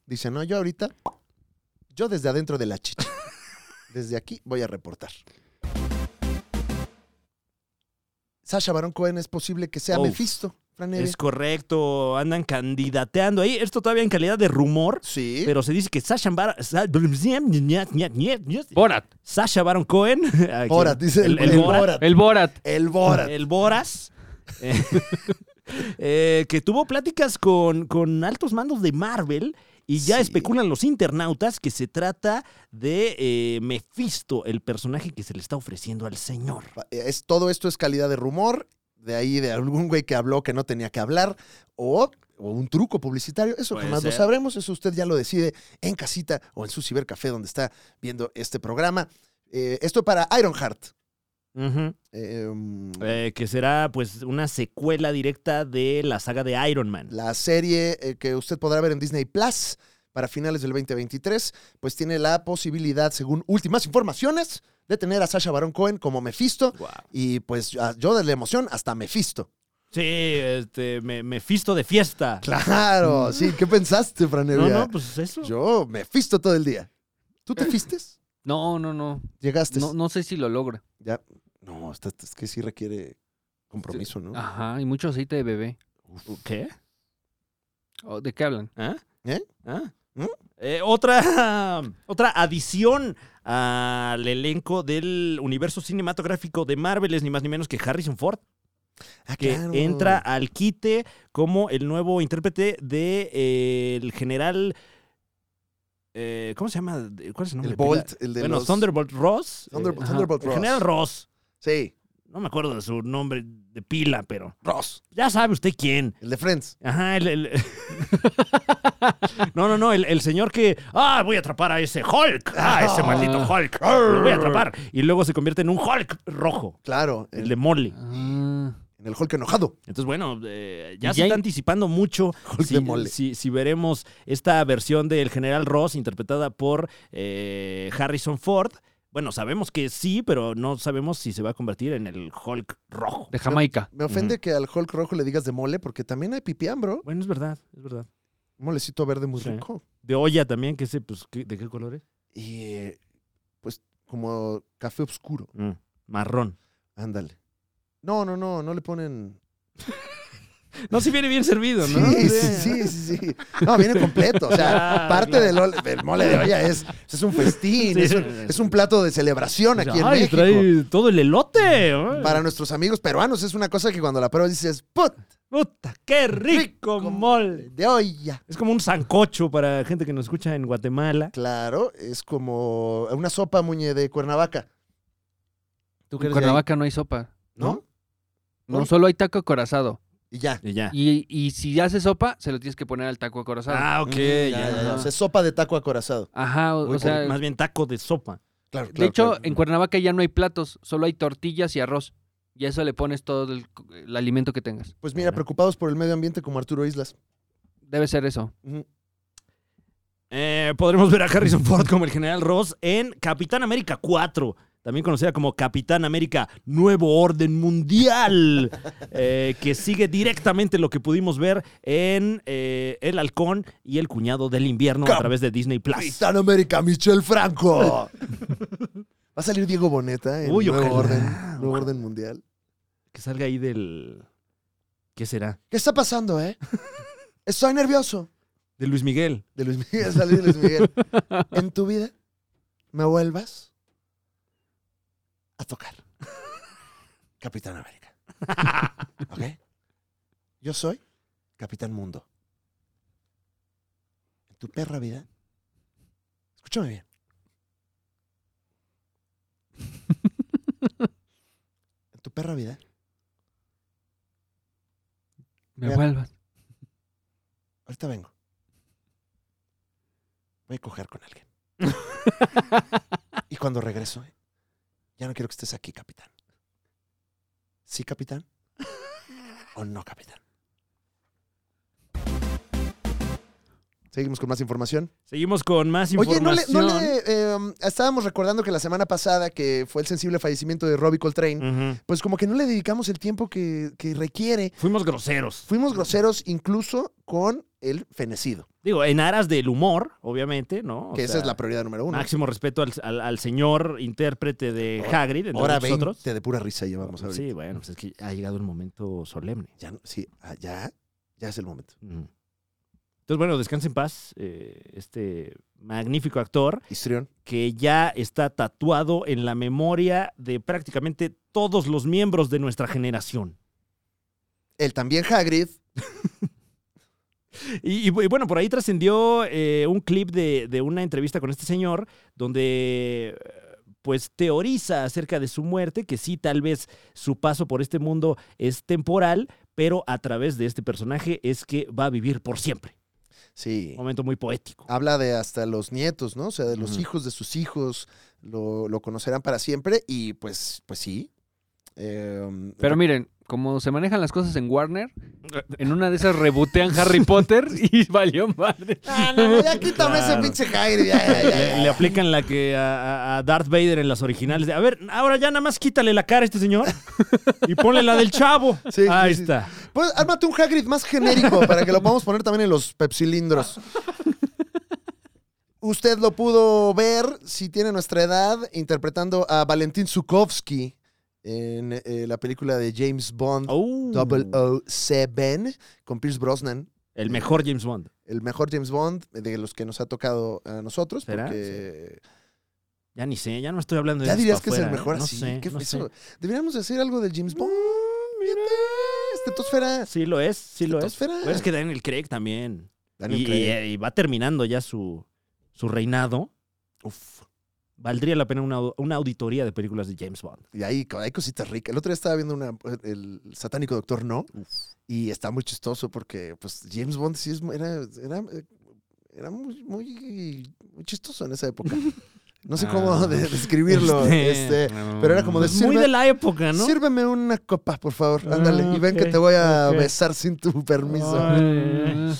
[SPEAKER 2] Dice, no, yo ahorita, yo desde adentro de la chicha. Desde aquí voy a reportar. Sasha Baron Cohen es posible que sea
[SPEAKER 1] Oh.
[SPEAKER 2] Mephisto, Fran Evia.
[SPEAKER 1] Es correcto. Andan candidateando ahí. Esto todavía en calidad de rumor.
[SPEAKER 2] Sí.
[SPEAKER 1] Pero se dice que Sasha Baron,
[SPEAKER 3] Borat,
[SPEAKER 1] Sasha Baron Cohen. a quien-
[SPEAKER 2] Borat, dice el, el
[SPEAKER 1] Borat.
[SPEAKER 2] Borat.
[SPEAKER 3] el Borat.
[SPEAKER 2] El Borat.
[SPEAKER 1] el Boras, eh, eh, que tuvo pláticas con, con altos mandos de Marvel y ya
[SPEAKER 2] Sí.
[SPEAKER 1] especulan los internautas que se trata de eh, Mephisto, el personaje que se le está ofreciendo al señor.
[SPEAKER 2] Es, todo esto es calidad de rumor, de ahí de algún güey que habló que no tenía que hablar, o, o un truco publicitario. Eso
[SPEAKER 1] Puede
[SPEAKER 2] jamás lo
[SPEAKER 1] ser.
[SPEAKER 2] sabremos, eso usted ya lo decide en casita o en su cibercafé donde está viendo este programa. Eh, esto para Ironheart.
[SPEAKER 1] Ujú.
[SPEAKER 2] Eh, mm,
[SPEAKER 1] Eh, que será pues una secuela directa de la saga de Iron Man.
[SPEAKER 2] la serie eh, que usted podrá ver en Disney Plus para finales del 2023, pues tiene la posibilidad, según últimas informaciones, de tener a Sasha Baron Cohen como Mephisto.
[SPEAKER 1] Guau.
[SPEAKER 2] Y pues a- yo de la emoción hasta Mephisto.
[SPEAKER 1] Sí, este, me, me fisto de fiesta.
[SPEAKER 2] Claro, sí. ¿Qué
[SPEAKER 1] Mm.
[SPEAKER 2] pensaste,
[SPEAKER 1] No,
[SPEAKER 2] Franevia?
[SPEAKER 1] no, pues eso.
[SPEAKER 2] Yo me fisto todo el día. ¿Tú te fistes?
[SPEAKER 3] No, no, no.
[SPEAKER 2] Llegaste.
[SPEAKER 3] No, no sé si lo logra.
[SPEAKER 2] Ya. No, esta- esta- es que sí requiere compromiso,
[SPEAKER 1] Ah,
[SPEAKER 2] ¿no?
[SPEAKER 3] Ajá, y mucho aceite de bebé.
[SPEAKER 1] ¿Qué?
[SPEAKER 3] Oh, ¿De qué hablan?
[SPEAKER 1] ¿Ah?
[SPEAKER 2] ¿Eh?
[SPEAKER 1] ¿Ah?
[SPEAKER 2] ¿Mm?
[SPEAKER 1] Eh, otra, otra adición al elenco del universo cinematográfico de Marvel es ni más ni menos que Harrison Ford,
[SPEAKER 2] Ah,
[SPEAKER 1] que
[SPEAKER 2] claro.
[SPEAKER 1] entra al quite como el nuevo intérprete de eh, el general. eh, ¿Cómo se llama? ¿Cuál es el nombre?
[SPEAKER 2] El Bolt, el de
[SPEAKER 1] bueno,
[SPEAKER 2] los...
[SPEAKER 1] Thunderbolt Ross. eh,
[SPEAKER 2] Thunderbolt,
[SPEAKER 3] ajá.
[SPEAKER 2] Thunderbolt
[SPEAKER 1] el
[SPEAKER 2] Ross.
[SPEAKER 1] general Ross.
[SPEAKER 2] Sí,
[SPEAKER 1] No me acuerdo de su nombre de pila, pero
[SPEAKER 2] Ross.
[SPEAKER 1] ya sabe usted quién.
[SPEAKER 2] El de Friends.
[SPEAKER 1] Ajá, el. el- no, no, no, el, el señor que. ¡Ah, voy a atrapar a ese Hulk! ¡Ah, ese maldito Hulk! ¡Lo voy a atrapar! Y luego se convierte en un Hulk rojo,
[SPEAKER 2] Claro,
[SPEAKER 1] el
[SPEAKER 2] el-
[SPEAKER 1] de Molly.
[SPEAKER 3] Ah,
[SPEAKER 2] en el Hulk enojado.
[SPEAKER 1] Entonces, bueno, eh, ya
[SPEAKER 3] Y
[SPEAKER 1] se
[SPEAKER 3] ya
[SPEAKER 1] está
[SPEAKER 3] hay-
[SPEAKER 1] anticipando mucho
[SPEAKER 2] Hulk
[SPEAKER 1] si,
[SPEAKER 2] de Molly.
[SPEAKER 1] si- si veremos esta versión del General Ross interpretada por eh, Harrison Ford. Bueno, sabemos que sí, pero no sabemos si se va a convertir en el Hulk rojo.
[SPEAKER 3] de Jamaica.
[SPEAKER 2] Me ofende que al Hulk rojo le digas de mole, porque también hay pipián, bro.
[SPEAKER 1] Bueno, es verdad, es verdad.
[SPEAKER 2] Molecito verde muy
[SPEAKER 1] Sí.
[SPEAKER 2] rico.
[SPEAKER 1] De olla también, que sé, pues, ¿qué- ¿de qué color es?
[SPEAKER 2] Y eh, pues como café oscuro.
[SPEAKER 1] Mm, marrón.
[SPEAKER 2] Ándale. No, no, no, no le ponen.
[SPEAKER 1] No, si viene bien servido,
[SPEAKER 2] Sí,
[SPEAKER 1] ¿no?
[SPEAKER 2] sí, sí, sí, sí. No, viene completo. O sea,
[SPEAKER 1] Ah,
[SPEAKER 2] parte
[SPEAKER 1] claro.
[SPEAKER 2] del, ole- del mole de olla es, es un festín,
[SPEAKER 1] Sí.
[SPEAKER 2] es, un, es un plato de celebración aquí en
[SPEAKER 1] Ay,
[SPEAKER 2] México.
[SPEAKER 1] trae todo el elote. ay.
[SPEAKER 2] Para nuestros amigos peruanos es una cosa que cuando la pruebas dices, ¡put!
[SPEAKER 1] Puta, qué rico,
[SPEAKER 2] Rico
[SPEAKER 1] mole.
[SPEAKER 2] De olla.
[SPEAKER 1] Es como un sancocho para gente que nos escucha en Guatemala.
[SPEAKER 2] Claro, es como una sopa muñe de Cuernavaca,
[SPEAKER 1] ¿Tú
[SPEAKER 3] En Cuernavaca no hay sopa.
[SPEAKER 2] ¿no?
[SPEAKER 3] No,
[SPEAKER 2] ¿Por?
[SPEAKER 3] solo hay taco acorazado.
[SPEAKER 2] Y ya.
[SPEAKER 1] Y ya.
[SPEAKER 3] Y, y si haces sopa, se lo tienes que poner al taco acorazado.
[SPEAKER 1] Ah, ok,
[SPEAKER 2] Mm,
[SPEAKER 1] ya.
[SPEAKER 2] ya, ya, ya.
[SPEAKER 3] ya.
[SPEAKER 2] O sea, es sopa de taco acorazado.
[SPEAKER 3] Ajá, o,
[SPEAKER 1] Uy,
[SPEAKER 3] o sea,
[SPEAKER 1] por- más bien taco de sopa.
[SPEAKER 2] Claro,
[SPEAKER 3] de hecho, en Cuernavaca ya no hay platos, solo hay tortillas y arroz. Y a eso le pones todo el, el alimento que tengas.
[SPEAKER 2] Pues mira, preocupados por el medio ambiente como Arturo Islas.
[SPEAKER 3] Debe ser eso.
[SPEAKER 2] Ujú.
[SPEAKER 1] Eh, podremos ver a Harrison Ford como el general Ross en Capitán América 4. También conocida como Capitán América Nuevo Orden Mundial, eh, que sigue directamente lo que pudimos ver en eh, El Halcón y El Cuñado del Invierno a
[SPEAKER 2] Cap-
[SPEAKER 1] través de Disney Plus.
[SPEAKER 2] Capitán América, Michel Franco. Va a salir Diego Boneta en
[SPEAKER 1] Uy,
[SPEAKER 2] Nuevo
[SPEAKER 1] ojalá,
[SPEAKER 2] Orden, Nuevo
[SPEAKER 1] ojalá.
[SPEAKER 2] Orden Mundial.
[SPEAKER 1] Que salga ahí del. ¿Qué será?
[SPEAKER 2] ¿Qué está pasando, eh? Estoy nervioso.
[SPEAKER 1] De Luis Miguel.
[SPEAKER 2] De Luis Miguel, salir de Luis Miguel. En tu vida me vuelvas a tocar. Capitán América. ¿Ok? Yo soy Capitán Mundo. En tu perra vida. Escúchame bien. En tu perra vida
[SPEAKER 3] Me
[SPEAKER 2] Ya.
[SPEAKER 3] vuelvas.
[SPEAKER 2] Ahorita vengo. Voy a coger con alguien. y cuando regreso, ¿eh? ya no quiero que estés aquí, capitán. ¿Sí, capitán? ¿O no, capitán? Seguimos con más información.
[SPEAKER 1] Seguimos con más
[SPEAKER 2] Oye, no le...
[SPEAKER 1] información.
[SPEAKER 2] no le, eh, estábamos recordando que la semana pasada, que fue el sensible fallecimiento de Robbie Coltrane,
[SPEAKER 1] Ujú.
[SPEAKER 2] pues como que no le dedicamos el tiempo que, que requiere.
[SPEAKER 1] Fuimos groseros.
[SPEAKER 2] Fuimos groseros incluso con el fenecido,
[SPEAKER 1] Digo, en aras del humor, obviamente, ¿no? O
[SPEAKER 2] que esa
[SPEAKER 1] sea,
[SPEAKER 2] es la prioridad número uno.
[SPEAKER 1] Máximo respeto al, al- al señor intérprete de
[SPEAKER 2] Ahora-
[SPEAKER 1] Hagrid, entre
[SPEAKER 2] Ahora
[SPEAKER 1] nosotros.
[SPEAKER 2] 20 de pura risa llevamos ahorita.
[SPEAKER 1] Sí, bueno, pues es que ha llegado el momento solemne.
[SPEAKER 2] Ya, no- sí, ah, ya, ya es el momento.
[SPEAKER 1] Mm. Entonces, bueno, descanse en paz eh, este magnífico actor
[SPEAKER 2] Histrión.
[SPEAKER 1] que ya está tatuado en la memoria de prácticamente todos los miembros de nuestra generación.
[SPEAKER 2] Él también Hagrid.
[SPEAKER 1] Y, y, y bueno, por ahí trascendió eh, un clip de, de una entrevista con este señor donde eh, pues teoriza acerca de su muerte, que sí, tal vez su paso por este mundo es temporal, pero a través de este personaje es que va a vivir por siempre.
[SPEAKER 2] Sí.
[SPEAKER 1] Un momento muy poético.
[SPEAKER 2] Habla de hasta los nietos, ¿no? O sea, de los
[SPEAKER 1] Ujú.
[SPEAKER 2] hijos de sus hijos. Lo, lo conocerán para siempre. Y pues, pues sí. Eh,
[SPEAKER 3] Pero miren, Como se manejan las cosas en Warner, en una de esas rebotean Harry Potter y valió madre.
[SPEAKER 4] Ah, no, no, ya quítame
[SPEAKER 1] Claro.
[SPEAKER 4] ese pinche Jair. Ya, ya, ya, ya.
[SPEAKER 1] Le, le aplican la que a, a- a Darth Vader en las originales. de, a ver, ahora ya nada más quítale la cara a este señor y ponle la del chavo.
[SPEAKER 2] Sí,
[SPEAKER 1] Ahí
[SPEAKER 2] sí, sí.
[SPEAKER 1] está.
[SPEAKER 2] Pues ármate un Hagrid más genérico para que lo podamos poner también en los pepsilindros. Usted lo pudo ver, si tiene nuestra edad, interpretando a Valentín Zukovsky en eh, la película de James Bond
[SPEAKER 1] Oh,
[SPEAKER 2] 007 con Pierce Brosnan.
[SPEAKER 1] el mejor James Bond.
[SPEAKER 2] El mejor James Bond de los que nos ha tocado a nosotros.
[SPEAKER 1] ¿Será?
[SPEAKER 2] Porque
[SPEAKER 1] Ya ni sé, ya no estoy hablando de
[SPEAKER 2] ya
[SPEAKER 1] esto
[SPEAKER 2] dirías que es el
[SPEAKER 1] afuera,
[SPEAKER 2] mejor
[SPEAKER 1] ¿eh? No
[SPEAKER 2] así.
[SPEAKER 1] sé, Mm,
[SPEAKER 2] Qué
[SPEAKER 1] no
[SPEAKER 2] feo.
[SPEAKER 1] sé.
[SPEAKER 2] Deberíamos decir algo del James Bond. Estetosfera.
[SPEAKER 1] Sí lo es, sí lo es.
[SPEAKER 2] Estetosfera.
[SPEAKER 1] Pero es que Daniel Craig también.
[SPEAKER 2] Daniel
[SPEAKER 1] y,
[SPEAKER 2] Craig.
[SPEAKER 1] y- y va terminando ya su, su reinado.
[SPEAKER 2] Uf.
[SPEAKER 1] Valdría la pena una, au- una auditoría de películas de James Bond.
[SPEAKER 2] Y hay, co- hay cositas ricas. El otro día estaba viendo una, el satánico doctor No y está muy chistoso porque pues James Bond sí es, mu- era, era, eh, era muy, muy, muy chistoso en esa época. No sé cómo
[SPEAKER 1] Ah.
[SPEAKER 2] de- describirlo.
[SPEAKER 1] Este,
[SPEAKER 2] este, pero era como de,
[SPEAKER 1] pues Muy
[SPEAKER 2] sirve-
[SPEAKER 1] de la época, ¿no?
[SPEAKER 2] Sírveme una copa, por favor.
[SPEAKER 1] Ah,
[SPEAKER 2] Ándale. y ven que
[SPEAKER 1] ok,
[SPEAKER 2] te voy a
[SPEAKER 1] ok.
[SPEAKER 2] besar sin tu permiso.
[SPEAKER 3] Eh.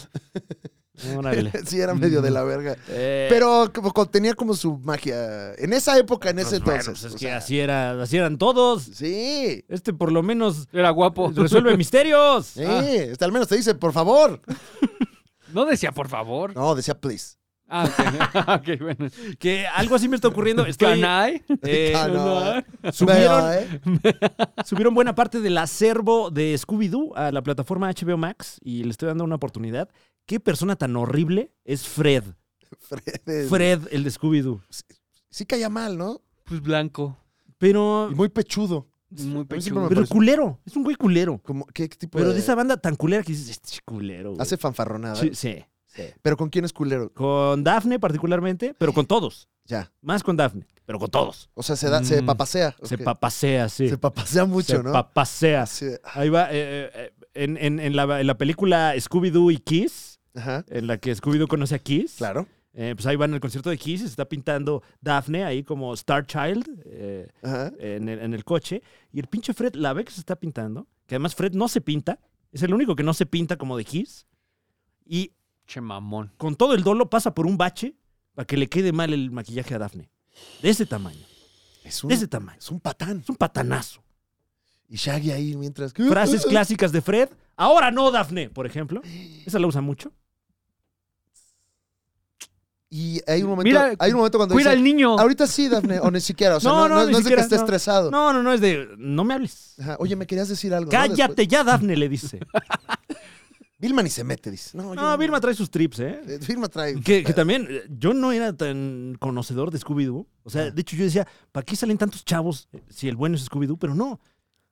[SPEAKER 1] Ay, Órale.
[SPEAKER 2] sí, era medio de la verga.
[SPEAKER 1] Eh,
[SPEAKER 2] Pero como, co- tenía como su magia. En esa época, en
[SPEAKER 1] pues,
[SPEAKER 2] ese
[SPEAKER 1] bueno,
[SPEAKER 2] entonces.
[SPEAKER 1] pues es
[SPEAKER 2] o
[SPEAKER 1] que
[SPEAKER 2] sea,
[SPEAKER 1] así, era, así eran todos.
[SPEAKER 2] Sí.
[SPEAKER 1] Este por lo menos
[SPEAKER 3] Era guapo.
[SPEAKER 1] resuelve misterios.
[SPEAKER 2] Sí,
[SPEAKER 1] Ah,
[SPEAKER 2] este, al menos te dice, por favor.
[SPEAKER 3] No decía, por favor.
[SPEAKER 2] No, decía, please.
[SPEAKER 3] Ah, ok, ok, bueno.
[SPEAKER 1] que algo así me está ocurriendo. Estoy,
[SPEAKER 3] Can I?
[SPEAKER 1] eh,
[SPEAKER 2] Ah, no.
[SPEAKER 1] subieron,
[SPEAKER 2] Vea, ¿eh?
[SPEAKER 1] Subieron buena parte del acervo de Scooby-Doo a la plataforma HBO Max y le estoy dando una oportunidad. ¿Qué persona tan horrible es Fred?
[SPEAKER 2] Fred es-
[SPEAKER 1] Fred, el de Scooby-Doo.
[SPEAKER 2] Sí caía mal, ¿no?
[SPEAKER 3] Pues blanco.
[SPEAKER 1] Pero,
[SPEAKER 2] eh, Y muy pechudo.
[SPEAKER 3] Muy
[SPEAKER 2] A mí siempre me
[SPEAKER 3] pechudo.
[SPEAKER 1] pero
[SPEAKER 2] parece-
[SPEAKER 1] culero. Es un güey culero.
[SPEAKER 2] Como, ¿Qué tipo
[SPEAKER 1] Pero de esa banda tan culera que dices, este es culero. güey".
[SPEAKER 2] Hace fanfarronada.
[SPEAKER 1] Sí, sí, sí.
[SPEAKER 2] Pero ¿con quién es culero?
[SPEAKER 1] Con Daphne particularmente, pero con todos.
[SPEAKER 2] Ya.
[SPEAKER 1] Más con Daphne, pero con todos.
[SPEAKER 2] O sea, se, da, se
[SPEAKER 3] Mm.
[SPEAKER 2] papasea.
[SPEAKER 1] Se
[SPEAKER 2] Ok.
[SPEAKER 1] papasea, sí.
[SPEAKER 2] Se papasea mucho,
[SPEAKER 1] Se
[SPEAKER 2] ¿no?
[SPEAKER 1] papasea.
[SPEAKER 2] Así de-
[SPEAKER 1] Ahí va. eh, eh, eh, en, en- en la, en la película Scooby-Doo y Kiss,
[SPEAKER 2] Ajá.
[SPEAKER 1] en la que Scooby-Doo conoce a Kiss.
[SPEAKER 2] Claro.
[SPEAKER 1] Eh, pues ahí van al concierto de Kiss, y se está pintando Daphne ahí como Star Child eh,
[SPEAKER 2] Ajá.
[SPEAKER 1] en, el, en el coche. Y el pinche Fred la ve que se está pintando, que además Fred no se pinta, es el único que no se pinta como de Kiss. Y
[SPEAKER 3] Che mamón.
[SPEAKER 1] con todo el dolo pasa por un bache para que le quede mal el maquillaje a Daphne. De ese tamaño,
[SPEAKER 2] Es un,
[SPEAKER 1] de ese tamaño.
[SPEAKER 2] es un patán.
[SPEAKER 1] Es un patanazo.
[SPEAKER 2] Y Shaggy ahí mientras.
[SPEAKER 1] Frases clásicas de Fred. Ahora no, Daphne, por ejemplo. Esa la usa mucho.
[SPEAKER 2] Y hay un momento,
[SPEAKER 3] Mira,
[SPEAKER 2] hay un momento cuando
[SPEAKER 3] Cuida al
[SPEAKER 2] dice,
[SPEAKER 3] niño.
[SPEAKER 2] ahorita sí, Dafne, o ni siquiera, o sea,
[SPEAKER 1] No,
[SPEAKER 2] no,
[SPEAKER 1] no,
[SPEAKER 2] no-
[SPEAKER 1] ni
[SPEAKER 2] no es de
[SPEAKER 1] siquiera,
[SPEAKER 2] que esté
[SPEAKER 1] no.
[SPEAKER 2] estresado.
[SPEAKER 1] No, no, no, es de. No me hables.
[SPEAKER 2] Ajá, Oye, me querías decir algo. ¿no? Después-
[SPEAKER 1] Cállate ya, Daphne, le dice.
[SPEAKER 2] Vilma ni se mete, dice. No, yo
[SPEAKER 1] No, Vilma trae sus trips, ¿eh?
[SPEAKER 2] Eh, Vilma trae.
[SPEAKER 1] Que, que también, eh, yo no era tan conocedor de Scooby-Doo. O sea, de hecho yo decía, ¿para qué salen tantos chavos eh, si el bueno es Scooby-Doo? Pero no,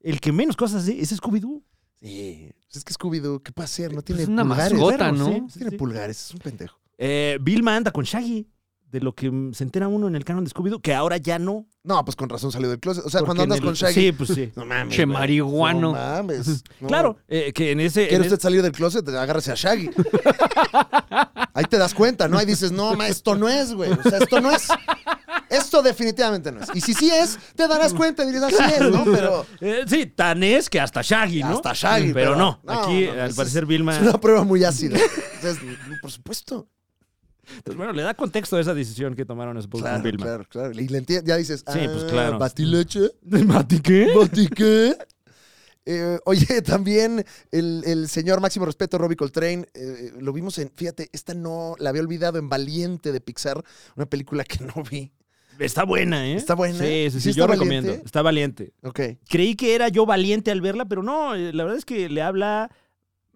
[SPEAKER 1] el que menos cosas hace es Scooby-Doo.
[SPEAKER 2] Sí. Pues es que Scooby-Doo, ¿qué puede hacer?
[SPEAKER 1] Pues
[SPEAKER 2] No tiene
[SPEAKER 3] Es una
[SPEAKER 2] pulgares. ¿eh?
[SPEAKER 3] mascota,
[SPEAKER 1] enfermo,
[SPEAKER 3] ¿no?
[SPEAKER 2] No tiene pulgares, es un pendejo.
[SPEAKER 1] Eh, Vilma anda con Shaggy, de lo que mm, se entera uno en el canon de Scooby-Doo, que ahora ya no.
[SPEAKER 2] No, pues con razón salió del closet. O sea,
[SPEAKER 1] porque
[SPEAKER 2] cuando andas
[SPEAKER 1] en el-
[SPEAKER 2] con Shaggy.
[SPEAKER 1] Sí, pues sí.
[SPEAKER 2] No mames.
[SPEAKER 3] Che
[SPEAKER 2] güey. No
[SPEAKER 3] marihuano.
[SPEAKER 2] mames. no.
[SPEAKER 1] Claro, eh, que en ese... en
[SPEAKER 2] ¿Quiere
[SPEAKER 1] ese-
[SPEAKER 2] usted salir del closet? Agárrese a Shaggy. Ahí te das cuenta, ¿no? Ahí dices, no, ma, esto no es, güey. O sea, esto no es. Esto definitivamente no es. Y si sí es, te darás cuenta y dirás, así es, ¿no? Pero
[SPEAKER 1] eh, sí, tan es que hasta Shaggy, ¿no?
[SPEAKER 2] Hasta Shaggy,
[SPEAKER 1] Pero,
[SPEAKER 2] pero-
[SPEAKER 1] no,
[SPEAKER 2] no,
[SPEAKER 1] aquí
[SPEAKER 2] no,
[SPEAKER 1] al
[SPEAKER 2] es-
[SPEAKER 1] parecer Vilma...
[SPEAKER 2] es una prueba muy ácida. Entonces, por supuesto.
[SPEAKER 1] Pues, bueno, le da contexto a esa decisión que tomaron después con
[SPEAKER 2] Claro,
[SPEAKER 1] Pues Vilma.
[SPEAKER 2] claro, claro. Y le entiendes, ya dices, ah,
[SPEAKER 1] Sí, pues, claro.
[SPEAKER 2] Batileche.
[SPEAKER 1] ¿A ti qué?
[SPEAKER 2] Batiqué. Eh, oye, también el, el señor máximo respeto, Robbie Coltrane, eh, lo vimos en, fíjate, esta no, la había olvidado en Valiente de Pixar, una película que no vi.
[SPEAKER 1] Está buena, ¿eh?
[SPEAKER 2] Está buena.
[SPEAKER 1] Sí, sí, sí,
[SPEAKER 2] ¿Sí
[SPEAKER 1] yo
[SPEAKER 2] está
[SPEAKER 1] recomiendo.
[SPEAKER 2] valiente?
[SPEAKER 1] Está valiente.
[SPEAKER 2] Ok.
[SPEAKER 1] Creí que era yo valiente al verla, pero no, eh, la verdad es que le habla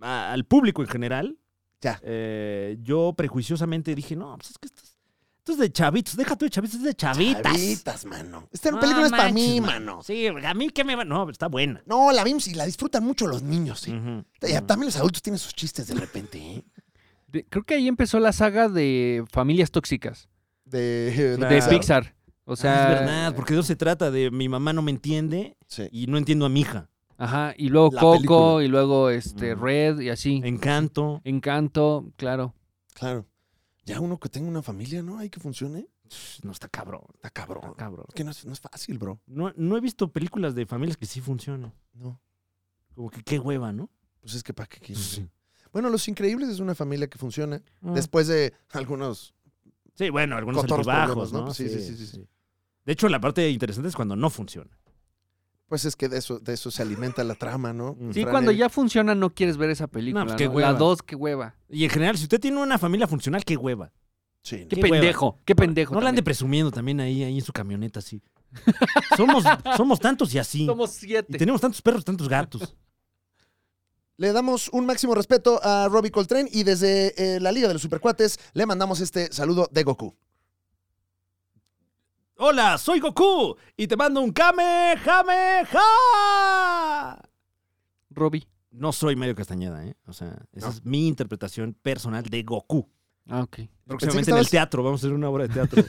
[SPEAKER 1] a- al público en general.
[SPEAKER 2] Ya.
[SPEAKER 1] Eh, yo prejuiciosamente dije, no, pues es que esto es, esto es de chavitos, deja tú de chavitos, es de chavitas.
[SPEAKER 2] Chavitas, mano. Esta
[SPEAKER 1] No
[SPEAKER 2] película es para
[SPEAKER 1] manches,
[SPEAKER 2] mí,
[SPEAKER 1] mano.
[SPEAKER 2] mano.
[SPEAKER 1] Sí, a mí que me va. No, está buena.
[SPEAKER 2] No, la vimos y la disfrutan mucho los niños, sí.
[SPEAKER 1] Ujú. Ah,
[SPEAKER 2] Y También los adultos tienen sus chistes de repente, ¿eh?
[SPEAKER 3] De- Creo que ahí empezó la saga de familias tóxicas
[SPEAKER 2] De,
[SPEAKER 1] Claro.
[SPEAKER 3] de Pixar. O sea,
[SPEAKER 1] Ah, es verdad, porque de eso se trata de mi mamá no me entiende
[SPEAKER 2] Sí.
[SPEAKER 1] y no entiendo a mi hija.
[SPEAKER 3] ajá, y luego
[SPEAKER 2] La
[SPEAKER 3] Coco
[SPEAKER 2] película.
[SPEAKER 3] y luego este
[SPEAKER 1] Ujú.
[SPEAKER 3] Red y así.
[SPEAKER 1] Encanto.
[SPEAKER 3] Encanto, claro.
[SPEAKER 2] Claro. Ya uno que tenga una familia, ¿no? Hay que funcione.
[SPEAKER 1] Pff, No está cabrón,
[SPEAKER 2] Está cabrón.
[SPEAKER 1] está cabrón.
[SPEAKER 2] Es que no es, no es fácil, bro.
[SPEAKER 1] No, no he visto películas de familias que sí funcionan.
[SPEAKER 2] No.
[SPEAKER 1] Como que qué hueva, ¿no?
[SPEAKER 2] Pues es que para qué quieres.
[SPEAKER 1] Sí.
[SPEAKER 2] Bueno, Los Increíbles es una familia que funciona.
[SPEAKER 3] Ah.
[SPEAKER 1] Mm.
[SPEAKER 2] Después de algunos.
[SPEAKER 1] Sí, bueno, algunos
[SPEAKER 2] Cotorros
[SPEAKER 1] altibajos,
[SPEAKER 2] problemas, ¿no?
[SPEAKER 1] ¿no?
[SPEAKER 2] Pues sí, sí, sí, sí, sí.
[SPEAKER 1] De hecho, la parte interesante es cuando no funciona.
[SPEAKER 2] Pues es que de eso, de eso se alimenta la trama, ¿no?
[SPEAKER 1] Mm.
[SPEAKER 3] Sí,
[SPEAKER 2] Fran,
[SPEAKER 3] cuando
[SPEAKER 2] el-
[SPEAKER 3] ya funciona no quieres ver esa película.
[SPEAKER 1] No, pues, qué
[SPEAKER 3] ¿no?
[SPEAKER 1] hueva.
[SPEAKER 3] La dos, qué hueva.
[SPEAKER 1] Y en general, si usted tiene una familia funcional, qué hueva.
[SPEAKER 2] Sí,
[SPEAKER 1] Qué
[SPEAKER 3] Qué,
[SPEAKER 1] hueva.
[SPEAKER 3] pendejo, qué pendejo.
[SPEAKER 1] No la ande
[SPEAKER 3] también.
[SPEAKER 1] presumiendo también ahí, ahí en su camioneta, así. somos, somos tantos y así.
[SPEAKER 3] Somos siete.
[SPEAKER 1] Y tenemos tantos perros, tantos gatos.
[SPEAKER 2] Le damos un máximo respeto a Robbie Coltrane y desde eh, la Liga de los Supercuates le mandamos este saludo de Goku.
[SPEAKER 1] Hola, soy Goku y te mando un Kamehameha.
[SPEAKER 3] Robbie.
[SPEAKER 1] No soy Mario Castañeda, ¿eh? O sea, esa es mi interpretación personal de Goku.
[SPEAKER 3] Ah, ok.
[SPEAKER 1] Próximamente en
[SPEAKER 2] estabas-
[SPEAKER 1] el teatro, vamos a hacer una obra de teatro.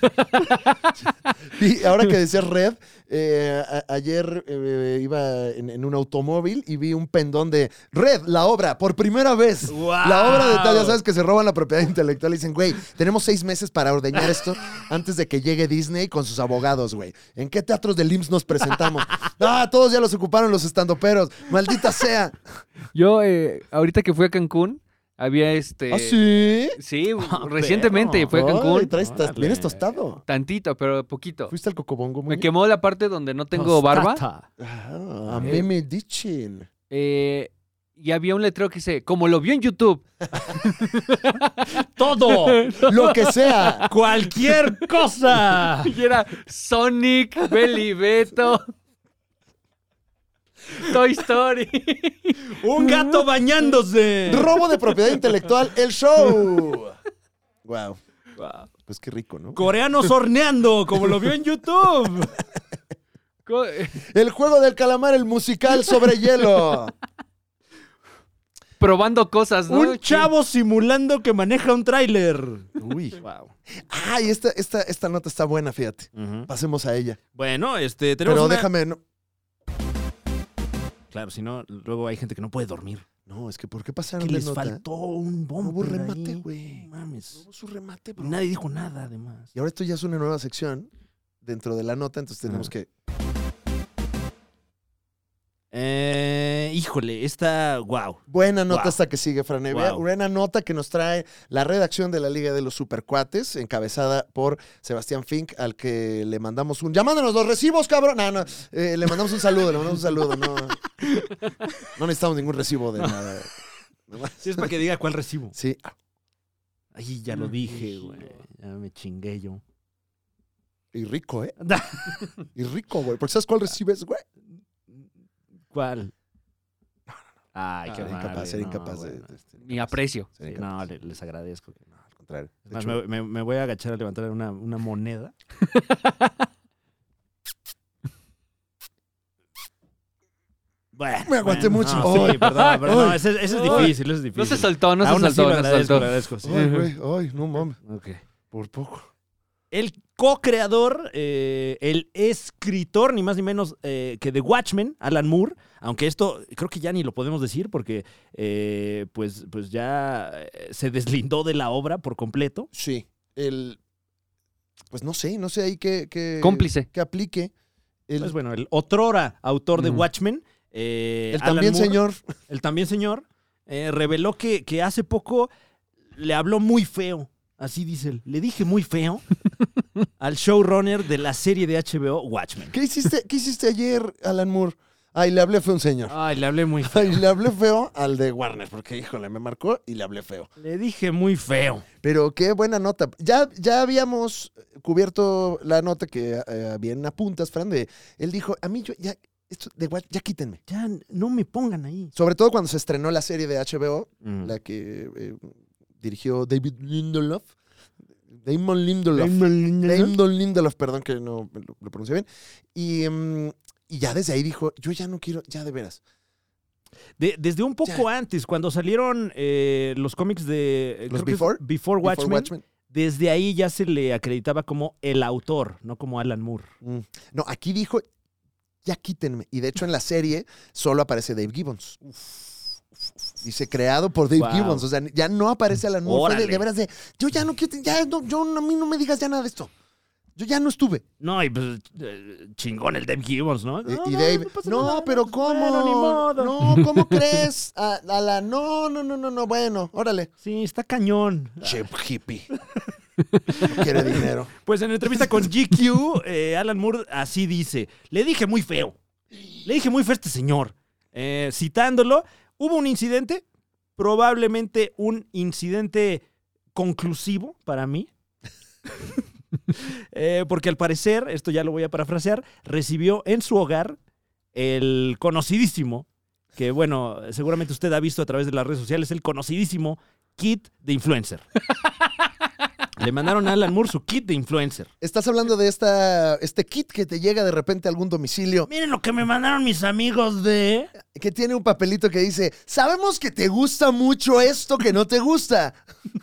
[SPEAKER 2] Y ahora que decías Red, eh, a- ayer eh, iba en, en un automóvil y vi un pendón de Red, la obra, por primera vez. La obra de
[SPEAKER 1] Ah.
[SPEAKER 2] tal, ya sabes que se roban la propiedad intelectual y dicen, güey, tenemos seis meses para ordeñar esto antes de que llegue Disney con sus abogados, güey. ¿En qué teatros del IMSS nos presentamos? Ah, todos ya los ocuparon los estandoperos. Maldita sea.
[SPEAKER 3] Yo, eh, ahorita que fui a Cancún, había este.
[SPEAKER 2] ¿Ah, sí?
[SPEAKER 3] Sí,
[SPEAKER 1] Ah,
[SPEAKER 3] recientemente
[SPEAKER 1] perro.
[SPEAKER 3] fui a
[SPEAKER 2] Órale,
[SPEAKER 3] Cancún.
[SPEAKER 2] traes tas-
[SPEAKER 1] Órale.
[SPEAKER 2] vienes tostado.
[SPEAKER 3] Tantito, pero poquito.
[SPEAKER 2] Fuiste al cocobongo, muy
[SPEAKER 3] Me quemó la parte donde no tengo barba.
[SPEAKER 2] Ah, a mí me dicen.
[SPEAKER 3] eh, y había un letrero que dice, como lo vio en YouTube.
[SPEAKER 1] ¡Todo!
[SPEAKER 2] Lo que sea.
[SPEAKER 1] ¡Cualquier cosa!
[SPEAKER 3] Y era Sonic, Belly Beto, Toy Story.
[SPEAKER 1] ¡Un gato bañándose!
[SPEAKER 2] Robo de propiedad intelectual, el show. Wow.
[SPEAKER 3] Wow.
[SPEAKER 2] Pues qué rico, ¿no?
[SPEAKER 1] Coreanos horneando, como lo vio en YouTube.
[SPEAKER 3] Co- eh,
[SPEAKER 2] El juego del calamar, el musical sobre hielo.
[SPEAKER 3] Probando cosas, ¿no?
[SPEAKER 1] Un chavo simulando que maneja un tráiler.
[SPEAKER 2] Uy.
[SPEAKER 1] Wow.
[SPEAKER 2] Ay, esta, esta, esta nota está buena, fíjate. Pasemos a ella.
[SPEAKER 1] Bueno, este, tenemos
[SPEAKER 2] Pero
[SPEAKER 1] una-
[SPEAKER 2] déjame. No,
[SPEAKER 1] Claro, si no, luego hay gente que no puede dormir.
[SPEAKER 2] no, es que ¿por qué pasaron
[SPEAKER 1] Que
[SPEAKER 2] de
[SPEAKER 1] les
[SPEAKER 2] nota?
[SPEAKER 1] faltó un
[SPEAKER 2] No
[SPEAKER 1] bombo.
[SPEAKER 2] hubo remate, güey.
[SPEAKER 1] No
[SPEAKER 2] No
[SPEAKER 1] mames.
[SPEAKER 2] hubo su remate, bro.
[SPEAKER 1] Nadie dijo nada, además.
[SPEAKER 2] Y ahora esto ya es una nueva sección dentro de la nota, entonces tenemos
[SPEAKER 1] Ah.
[SPEAKER 2] que.
[SPEAKER 1] Eh, híjole, esta, wow.
[SPEAKER 2] Buena nota
[SPEAKER 1] Wow.
[SPEAKER 2] esta que sigue, Franevia.
[SPEAKER 1] Wow.
[SPEAKER 2] Buena nota que nos trae la redacción de la Liga de los Supercuates, encabezada por Sebastián Fink, al que le mandamos un. ¡Llamándonos los recibos, cabrón! No, no. eh, le mandamos un saludo, le mandamos un saludo. No, no necesitamos ningún recibo de nada.
[SPEAKER 1] Sí, es para que diga cuál recibo.
[SPEAKER 2] Sí. Ah,
[SPEAKER 1] Ay, ya lo dije, güey. Ya me chingué yo.
[SPEAKER 2] Y rico, ¿eh? Y rico, güey. Porque ¿sabes cuál recibes, güey?
[SPEAKER 1] ¿Cuál? Ay, qué
[SPEAKER 2] Ah,
[SPEAKER 1] mal.
[SPEAKER 2] incapaz, ser incapaz de. de-
[SPEAKER 3] Mi aprecio.
[SPEAKER 2] ser
[SPEAKER 1] Sí,
[SPEAKER 2] incapaz.
[SPEAKER 1] no, le- les agradezco. que no.
[SPEAKER 2] Al contrario.
[SPEAKER 1] Es más, me, me- me voy a agachar a levantar una, una moneda. Bueno,
[SPEAKER 2] Me aguanté
[SPEAKER 1] bueno,
[SPEAKER 2] mucho.
[SPEAKER 1] no,
[SPEAKER 2] Ay.
[SPEAKER 1] sí, perdón, perdón.
[SPEAKER 2] Ay.
[SPEAKER 1] Ese, ese es
[SPEAKER 3] Ay.
[SPEAKER 1] difícil, ese es difícil.
[SPEAKER 3] No se soltó, no
[SPEAKER 1] Aún
[SPEAKER 3] se
[SPEAKER 1] así lo
[SPEAKER 3] soltó, no se
[SPEAKER 1] agradezco, lo agradezco,
[SPEAKER 3] soltó.
[SPEAKER 1] sí.
[SPEAKER 2] Ay, güey. Ay, no mames.
[SPEAKER 1] Ok.
[SPEAKER 2] Por poco.
[SPEAKER 1] El co-creador, eh, el escritor, ni más ni menos eh, que de Watchmen, Alan Moore, aunque esto creo que ya ni lo podemos decir porque eh, pues, pues ya eh, se deslindó de la obra por completo.
[SPEAKER 2] Sí. El. Pues no sé, no sé ahí qué. qué-
[SPEAKER 3] Cómplice.
[SPEAKER 2] Que aplique. El,
[SPEAKER 1] Pues bueno, el otrora autor de
[SPEAKER 3] Ujú.
[SPEAKER 1] Watchmen, eh,
[SPEAKER 2] el
[SPEAKER 1] Alan
[SPEAKER 2] también
[SPEAKER 1] Moore,
[SPEAKER 2] señor.
[SPEAKER 1] el también señor, eh, reveló que, que hace poco le habló muy feo. Así dice él. Le dije muy feo al showrunner de la serie de HBO Watchmen.
[SPEAKER 2] ¿Qué hiciste, ¿Qué hiciste ayer, Alan Moore? Ay, le hablé feo a un señor.
[SPEAKER 1] Ay, le hablé muy
[SPEAKER 2] Ay, le hablé feo al de Warner, porque híjole, me marcó y le hablé feo.
[SPEAKER 1] Le dije muy feo.
[SPEAKER 2] Pero qué buena nota. Ya, ya habíamos cubierto la nota que eh, bien apuntas, Fran, de él dijo, a mí yo, ya, esto de Watch- ya quítenme.
[SPEAKER 1] Ya no me pongan ahí.
[SPEAKER 2] Sobre todo cuando se estrenó la serie de HBO, la que eh, dirigió David Lindelof. Damon Lindelof. Damon Lindelof, perdón que no lo, lo pronuncié bien. Y, mm, y ya desde ahí dijo, yo ya no quiero, ya de veras.
[SPEAKER 1] De- desde un poco antes, cuando salieron eh, los cómics de eh,
[SPEAKER 2] Los
[SPEAKER 1] creo que es
[SPEAKER 2] Before-
[SPEAKER 1] Before
[SPEAKER 2] Before
[SPEAKER 1] Watchmen,
[SPEAKER 2] Watchmen.
[SPEAKER 1] desde ahí ya se le acreditaba como el autor, no como Alan Moore.
[SPEAKER 2] Mm. No, aquí dijo, ya quítenme. Y de hecho en la serie solo aparece Dave Gibbons. Dice, creado por Dave
[SPEAKER 1] Wow.
[SPEAKER 2] Gibbons. O sea, ya no aparece Alan Moore. Fue de,
[SPEAKER 1] Órale.
[SPEAKER 2] de veras de, yo ya no quiero, ya no, yo, no- a mí no me digas ya nada de esto. Yo ya no estuve.
[SPEAKER 1] No, y pues eh, chingón el Dave Gibbons, ¿no?
[SPEAKER 2] Y,
[SPEAKER 1] No,
[SPEAKER 2] y
[SPEAKER 1] no,
[SPEAKER 2] Dave,
[SPEAKER 1] no pasa
[SPEAKER 2] no,
[SPEAKER 1] nada,
[SPEAKER 2] pero
[SPEAKER 1] pues,
[SPEAKER 2] ¿cómo?
[SPEAKER 1] bueno, ni modo.
[SPEAKER 2] No, ¿cómo crees? A, a la, no, no, no, no, no, bueno, órale.
[SPEAKER 1] Sí, está cañón.
[SPEAKER 2] Chip hippie. No quiere dinero.
[SPEAKER 1] Pues en entrevista con GQ, eh, Alan Moore así dice, le dije muy feo, le dije muy feo a este señor. Eh, citándolo, hubo un incidente, probablemente un incidente conclusivo para mí. Eh, porque al parecer, esto ya lo voy a parafrasear, recibió en su hogar el conocidísimo, que bueno, seguramente usted ha visto a través de las redes sociales, el conocidísimo kit de influencer. Le mandaron a Alan Moore su kit de influencer.
[SPEAKER 2] Estás hablando de esta, este kit que te llega de repente a algún domicilio,
[SPEAKER 1] Miren lo que me mandaron mis amigos de.
[SPEAKER 2] que tiene un papelito que dice, sabemos que te gusta mucho esto que no te gusta.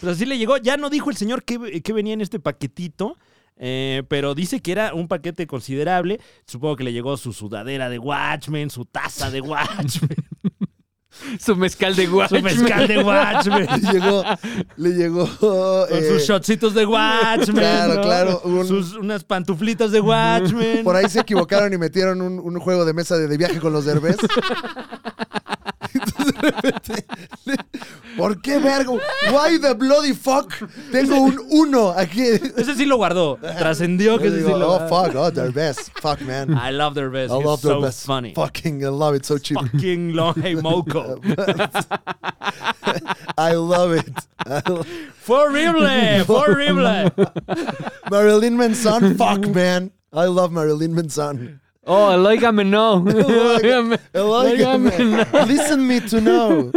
[SPEAKER 1] Pues así le llegó. Ya no dijo el señor que, venía en este paquetito. eh, pero dice que era un paquete considerable. Supongo que le llegó su sudadera de Watchmen, su taza de Watchmen,
[SPEAKER 3] Su mezcal de guacho.
[SPEAKER 1] su mezcal de Watchmen,
[SPEAKER 2] Le llegó, le llegó...
[SPEAKER 1] con
[SPEAKER 2] eh,
[SPEAKER 1] sus shotcitos de Watchmen.
[SPEAKER 2] Claro,
[SPEAKER 1] ¿no?
[SPEAKER 2] claro, un-
[SPEAKER 1] Sus- unas pantuflitas de Watchmen.
[SPEAKER 2] Por ahí se equivocaron y metieron un, un juego de mesa de, de viaje con los derbés. Entonces, de repente, le- ¿Por qué vergo? Why the bloody fuck? Tengo un uno aquí.
[SPEAKER 1] Ese sí lo guardó. Trascendió que
[SPEAKER 2] Yo
[SPEAKER 1] ese sí
[SPEAKER 2] digo,
[SPEAKER 1] lo Ah,
[SPEAKER 2] oh fuck, oh derbez, fuck man.
[SPEAKER 1] I love their best.
[SPEAKER 2] I
[SPEAKER 1] It's
[SPEAKER 2] love
[SPEAKER 1] so
[SPEAKER 2] derbez.
[SPEAKER 1] funny.
[SPEAKER 2] Fucking I love it so cheap.
[SPEAKER 1] Fucking Longhey Moco.
[SPEAKER 2] I love it. I lo-
[SPEAKER 1] Fue horrible, fue horrible.
[SPEAKER 2] Marilyn Manson, fuck man. I love Marilyn Manson.
[SPEAKER 3] Oh, oígame no.
[SPEAKER 2] Oígame, Oígame.
[SPEAKER 3] Oígame no.
[SPEAKER 2] Listen me to know.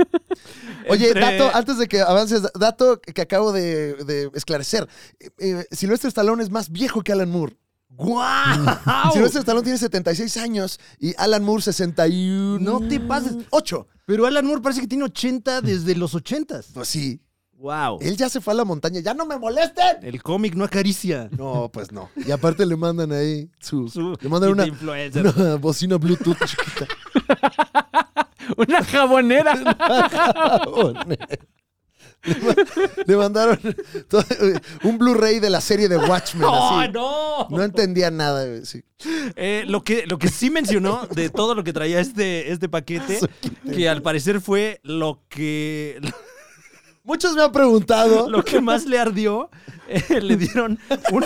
[SPEAKER 2] Oye,
[SPEAKER 1] Entre-
[SPEAKER 2] dato, antes de que avances, dato que acabo de, de esclarecer. Eh, eh, Silvestre Stallone es más viejo que Alan Moore.
[SPEAKER 1] ¡Guau!
[SPEAKER 2] Silvestre Stallone tiene 76 años y Alan Moore 61.
[SPEAKER 1] No te pases.
[SPEAKER 2] 8.
[SPEAKER 1] Pero Alan Moore parece que tiene 80 desde los 80.
[SPEAKER 2] Pues sí,
[SPEAKER 1] ¡Wow!
[SPEAKER 2] él ya se fue a la montaña. ¡Ya no me molesten!
[SPEAKER 1] El cómic no acaricia.
[SPEAKER 2] No, pues no. Y aparte le mandan ahí su...
[SPEAKER 1] Su-
[SPEAKER 2] le mandan
[SPEAKER 1] y
[SPEAKER 2] una,
[SPEAKER 1] de influencer.
[SPEAKER 2] una bocina Bluetooth chiquita.
[SPEAKER 3] Una jabonera.
[SPEAKER 2] Le mandaron todo- eh, un Blu-ray de la serie de Watchmen.
[SPEAKER 1] ¡Oh,
[SPEAKER 2] así.
[SPEAKER 1] no!
[SPEAKER 2] No entendía nada. güey, sí.
[SPEAKER 1] Eh, lo, que, lo que sí mencionó de todo lo que traía este, este paquete, que al parecer fue lo que,
[SPEAKER 2] Muchos me han preguntado.
[SPEAKER 1] lo que más le ardió. Eh, le dieron un,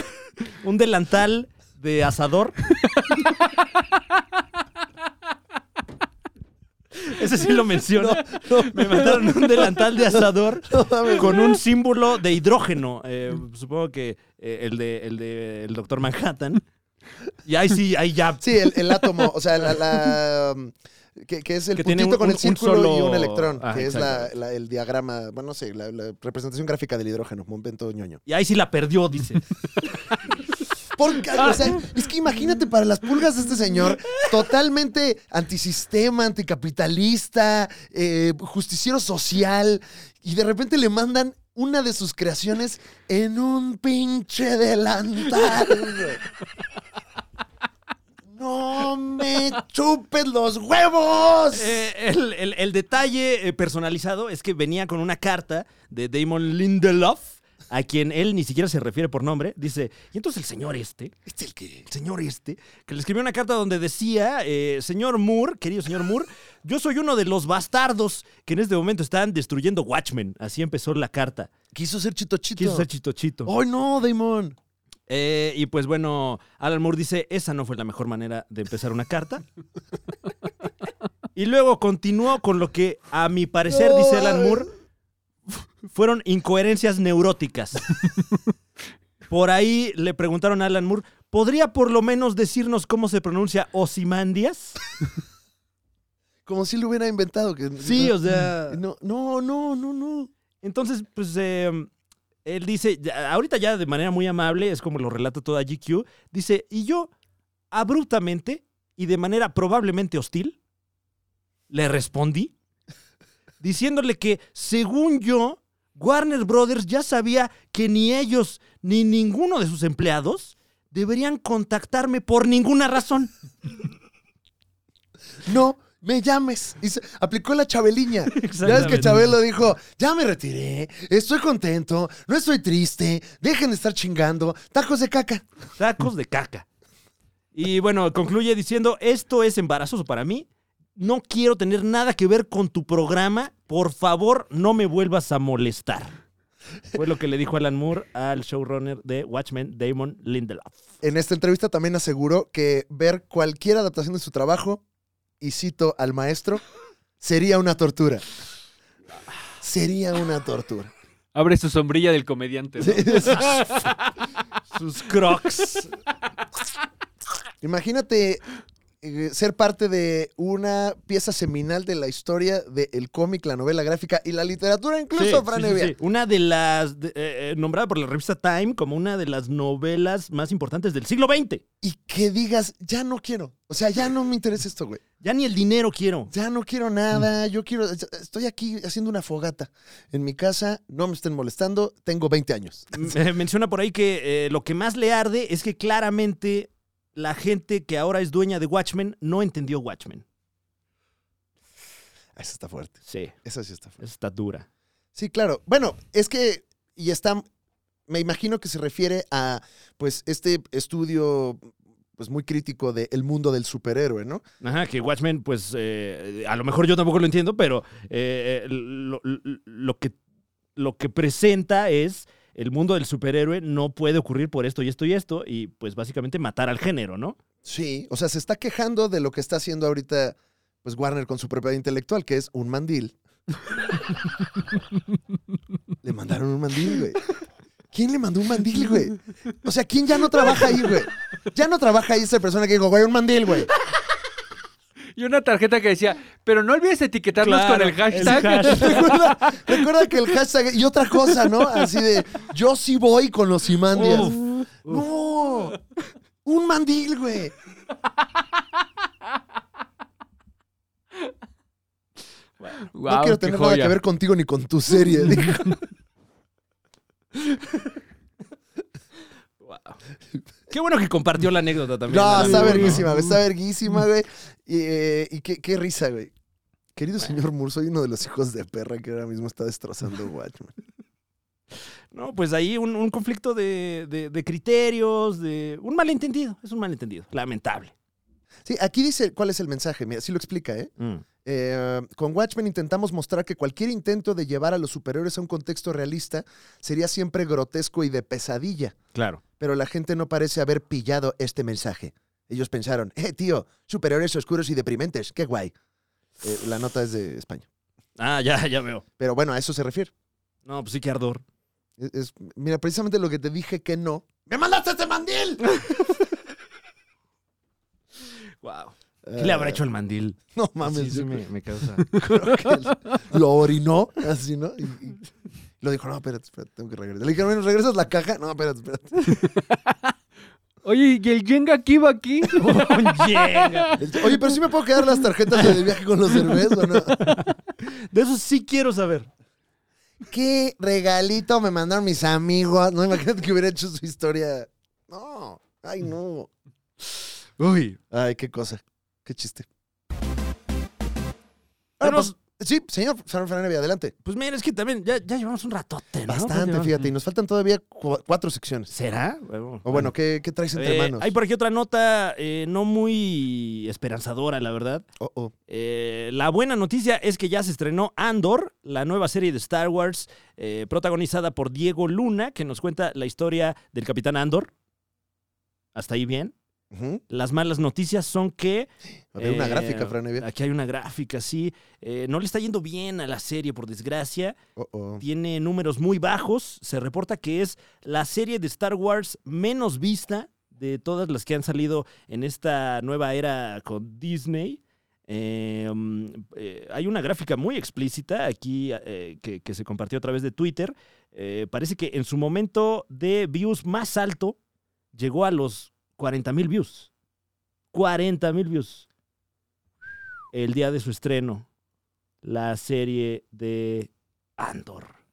[SPEAKER 1] un delantal de asador. Ese sí lo mencionó. Me mandaron un delantal de asador con un símbolo de hidrógeno. eh, supongo que eh, el de el de el Doctor Manhattan. Y ahí sí, ahí ya.
[SPEAKER 2] Sí, el, el átomo, o sea, la, la, um, que, que es el
[SPEAKER 1] Que tiene
[SPEAKER 2] puntito
[SPEAKER 1] un-
[SPEAKER 2] con
[SPEAKER 1] un-
[SPEAKER 2] el
[SPEAKER 1] un
[SPEAKER 2] círculo y
[SPEAKER 1] solo- Ah,
[SPEAKER 2] un electrón,
[SPEAKER 1] Ajá,
[SPEAKER 2] que es la, la- el diagrama, bueno, no sé, la, la representación gráfica del hidrógeno, momento ñoño.
[SPEAKER 1] Y ahí sí la perdió, dice.
[SPEAKER 2] Porque, o
[SPEAKER 1] Ah.
[SPEAKER 2] sea, es que imagínate para las pulgas de este señor, totalmente antisistema, anticapitalista, eh, justiciero social, y de repente le mandan una de sus creaciones en un pinche delantal. güey. ¡No me chupes los huevos!
[SPEAKER 1] Eh, el, el- el detalle eh, personalizado es que venía con una carta de Damon Lindelof, a quien él ni siquiera se refiere por nombre. Dice, y entonces el señor este,
[SPEAKER 2] ¿Este el qué?
[SPEAKER 1] el señor este, que le escribió una carta donde decía, eh, señor Moore, querido señor Moore, yo soy uno de los bastardos que en este momento están destruyendo Watchmen. Así empezó la carta.
[SPEAKER 2] Quiso ser chito chito.
[SPEAKER 1] Quiso ser chitochito.
[SPEAKER 2] ¡Ay, no, Damon!
[SPEAKER 1] Eh, y pues bueno, Alan Moore dice, esa no fue la mejor manera de empezar una carta. y luego continuó con lo que, a mi parecer,
[SPEAKER 2] No,
[SPEAKER 1] dice Alan
[SPEAKER 2] ay.
[SPEAKER 1] Moore, fueron incoherencias neuróticas. por ahí le preguntaron a Alan Moore, ¿podría por lo menos decirnos cómo se pronuncia Osimandias?
[SPEAKER 2] Como si lo hubiera inventado. Que,
[SPEAKER 1] Sí, o sea...
[SPEAKER 2] No, no, no, no, no.
[SPEAKER 1] Entonces, pues eh, él dice, ya- ahorita ya de manera muy amable, es como lo relata toda GQ, dice, y yo abruptamente y de manera probablemente hostil, le respondí, diciéndole que, según yo, Warner Brothers ya sabía que ni ellos ni ninguno de sus empleados deberían contactarme por ninguna razón.
[SPEAKER 2] No, me llames. Y se- aplicó la Chabeliña. Ya ves que Chabelo dijo, ya me retiré, estoy contento, no estoy triste, dejen de estar chingando, tacos de caca.
[SPEAKER 1] Tacos de caca. Y bueno, concluye diciendo, esto es embarazoso para mí. No quiero tener nada que ver con tu programa. Por favor, no me vuelvas a molestar. Fue lo que le dijo Alan Moore al showrunner de Watchmen, Damon Lindelof.
[SPEAKER 2] En esta entrevista también aseguró que ver cualquier adaptación de su trabajo, y cito al maestro, sería una tortura. Sería una tortura.
[SPEAKER 3] Abre su sombrilla del comediante. ¿no?
[SPEAKER 1] Sus crocs.
[SPEAKER 2] Imagínate eh, ser parte de una pieza seminal de la historia del cómic, la novela gráfica y la literatura,
[SPEAKER 1] Sí,
[SPEAKER 2] incluso, Fran
[SPEAKER 1] sí, sí,
[SPEAKER 2] Evia.
[SPEAKER 1] sí. Una de las, de- eh, eh, nombrada por la revista Time como una de las novelas más importantes del siglo XX.
[SPEAKER 2] Y que digas, ya no quiero. O sea, ya no me interesa esto, güey.
[SPEAKER 1] Ya ni el dinero quiero.
[SPEAKER 2] Ya no quiero nada. Yo quiero. Estoy aquí haciendo una fogata en mi casa. No me estén molestando. Tengo 20 años.
[SPEAKER 1] Me- Mm, eh, menciona por ahí que eh, lo que más le arde es que claramente la gente que ahora es dueña de Watchmen no entendió Watchmen.
[SPEAKER 2] Ah, Eso está fuerte.
[SPEAKER 1] Sí,
[SPEAKER 2] Eso sí está fuerte.
[SPEAKER 1] está dura.
[SPEAKER 2] Sí, claro. Bueno, es que. Y está. Me imagino que se refiere a pues este estudio pues muy crítico del mundo del superhéroe, ¿no?
[SPEAKER 1] Ajá, que Watchmen, pues, eh, a lo mejor yo tampoco lo entiendo, pero eh, eh, lo, lo- lo que, lo que presenta es el mundo del superhéroe no puede ocurrir por esto y esto y esto, y pues básicamente matar al género, ¿no?
[SPEAKER 2] Sí, o sea, se está quejando de lo que está haciendo ahorita pues Warner con su propiedad intelectual, que es un mandil. le mandaron un mandil, güey. ¿Quién le mandó un mandil, güey? O sea, ¿quién ya no trabaja ahí, güey? Ya no trabaja ahí esa persona que dijo, güey, un mandil, güey.
[SPEAKER 3] Y una tarjeta que decía, pero no olvides etiquetarnos
[SPEAKER 1] Claro,
[SPEAKER 3] con el hashtag.
[SPEAKER 2] Recuerda, recuerda que el hashtag y otra cosa, ¿no? Así de, yo sí voy con los imandias.
[SPEAKER 1] Uf, uf.
[SPEAKER 2] ¡No! ¡Un mandil, güey! no
[SPEAKER 3] Guau,
[SPEAKER 2] quiero
[SPEAKER 3] qué
[SPEAKER 2] tener nada
[SPEAKER 3] joya.
[SPEAKER 2] que ver contigo ni con tu serie, dijo.
[SPEAKER 1] Qué bueno que compartió la anécdota también.
[SPEAKER 2] No,
[SPEAKER 1] Alan
[SPEAKER 2] está
[SPEAKER 1] Moore, ¿no?
[SPEAKER 2] verguísima, güey, está verguísima, güey. Y, eh, y qué, qué risa, güey. Querido señor Moore, soy uno de los hijos de perra que ahora mismo está destrozando Watchmen.
[SPEAKER 1] No, pues ahí un, un conflicto de, de- de criterios, de un malentendido, es un malentendido, lamentable.
[SPEAKER 2] Sí, aquí dice cuál es el mensaje. Mira, sí lo explica, ¿eh? Eh, con Watchmen intentamos mostrar que cualquier intento de llevar a los superiores a un contexto realista sería siempre grotesco y de pesadilla.
[SPEAKER 1] claro.
[SPEAKER 2] Pero la gente no parece haber pillado este mensaje. Ellos pensaron, eh, tío, superiores oscuros y deprimentes, qué guay. Eh, la nota es de España.
[SPEAKER 1] Ah, ya, ya veo.
[SPEAKER 2] Pero bueno, a eso se refiere.
[SPEAKER 1] No, pues sí que ardor.
[SPEAKER 2] Es- es- mira, precisamente lo que te dije que no. ¡Me mandaste este mandil!
[SPEAKER 1] Wow. ¿Qué le habrá hecho el mandil?
[SPEAKER 2] Eh, No mames,
[SPEAKER 1] Sí, sí
[SPEAKER 2] yo
[SPEAKER 1] me, me causa.
[SPEAKER 2] creo que lo orinó así, ¿no? Y, y lo dijo, no, espérate, espérate, tengo que regresar. Le dijeron, bueno, ¿regresas la caja? No, espérate, espérate.
[SPEAKER 3] Oye, ¿y el Jenga Kiba aquí?
[SPEAKER 1] Llega.
[SPEAKER 2] El- Oye, pero sí me puedo quedar las tarjetas de viaje con los cervezos, ¿no?
[SPEAKER 1] De eso sí quiero saber.
[SPEAKER 2] ¿Qué regalito me mandaron mis amigos? No, imagínate que hubiera hecho su historia. No, ay, no.
[SPEAKER 1] Uy.
[SPEAKER 2] Ay, qué cosa. Qué chiste.
[SPEAKER 1] Pero-
[SPEAKER 2] Ah, pues, sí, señor Fran Fernández, adelante.
[SPEAKER 1] Pues mira, es que también ya, ya llevamos un ratote, ¿no?
[SPEAKER 2] Bastante,
[SPEAKER 1] pues, Ya-
[SPEAKER 2] fíjate. Y nos faltan todavía cu- cuatro secciones.
[SPEAKER 1] ¿Será?
[SPEAKER 2] O bueno, ¿qué, qué traes entre
[SPEAKER 1] Eh,
[SPEAKER 2] manos?
[SPEAKER 1] hay por aquí otra nota eh, no muy esperanzadora, la verdad.
[SPEAKER 2] Oh, oh.
[SPEAKER 1] Eh, la buena noticia es que ya se estrenó Andor, la nueva serie de Star Wars, eh, protagonizada por Diego Luna, que nos cuenta la historia del Capitán Andor. Hasta ahí bien.
[SPEAKER 2] Ujú.
[SPEAKER 1] Las malas noticias son que.
[SPEAKER 2] Había una
[SPEAKER 1] eh,
[SPEAKER 2] gráfica, Fran Evia.
[SPEAKER 1] Aquí hay una gráfica, sí. Eh, no le está yendo bien a la serie, por desgracia.
[SPEAKER 2] Oh, oh.
[SPEAKER 1] Tiene números muy bajos. Se reporta que es la serie de Star Wars menos vista de todas las que han salido en esta nueva era con Disney. Eh, mm, eh, hay una gráfica muy explícita aquí eh, que, que se compartió a través de Twitter. Eh, parece que en su momento de views más alto llegó a los 40 mil views. 40 mil views. El día de su estreno, la serie de Andor.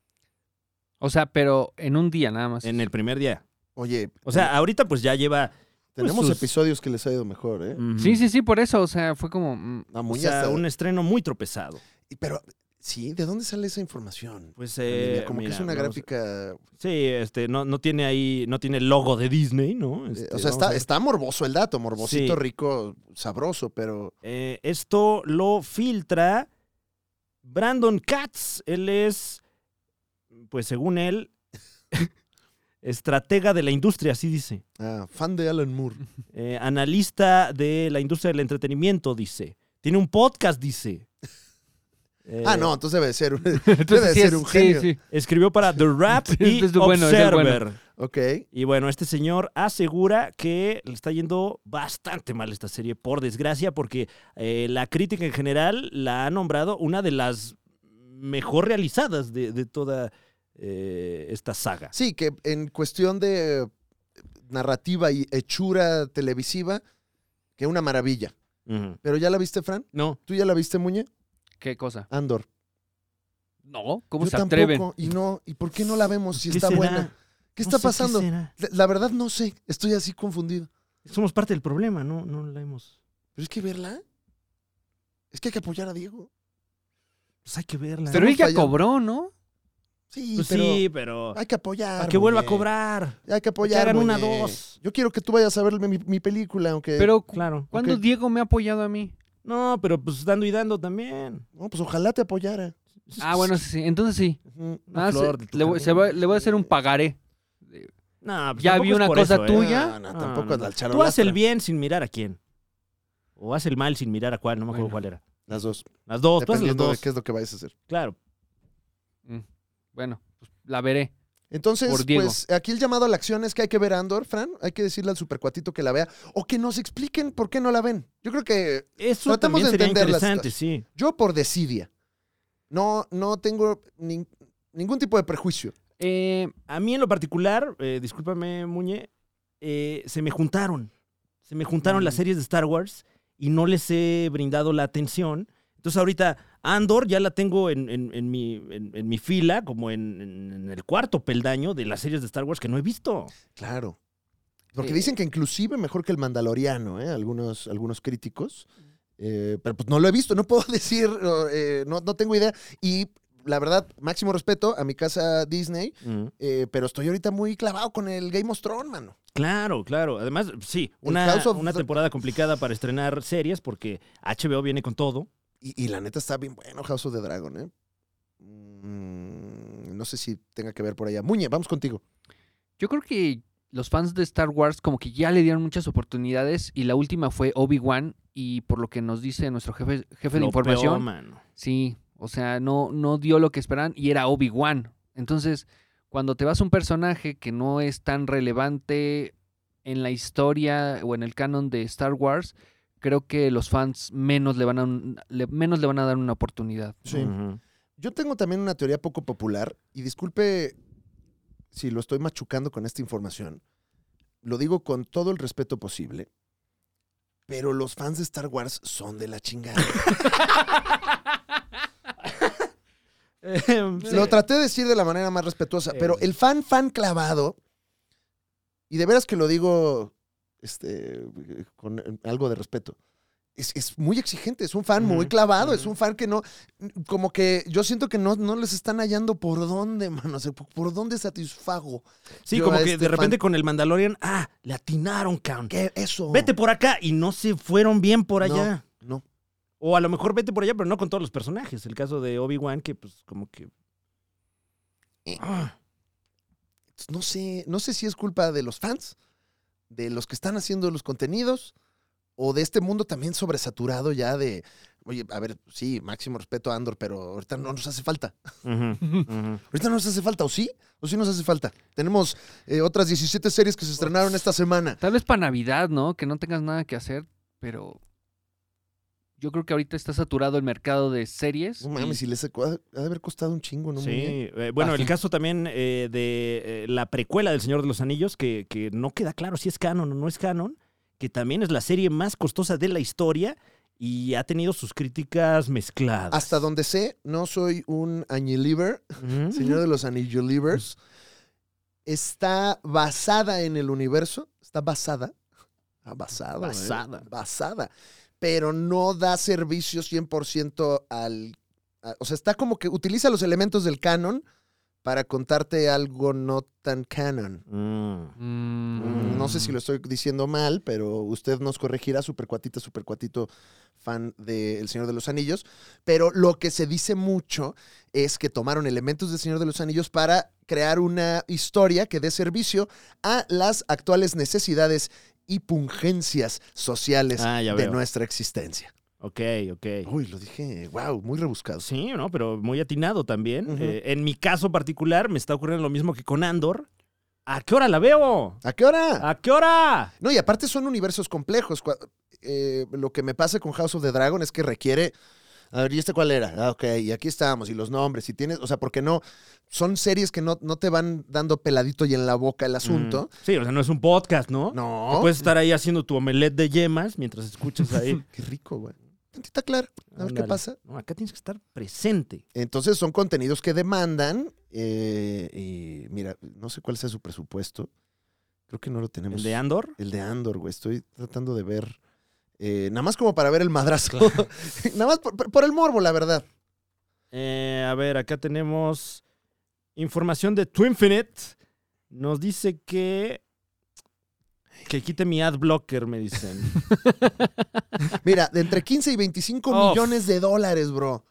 [SPEAKER 3] O sea, pero en un día nada más.
[SPEAKER 1] En el primer día.
[SPEAKER 2] Oye,
[SPEAKER 1] O sea, ahorita pues ya lleva Pues
[SPEAKER 2] Tenemos
[SPEAKER 1] sus-
[SPEAKER 2] episodios que les ha ido mejor, ¿eh?
[SPEAKER 1] Ujú.
[SPEAKER 3] Sí, sí, sí, por eso. O sea, fue como. mm,
[SPEAKER 2] La
[SPEAKER 1] O
[SPEAKER 2] muñeca.
[SPEAKER 1] sea, un estreno muy tropezado.
[SPEAKER 2] Pero, sí, ¿de dónde sale esa información?
[SPEAKER 1] Pues,
[SPEAKER 2] Olivia?
[SPEAKER 1] eh,
[SPEAKER 2] como
[SPEAKER 1] mira,
[SPEAKER 2] que es una
[SPEAKER 1] vamos-
[SPEAKER 2] gráfica. eh,
[SPEAKER 1] Sí, este, no, no tiene ahí, no tiene el logo de Disney, ¿no? Este,
[SPEAKER 2] eh, o
[SPEAKER 1] vamos
[SPEAKER 2] sea,
[SPEAKER 1] a
[SPEAKER 2] está,
[SPEAKER 1] ver.
[SPEAKER 2] está morboso el dato, morbosito,
[SPEAKER 1] Sí.
[SPEAKER 2] rico, sabroso, pero.
[SPEAKER 1] Eh, esto lo filtra Brandon Katz. Él es, pues según él, estratega de la industria, así dice.
[SPEAKER 2] ah, fan de Alan Moore.
[SPEAKER 1] Eh, analista de la industria del entretenimiento, dice. Tiene un podcast, dice. Eh,
[SPEAKER 2] Ah, no, entonces debe de ser. un-
[SPEAKER 3] Entonces,
[SPEAKER 2] de
[SPEAKER 3] sí
[SPEAKER 2] ser
[SPEAKER 3] es-
[SPEAKER 2] un
[SPEAKER 3] sí,
[SPEAKER 2] genio.
[SPEAKER 3] sí.
[SPEAKER 1] Escribió para The Rap
[SPEAKER 3] Sí,
[SPEAKER 1] y
[SPEAKER 3] es bueno, es
[SPEAKER 1] Observer.
[SPEAKER 3] bueno.
[SPEAKER 2] ok.
[SPEAKER 1] Y bueno, este señor asegura que le está yendo bastante mal esta serie, por desgracia, porque eh, la crítica en general la ha nombrado una de las mejor realizadas de, de toda eh, esta saga.
[SPEAKER 2] Sí, que en cuestión de eh, narrativa y hechura televisiva, que una maravilla.
[SPEAKER 1] Ujú.
[SPEAKER 2] ¿Pero ya la viste, Fran?
[SPEAKER 1] No.
[SPEAKER 2] ¿Tú ya la viste, Muñe?
[SPEAKER 3] ¿Qué cosa?
[SPEAKER 2] Andor.
[SPEAKER 3] No, ¿cómo
[SPEAKER 2] Yo
[SPEAKER 3] se
[SPEAKER 2] tampoco,
[SPEAKER 3] atreven?
[SPEAKER 2] Y no, ¿y por qué no la vemos si
[SPEAKER 1] ¿Qué
[SPEAKER 2] está
[SPEAKER 1] será?
[SPEAKER 2] buena? ¿Qué
[SPEAKER 1] No
[SPEAKER 2] está
[SPEAKER 1] sé
[SPEAKER 2] pasando?
[SPEAKER 1] será.
[SPEAKER 2] La, la verdad no sé, estoy así confundido.
[SPEAKER 1] Somos parte del problema, no, no la hemos.
[SPEAKER 2] Pero es que verla, es que hay que apoyar a Diego.
[SPEAKER 1] Pues hay que verla.
[SPEAKER 3] Pero ella
[SPEAKER 2] fallando.
[SPEAKER 3] cobró, ¿no?
[SPEAKER 2] Sí,
[SPEAKER 1] Pues
[SPEAKER 2] pero
[SPEAKER 1] sí, pero.
[SPEAKER 2] hay que apoyar.
[SPEAKER 1] Para que vuelva a
[SPEAKER 2] Muñe.
[SPEAKER 1] cobrar.
[SPEAKER 2] Hay que
[SPEAKER 1] Para que
[SPEAKER 2] apoyar.
[SPEAKER 1] hagan una
[SPEAKER 2] Muñe.
[SPEAKER 1] dos.
[SPEAKER 2] Yo quiero que tú vayas a ver mi, mi película, aunque...
[SPEAKER 3] Pero cu-
[SPEAKER 1] Claro.
[SPEAKER 3] ¿cuándo
[SPEAKER 2] Eh, ok.
[SPEAKER 3] Diego me ha apoyado a mí?
[SPEAKER 1] No, pero pues dando y dando también.
[SPEAKER 2] No, pues ojalá te apoyara.
[SPEAKER 3] Ah, bueno, sí, sí. Entonces sí.
[SPEAKER 2] Ujú.
[SPEAKER 1] Una
[SPEAKER 3] Ah,
[SPEAKER 1] flor
[SPEAKER 3] se-
[SPEAKER 1] de tu
[SPEAKER 3] le, voy, se
[SPEAKER 1] jardín.
[SPEAKER 3] va- le voy a hacer un pagaré.
[SPEAKER 1] No, pues
[SPEAKER 3] Ya
[SPEAKER 1] tampoco
[SPEAKER 3] vi
[SPEAKER 1] es
[SPEAKER 3] una
[SPEAKER 1] por
[SPEAKER 3] cosa
[SPEAKER 1] eso, ¿eh?
[SPEAKER 3] tuya.
[SPEAKER 2] No,
[SPEAKER 3] ¿Tuya?
[SPEAKER 2] no,
[SPEAKER 1] No,
[SPEAKER 2] tampoco
[SPEAKER 1] no,
[SPEAKER 2] al
[SPEAKER 1] no. Tú
[SPEAKER 2] charolastra.
[SPEAKER 1] haces el bien sin mirar a quién. O haces el mal sin mirar a cuál, no me acuerdo
[SPEAKER 3] Bueno.
[SPEAKER 1] cuál era.
[SPEAKER 2] Las dos.
[SPEAKER 1] Las dos, tú haces las
[SPEAKER 2] Dependiendo de
[SPEAKER 1] dos.
[SPEAKER 2] qué es lo que vayas a hacer.
[SPEAKER 1] Claro.
[SPEAKER 3] Mm, Bueno, pues la veré.
[SPEAKER 2] Entonces,
[SPEAKER 3] Por Diego.
[SPEAKER 2] pues aquí el llamado a la acción es que hay que ver a Andor, Fran. Hay que decirle al supercuatito que la vea o que nos expliquen por qué no la ven. Yo creo que
[SPEAKER 1] Eso
[SPEAKER 2] Tratamos
[SPEAKER 1] también
[SPEAKER 2] de
[SPEAKER 1] sería
[SPEAKER 2] entender las
[SPEAKER 1] interesante, sí.
[SPEAKER 2] yo por desidia no, no tengo nin- ningún tipo de prejuicio.
[SPEAKER 3] Eh,
[SPEAKER 1] A mí en lo particular, eh, discúlpame, Muñe, eh, se me juntaron. Se me juntaron
[SPEAKER 3] Mm.
[SPEAKER 1] las series de Star Wars y no les he brindado la atención. Entonces ahorita Andor ya la tengo en, en- en mi, en, en mi fila, como en, en- en el cuarto peldaño de las series de Star Wars que no he visto.
[SPEAKER 2] Claro. Porque
[SPEAKER 3] Eh.
[SPEAKER 2] dicen que inclusive mejor que el Mandaloriano, ¿eh? algunos, algunos críticos. Eh, pero pues no lo he visto, no puedo decir, eh, no, no tengo idea. Y la verdad, máximo respeto a mi casa Disney,
[SPEAKER 3] Mm.
[SPEAKER 2] eh, pero estoy ahorita muy clavado con el Game of Thrones, mano.
[SPEAKER 1] Claro, claro. Además, sí,
[SPEAKER 2] El
[SPEAKER 1] una,
[SPEAKER 2] House of
[SPEAKER 1] una
[SPEAKER 2] the-
[SPEAKER 1] temporada complicada para estrenar series porque HBO viene con todo.
[SPEAKER 2] Y, y la neta está bien bueno House of the Dragon, ¿eh? Mm, no sé si tenga que ver por allá. Muñe, vamos contigo.
[SPEAKER 3] yo creo que los fans de Star Wars como que ya le dieron muchas oportunidades y la última fue Obi-Wan y por lo que nos dice nuestro jefe, jefe de
[SPEAKER 1] Lo
[SPEAKER 3] información,
[SPEAKER 1] peor, mano.
[SPEAKER 3] Sí, o sea, no, no dio lo que esperaban y era Obi-Wan. Entonces, cuando te vas a un personaje que no es tan relevante en la historia o en el canon de Star Wars, creo que los fans menos le van a, un- le- menos le van a dar una oportunidad.
[SPEAKER 1] Ujú.
[SPEAKER 2] Yo tengo también una teoría poco popular y disculpe si lo estoy machucando con esta información. Lo digo con todo el respeto posible, pero los fans de Star Wars son de la chingada.
[SPEAKER 1] Em, sí.
[SPEAKER 2] Lo traté de decir de la manera más respetuosa, pero el fan, fan clavado, y de veras que lo digo este, con eh, algo de respeto, es, es muy exigente, es un fan muy
[SPEAKER 1] Ujú,
[SPEAKER 2] clavado, es
[SPEAKER 1] ujú.
[SPEAKER 2] un fan que no, como que yo siento que no, no les están hallando por dónde, mano, o sea, por- por dónde satisfago.
[SPEAKER 1] Sí,
[SPEAKER 2] yo
[SPEAKER 1] como
[SPEAKER 2] a
[SPEAKER 1] que
[SPEAKER 2] este
[SPEAKER 1] de repente con el Mandalorian, ah, le atinaron, cabrón.
[SPEAKER 2] ¿Qué eso?
[SPEAKER 1] Vete por acá y no se fueron bien por
[SPEAKER 2] No.
[SPEAKER 1] allá.
[SPEAKER 2] No.
[SPEAKER 1] O a lo mejor vete por allá, pero no con todos los personajes. El caso de Obi-Wan, que pues como que...
[SPEAKER 2] Eh.
[SPEAKER 1] Ah,
[SPEAKER 2] No sé, no sé si es culpa de los fans, de los que están haciendo los contenidos, o de este mundo también sobresaturado ya de, oye, a ver, sí, máximo respeto a Andor, pero ahorita no nos hace falta.
[SPEAKER 1] ujú, ujú.
[SPEAKER 2] Ahorita no nos hace falta, ¿o sí? ¿O sí nos hace falta? Tenemos eh, otras 17 series que se estrenaron esta semana.
[SPEAKER 3] Tal vez para Navidad, ¿no? Que no tengas nada que hacer, pero yo creo que ahorita está saturado el mercado de series.
[SPEAKER 2] No mames, y les ha ha de haber costado un chingo, ¿no? Muñe?
[SPEAKER 1] Sí, eh, bueno,
[SPEAKER 3] Ah,
[SPEAKER 1] el
[SPEAKER 3] sí.
[SPEAKER 1] caso también eh, de eh, la precuela del Señor de los Anillos, que, que no queda claro si es canon o no es canon, que también es la serie más costosa de la historia y ha tenido sus críticas mezcladas.
[SPEAKER 2] Hasta donde sé, no soy un Añeliver,
[SPEAKER 1] Ujú.
[SPEAKER 2] Señor de los Anillolivers, está basada en el universo, está basada Ah, basada. ¿eh?
[SPEAKER 1] pues, Basada.
[SPEAKER 2] Basada. Pero no da servicio 100% al... a- o sea, está como que utiliza los elementos del canon para contarte algo no tan canon.
[SPEAKER 3] Mm.
[SPEAKER 2] No sé si lo estoy diciendo mal, pero usted nos corregirá, supercuatita, supercuatito, fan de El Señor de los Anillos. Pero lo que se dice mucho es que tomaron elementos del Señor de los Anillos para crear una historia que dé servicio a las actuales necesidades y pungencias sociales
[SPEAKER 1] Ah, ya
[SPEAKER 2] de
[SPEAKER 1] veo.
[SPEAKER 2] nuestra existencia.
[SPEAKER 1] Ok, ok.
[SPEAKER 2] Uy, lo dije, wow, muy rebuscado.
[SPEAKER 1] Sí, ¿no? Pero muy atinado también.
[SPEAKER 2] Ujú.
[SPEAKER 1] Eh, en mi caso particular me está ocurriendo lo mismo que con Andor. ¿A qué hora la veo?
[SPEAKER 2] ¿A qué hora?
[SPEAKER 1] ¿A qué hora?
[SPEAKER 2] No, y aparte son universos complejos. Cua- eh, lo que me pasa con House of the Dragon es que requiere. A ver, ¿y este cuál era? Ah, ok, y aquí estamos, y los nombres, y tienes. O sea, porque no. Son series que no, no te van dando peladito y en la boca el asunto.
[SPEAKER 1] Mm. Sí, o sea, no es un podcast, ¿no?
[SPEAKER 2] No.
[SPEAKER 1] Mm. Puedes estar ahí haciendo tu omelette de yemas mientras escuchas ahí.
[SPEAKER 2] Qué rico, güey. Tantita clara. A ver qué
[SPEAKER 1] Ándale.
[SPEAKER 2] pasa.
[SPEAKER 1] No, acá tienes que estar presente.
[SPEAKER 2] Entonces son contenidos que demandan. eh, y mira, no sé cuál sea su presupuesto. Creo que no lo tenemos.
[SPEAKER 1] El de Andor.
[SPEAKER 2] El de Andor, güey. Estoy tratando de ver. eh, nada más como para ver el madrazo. nada más por- por- por el morbo, la verdad.
[SPEAKER 1] Eh, a ver, acá tenemos información de Twinfinite. Nos dice que. Que quite mi ad blocker, me dicen.
[SPEAKER 2] Mira, de entre 15 y 25
[SPEAKER 1] Uf.
[SPEAKER 2] millones de dólares, bro.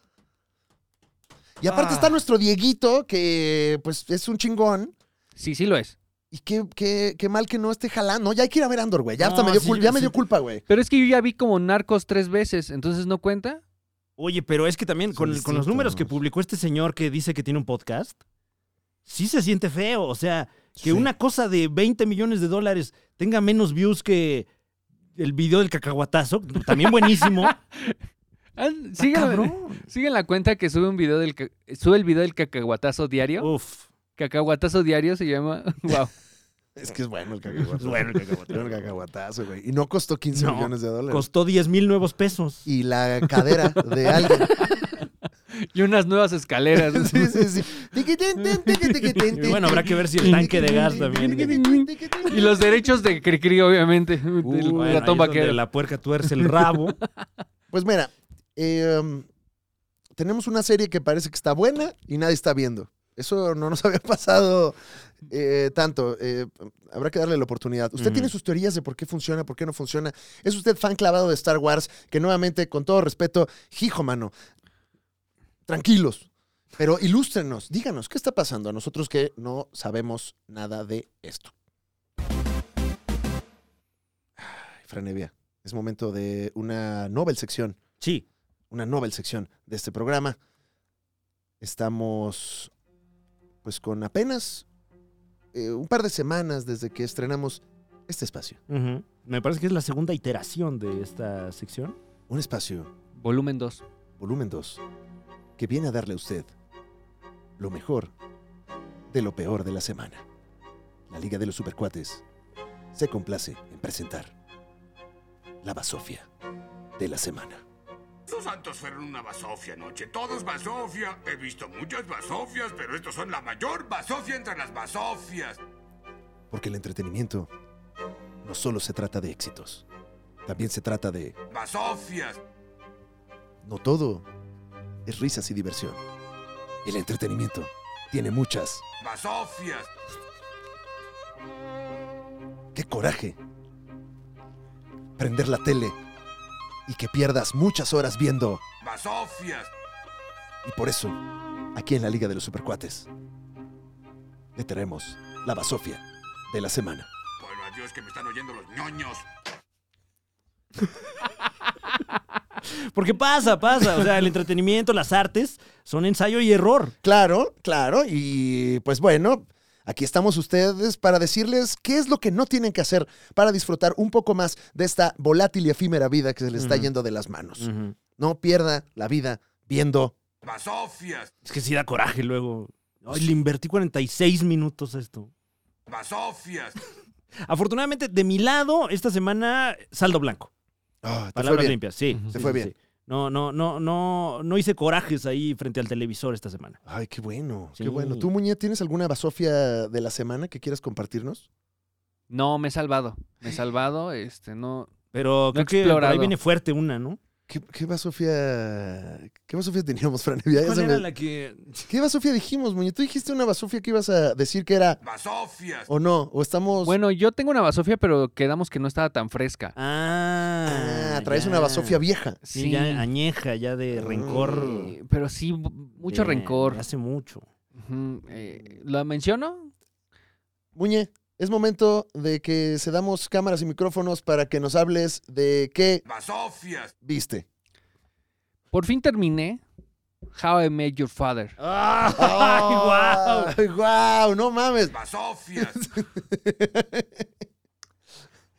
[SPEAKER 2] Y aparte
[SPEAKER 1] Ah.
[SPEAKER 2] está nuestro Dieguito, que pues es un chingón.
[SPEAKER 3] Sí, sí lo es.
[SPEAKER 2] Y qué, qué- qué mal que no esté jalando. No, ya hay que ir a ver Andor, güey. Ya, hasta
[SPEAKER 1] No,
[SPEAKER 2] me dio,
[SPEAKER 1] sí,
[SPEAKER 2] cul- ya
[SPEAKER 1] sí.
[SPEAKER 2] me dio culpa, güey.
[SPEAKER 3] Pero es que yo ya vi como narcos tres veces, entonces no cuenta.
[SPEAKER 1] Oye, pero es que también
[SPEAKER 2] Son
[SPEAKER 1] con, con los
[SPEAKER 2] distintos.
[SPEAKER 1] números que publicó este señor que dice que tiene un podcast, sí se siente feo. O sea, que una cosa de 20 millones de dólares tenga menos views que el video del cacahuatazo, también buenísimo.
[SPEAKER 3] Ah, Sigan, sigan la cuenta que sube un video del ca- sube el video del cacahuatazo diario.
[SPEAKER 1] Uf.
[SPEAKER 3] Cacahuatazo diario se llama. Wow.
[SPEAKER 2] Es que es bueno el cacahuatazo.
[SPEAKER 1] Es bueno el cacahuatazo.
[SPEAKER 2] Bueno el cacahuatazo, güey. Y no costó 15
[SPEAKER 1] No,
[SPEAKER 2] millones de dólares.
[SPEAKER 1] Costó 10 mil nuevos pesos.
[SPEAKER 2] Y la cadera de alguien.
[SPEAKER 3] Y unas nuevas escaleras.
[SPEAKER 2] Sí, sí, sí. Tiquitín, tin, tiquitiquitín,
[SPEAKER 1] Y bueno, habrá que ver si el tanque de gas también.
[SPEAKER 3] Y los derechos de Cricri, obviamente. del
[SPEAKER 1] Bueno, Uh, ahí
[SPEAKER 3] ratón
[SPEAKER 1] es donde
[SPEAKER 3] vaquero.
[SPEAKER 1] La puerca tuerce el rabo.
[SPEAKER 2] Pues mira, eh, tenemos una serie que parece que está buena y nadie está viendo. Eso no nos había pasado eh, tanto. Eh, habrá que darle la oportunidad. Usted
[SPEAKER 1] Ujú.
[SPEAKER 2] tiene sus teorías de por qué funciona, por qué no funciona. Es usted fan clavado de Star Wars, que nuevamente, con todo respeto, hijo mano, tranquilos. Pero ilústrenos, díganos, ¿qué está pasando a nosotros que no sabemos nada de esto? Ay, Franevia, es momento de una novel sección
[SPEAKER 1] Sí.
[SPEAKER 2] una novel sección de este programa. Estamos pues con apenas eh, un par de semanas desde que estrenamos este espacio.
[SPEAKER 1] Ujú. Me parece que es la segunda iteración de esta sección.
[SPEAKER 2] Un espacio,
[SPEAKER 3] Volumen 2.
[SPEAKER 2] volumen 2, que viene a darle a usted lo mejor de lo peor de la semana. La Liga de los Supercuates se complace en presentar la basofia de la semana.
[SPEAKER 5] Esos santos fueron una basofia anoche. Todos basofia. He visto muchas basofias, pero estos son la mayor basofia entre las basofias.
[SPEAKER 2] Porque el entretenimiento no solo se trata de éxitos, también se trata de
[SPEAKER 5] Basofias.
[SPEAKER 2] No todo es risas y diversión. El entretenimiento tiene muchas.
[SPEAKER 5] Basofias.
[SPEAKER 2] ¡Qué coraje! Prender la tele y que pierdas muchas horas viendo.
[SPEAKER 5] Basofias.
[SPEAKER 2] Y por eso, aquí en la Liga de los Supercuates, le traemos la basofia de la semana.
[SPEAKER 5] Bueno, adiós que me están oyendo los ñoños.
[SPEAKER 1] Porque pasa, pasa. O sea, el entretenimiento, las artes, son ensayo y error.
[SPEAKER 2] Claro, claro, y pues bueno, aquí estamos ustedes para decirles qué es lo que no tienen que hacer para disfrutar un poco más de esta volátil y efímera vida que se les está
[SPEAKER 1] Ujú.
[SPEAKER 2] yendo de las manos.
[SPEAKER 1] Pues,
[SPEAKER 2] No pierda la vida viendo.
[SPEAKER 5] Basofias.
[SPEAKER 1] Es que sí da coraje luego. Ay, le invertí 46 minutos a esto.
[SPEAKER 5] Basofias.
[SPEAKER 1] Afortunadamente, de mi lado, esta semana, saldo blanco.
[SPEAKER 2] Ah, te fue
[SPEAKER 1] Palabras
[SPEAKER 2] bien.
[SPEAKER 1] limpias, sí.
[SPEAKER 3] Ujú.
[SPEAKER 1] sí,
[SPEAKER 2] Te fue
[SPEAKER 1] sí,
[SPEAKER 2] bien.
[SPEAKER 1] sí. No, no, no, no, no hice corajes ahí frente al televisor esta semana.
[SPEAKER 2] Ay, qué bueno,
[SPEAKER 1] Sí.
[SPEAKER 2] qué bueno. ¿Tú, Muñe, tienes alguna basofia de la semana que quieras compartirnos?
[SPEAKER 3] No, me he salvado. Me he salvado. Este, no.
[SPEAKER 1] Pero creo que por ahí
[SPEAKER 3] explorado.
[SPEAKER 1] viene fuerte una, ¿no?
[SPEAKER 2] ¿Qué, qué basofia? ¿Qué basofia teníamos, Fran? Ya
[SPEAKER 1] ¿Cuál
[SPEAKER 2] se
[SPEAKER 1] era
[SPEAKER 2] me-
[SPEAKER 1] la que...?
[SPEAKER 2] ¿Qué basofia dijimos, Muñe? Tú dijiste una basofia que ibas a decir que era
[SPEAKER 5] Basofias.
[SPEAKER 2] o no, o estamos...
[SPEAKER 3] Bueno, yo tengo una basofia, pero quedamos que no estaba tan fresca.
[SPEAKER 1] Ah,
[SPEAKER 2] Ah, traes
[SPEAKER 1] ya.
[SPEAKER 2] una basofia Mm. vieja.
[SPEAKER 1] Sí,
[SPEAKER 3] Sí,
[SPEAKER 1] ya añeja, ya de rencor.
[SPEAKER 3] eh, pero sí, bu-
[SPEAKER 2] Eh,
[SPEAKER 3] mucho
[SPEAKER 1] de-
[SPEAKER 3] rencor.
[SPEAKER 1] de Hace mucho.
[SPEAKER 3] Ujú, eh, ¿Lo menciono?
[SPEAKER 2] Muñe, es momento de que se damos cámaras y micrófonos para que nos hables de qué
[SPEAKER 5] Basofias.
[SPEAKER 2] viste.
[SPEAKER 3] Por fin terminé How I Met Your Father.
[SPEAKER 2] Ah.
[SPEAKER 1] ¡Ay,
[SPEAKER 2] ¡Ay, guau! ¡No mames!
[SPEAKER 5] Basofias.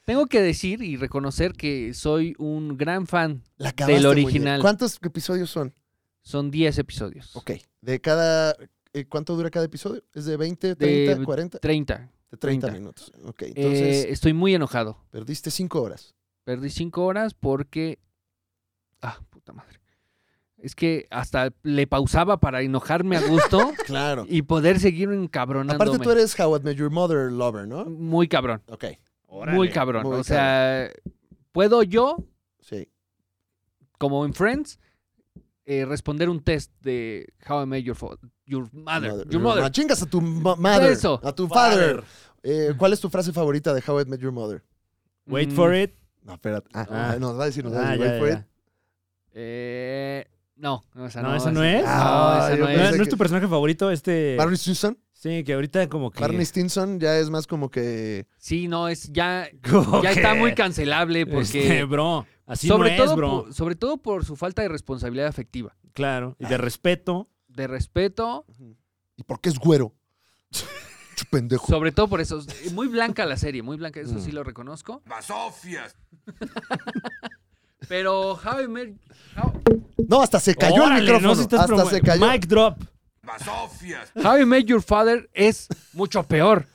[SPEAKER 3] Tengo que decir y reconocer que soy un gran fan.
[SPEAKER 2] La acabaste, Muñe.
[SPEAKER 3] original.
[SPEAKER 2] ¿Cuántos episodios son?
[SPEAKER 3] Son 10 episodios.
[SPEAKER 2] Ok. De cada... eh, ¿Cuánto dura cada episodio? ¿Es de 20, 30,
[SPEAKER 3] De
[SPEAKER 2] 40?
[SPEAKER 3] 30.
[SPEAKER 2] De 30,
[SPEAKER 3] 30.
[SPEAKER 2] minutos. Ok,
[SPEAKER 3] Eh,
[SPEAKER 2] entonces
[SPEAKER 3] estoy muy enojado.
[SPEAKER 2] perdiste 5 horas.
[SPEAKER 3] Perdí 5 horas porque... Ah, puta madre. Es que hasta le pausaba para enojarme a gusto
[SPEAKER 2] Claro.
[SPEAKER 3] y poder seguir encabronándome.
[SPEAKER 2] Aparte tú eres How I Met Your Mother lover, ¿no?
[SPEAKER 1] Mm.
[SPEAKER 3] Muy cabrón.
[SPEAKER 2] Ok,
[SPEAKER 3] muy cabrón.
[SPEAKER 2] Muy
[SPEAKER 3] o sea, puedo yo,
[SPEAKER 2] sí.
[SPEAKER 3] como en Friends, eh, responder un test de How I Met Your, Fo- Your Mother. Your Mother.
[SPEAKER 2] No, Ah, chingas a tu ma- mother.
[SPEAKER 3] Eso.
[SPEAKER 2] A tu father. Eh, ¿Cuál es tu frase favorita de How I Met Your Mother?
[SPEAKER 1] Wait
[SPEAKER 3] Mm,
[SPEAKER 1] for it.
[SPEAKER 2] No, espérate. Ah,
[SPEAKER 1] Ah.
[SPEAKER 2] ah, nos va a decir, nos va a
[SPEAKER 1] Ah,
[SPEAKER 2] decir.
[SPEAKER 1] ya,
[SPEAKER 2] wait for
[SPEAKER 1] ya.
[SPEAKER 2] it.
[SPEAKER 3] Mm, eh, no, no, esa no,
[SPEAKER 1] No, esa no es.
[SPEAKER 3] No,
[SPEAKER 2] Ah,
[SPEAKER 3] esa
[SPEAKER 2] yo
[SPEAKER 3] no
[SPEAKER 1] ¿No,
[SPEAKER 3] es.
[SPEAKER 2] pensé
[SPEAKER 1] no es
[SPEAKER 2] que-
[SPEAKER 1] tu personaje favorito este?
[SPEAKER 2] Barney Stinson.
[SPEAKER 1] Sí, que ahorita como que...
[SPEAKER 2] Barney Stinson ya es más como que...
[SPEAKER 3] Sí, no, es ya,
[SPEAKER 1] como
[SPEAKER 3] ya está
[SPEAKER 1] que,
[SPEAKER 3] muy cancelable porque...
[SPEAKER 1] este, bro, así no
[SPEAKER 3] sobre,
[SPEAKER 1] es,
[SPEAKER 3] todo
[SPEAKER 1] bro.
[SPEAKER 3] por, sobre todo por su falta de responsabilidad afectiva,
[SPEAKER 1] Claro, y de respeto.
[SPEAKER 3] de respeto,
[SPEAKER 2] ¿Y por qué es güero? Chu pendejo.
[SPEAKER 3] sobre todo por eso. Muy blanca la serie, muy blanca, eso
[SPEAKER 1] Mm.
[SPEAKER 3] sí lo reconozco.
[SPEAKER 5] Basofias.
[SPEAKER 3] Pero How I Met- How-
[SPEAKER 2] No, hasta se cayó
[SPEAKER 1] Órale,
[SPEAKER 2] el
[SPEAKER 1] no,
[SPEAKER 2] micrófono.
[SPEAKER 1] si estás
[SPEAKER 2] hasta
[SPEAKER 1] promo-
[SPEAKER 2] se cayó.
[SPEAKER 1] Mic drop.
[SPEAKER 5] Basofias.
[SPEAKER 3] How I Met Your Father es mucho peor.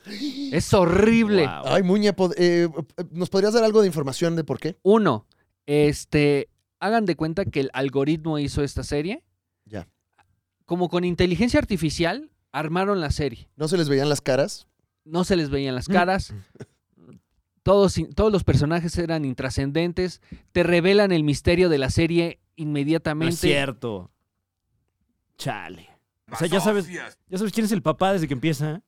[SPEAKER 3] Es horrible.
[SPEAKER 1] Wow.
[SPEAKER 2] Ay, Muñe, pod- eh, eh, ¿nos podrías dar algo de información de por qué?
[SPEAKER 3] Uno, este, hagan de cuenta que el algoritmo hizo esta serie.
[SPEAKER 2] Ya.
[SPEAKER 3] Como con inteligencia artificial, armaron la serie.
[SPEAKER 2] ¿No se les veían las caras?
[SPEAKER 3] No se les veían las caras. Todos, in- todos los personajes eran intrascendentes. Te revelan el misterio de la serie
[SPEAKER 1] No es
[SPEAKER 3] inmediatamente.
[SPEAKER 1] cierto. Chale. O sea, ya sabes-
[SPEAKER 5] Basofias.
[SPEAKER 1] Ya sabes quién es el papá desde que empieza.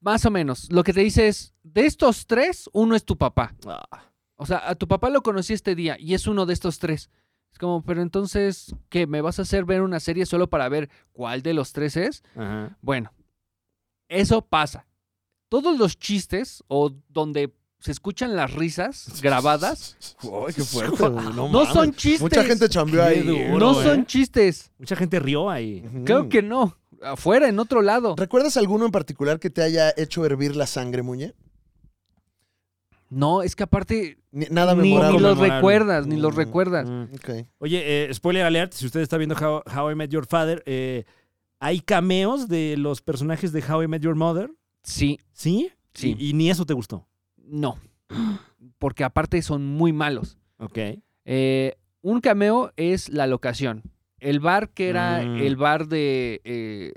[SPEAKER 3] Más o menos. Lo que te dice es, de estos tres, uno es tu papá.
[SPEAKER 1] Ah,
[SPEAKER 3] O sea, a tu papá lo conocí este día y es uno de estos tres. Es como, pero entonces, ¿qué? ¿Me vas a hacer ver una serie solo para ver cuál de los tres es?
[SPEAKER 1] ajá.
[SPEAKER 3] Bueno, eso pasa. Todos los chistes o donde se escuchan las risas grabadas
[SPEAKER 2] Ay, qué fuerte, güey, no,
[SPEAKER 3] no este
[SPEAKER 2] mames.
[SPEAKER 3] son chistes.
[SPEAKER 2] Mucha gente chambeó
[SPEAKER 1] Qué
[SPEAKER 2] ahí.
[SPEAKER 1] duro.
[SPEAKER 3] no
[SPEAKER 1] ¿eh?
[SPEAKER 3] son chistes.
[SPEAKER 1] Mucha gente rió ahí.
[SPEAKER 2] Ujú.
[SPEAKER 3] Creo que no. Afuera, en otro lado.
[SPEAKER 2] ¿Recuerdas alguno en particular que te haya hecho hervir la sangre, Muñe?
[SPEAKER 3] No, es que aparte
[SPEAKER 2] Ni- nada
[SPEAKER 3] ni,
[SPEAKER 2] memorable.
[SPEAKER 3] ni los
[SPEAKER 1] Memorable.
[SPEAKER 3] recuerdas, ni los
[SPEAKER 2] Mm.
[SPEAKER 3] recuerdas.
[SPEAKER 1] Mm.
[SPEAKER 2] Ok.
[SPEAKER 1] Oye, eh, spoiler alert, si usted está viendo How, How I Met Your Father, eh, hay cameos de los personajes de How I Met Your Mother,
[SPEAKER 3] Sí,
[SPEAKER 1] ¿sí?
[SPEAKER 3] Sí.
[SPEAKER 1] Y, y ni eso te gustó.
[SPEAKER 3] no. Porque aparte son muy malos.
[SPEAKER 1] Ok.
[SPEAKER 3] Eh, un cameo es la locación. El bar que era
[SPEAKER 1] Mm.
[SPEAKER 3] el bar de eh,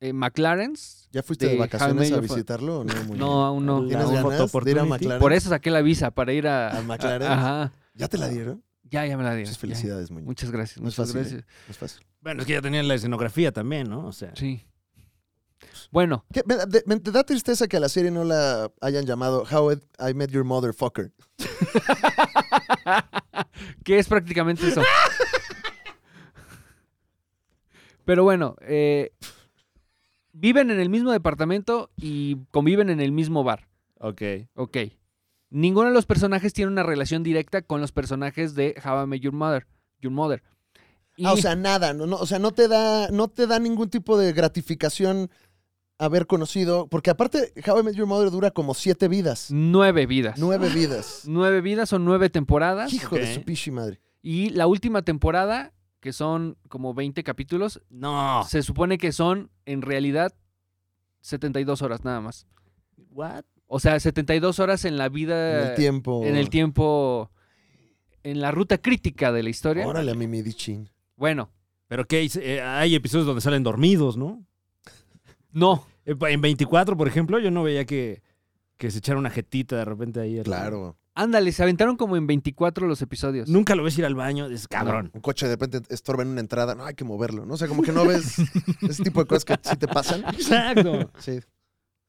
[SPEAKER 3] eh, McLaren's.
[SPEAKER 2] ¿Ya fuiste
[SPEAKER 3] De
[SPEAKER 2] de vacaciones a
[SPEAKER 3] Jaime Yo-
[SPEAKER 2] visitarlo o no, Muñe?
[SPEAKER 3] No, aún no.
[SPEAKER 2] ¿Tienes
[SPEAKER 1] La
[SPEAKER 2] ganas de ir a
[SPEAKER 1] opportunity.
[SPEAKER 2] McLaren?
[SPEAKER 3] Por eso saqué la visa para ir a.
[SPEAKER 2] ¿A McLaren's?
[SPEAKER 3] Ajá.
[SPEAKER 2] ¿Ya te la dieron?
[SPEAKER 3] Ya, ya me la dieron.
[SPEAKER 2] Muchas
[SPEAKER 3] ya.
[SPEAKER 2] felicidades, Muñe.
[SPEAKER 3] Muchas gracias.
[SPEAKER 2] No es
[SPEAKER 3] muchas
[SPEAKER 2] fácil, ¿eh?
[SPEAKER 3] gracias.
[SPEAKER 2] No es fácil.
[SPEAKER 1] Bueno, es que ya tenían la escenografía también, ¿no? O sea.
[SPEAKER 3] Sí. Bueno,
[SPEAKER 2] ¿Qué? Me, de- me- te da tristeza que a la serie no la hayan llamado How I- I Met Your Motherfucker.
[SPEAKER 3] ¿qué es prácticamente eso? Pero bueno, eh, viven en el mismo departamento y conviven en el mismo bar.
[SPEAKER 1] Ok.
[SPEAKER 3] Ok. Ninguno de los personajes tiene una relación directa con los personajes de How I Met Your Mother. Your Mother. Y
[SPEAKER 2] Ah, o sea, nada. No, no, o sea, no te, da, no te da ningún tipo de gratificación haber conocido. Porque aparte, How I Met Your Mother dura como siete vidas.
[SPEAKER 3] nueve vidas.
[SPEAKER 2] Nueve vidas.
[SPEAKER 3] Nueve vidas son nueve temporadas.
[SPEAKER 2] Hijo
[SPEAKER 1] Ok.
[SPEAKER 2] de su pichi madre.
[SPEAKER 3] Y la última temporada, que son como 20 capítulos,
[SPEAKER 2] Ah.
[SPEAKER 1] No.
[SPEAKER 3] se supone que son en realidad 72 horas nada más.
[SPEAKER 1] What?
[SPEAKER 3] O sea, 72 horas en la
[SPEAKER 2] En
[SPEAKER 3] vida.
[SPEAKER 2] el tiempo.
[SPEAKER 3] Eh, En el tiempo. En la ruta crítica de la historia.
[SPEAKER 2] Órale a mi midichin.
[SPEAKER 3] Bueno,
[SPEAKER 1] Pero que hay episodios donde salen dormidos, ¿no?
[SPEAKER 3] no.
[SPEAKER 1] Eh, En 24, por ejemplo, yo no veía que, que se echaron una jetita de repente ahí. al-
[SPEAKER 2] Claro.
[SPEAKER 3] Ándale, se aventaron como en 24 los episodios.
[SPEAKER 1] Nunca lo ves ir al baño, es cabrón.
[SPEAKER 2] Un coche de repente estorba en una entrada. No, hay que moverlo. No sé, como que no ves ese tipo de cosas que sí te pasan.
[SPEAKER 1] Exacto.
[SPEAKER 2] Sí.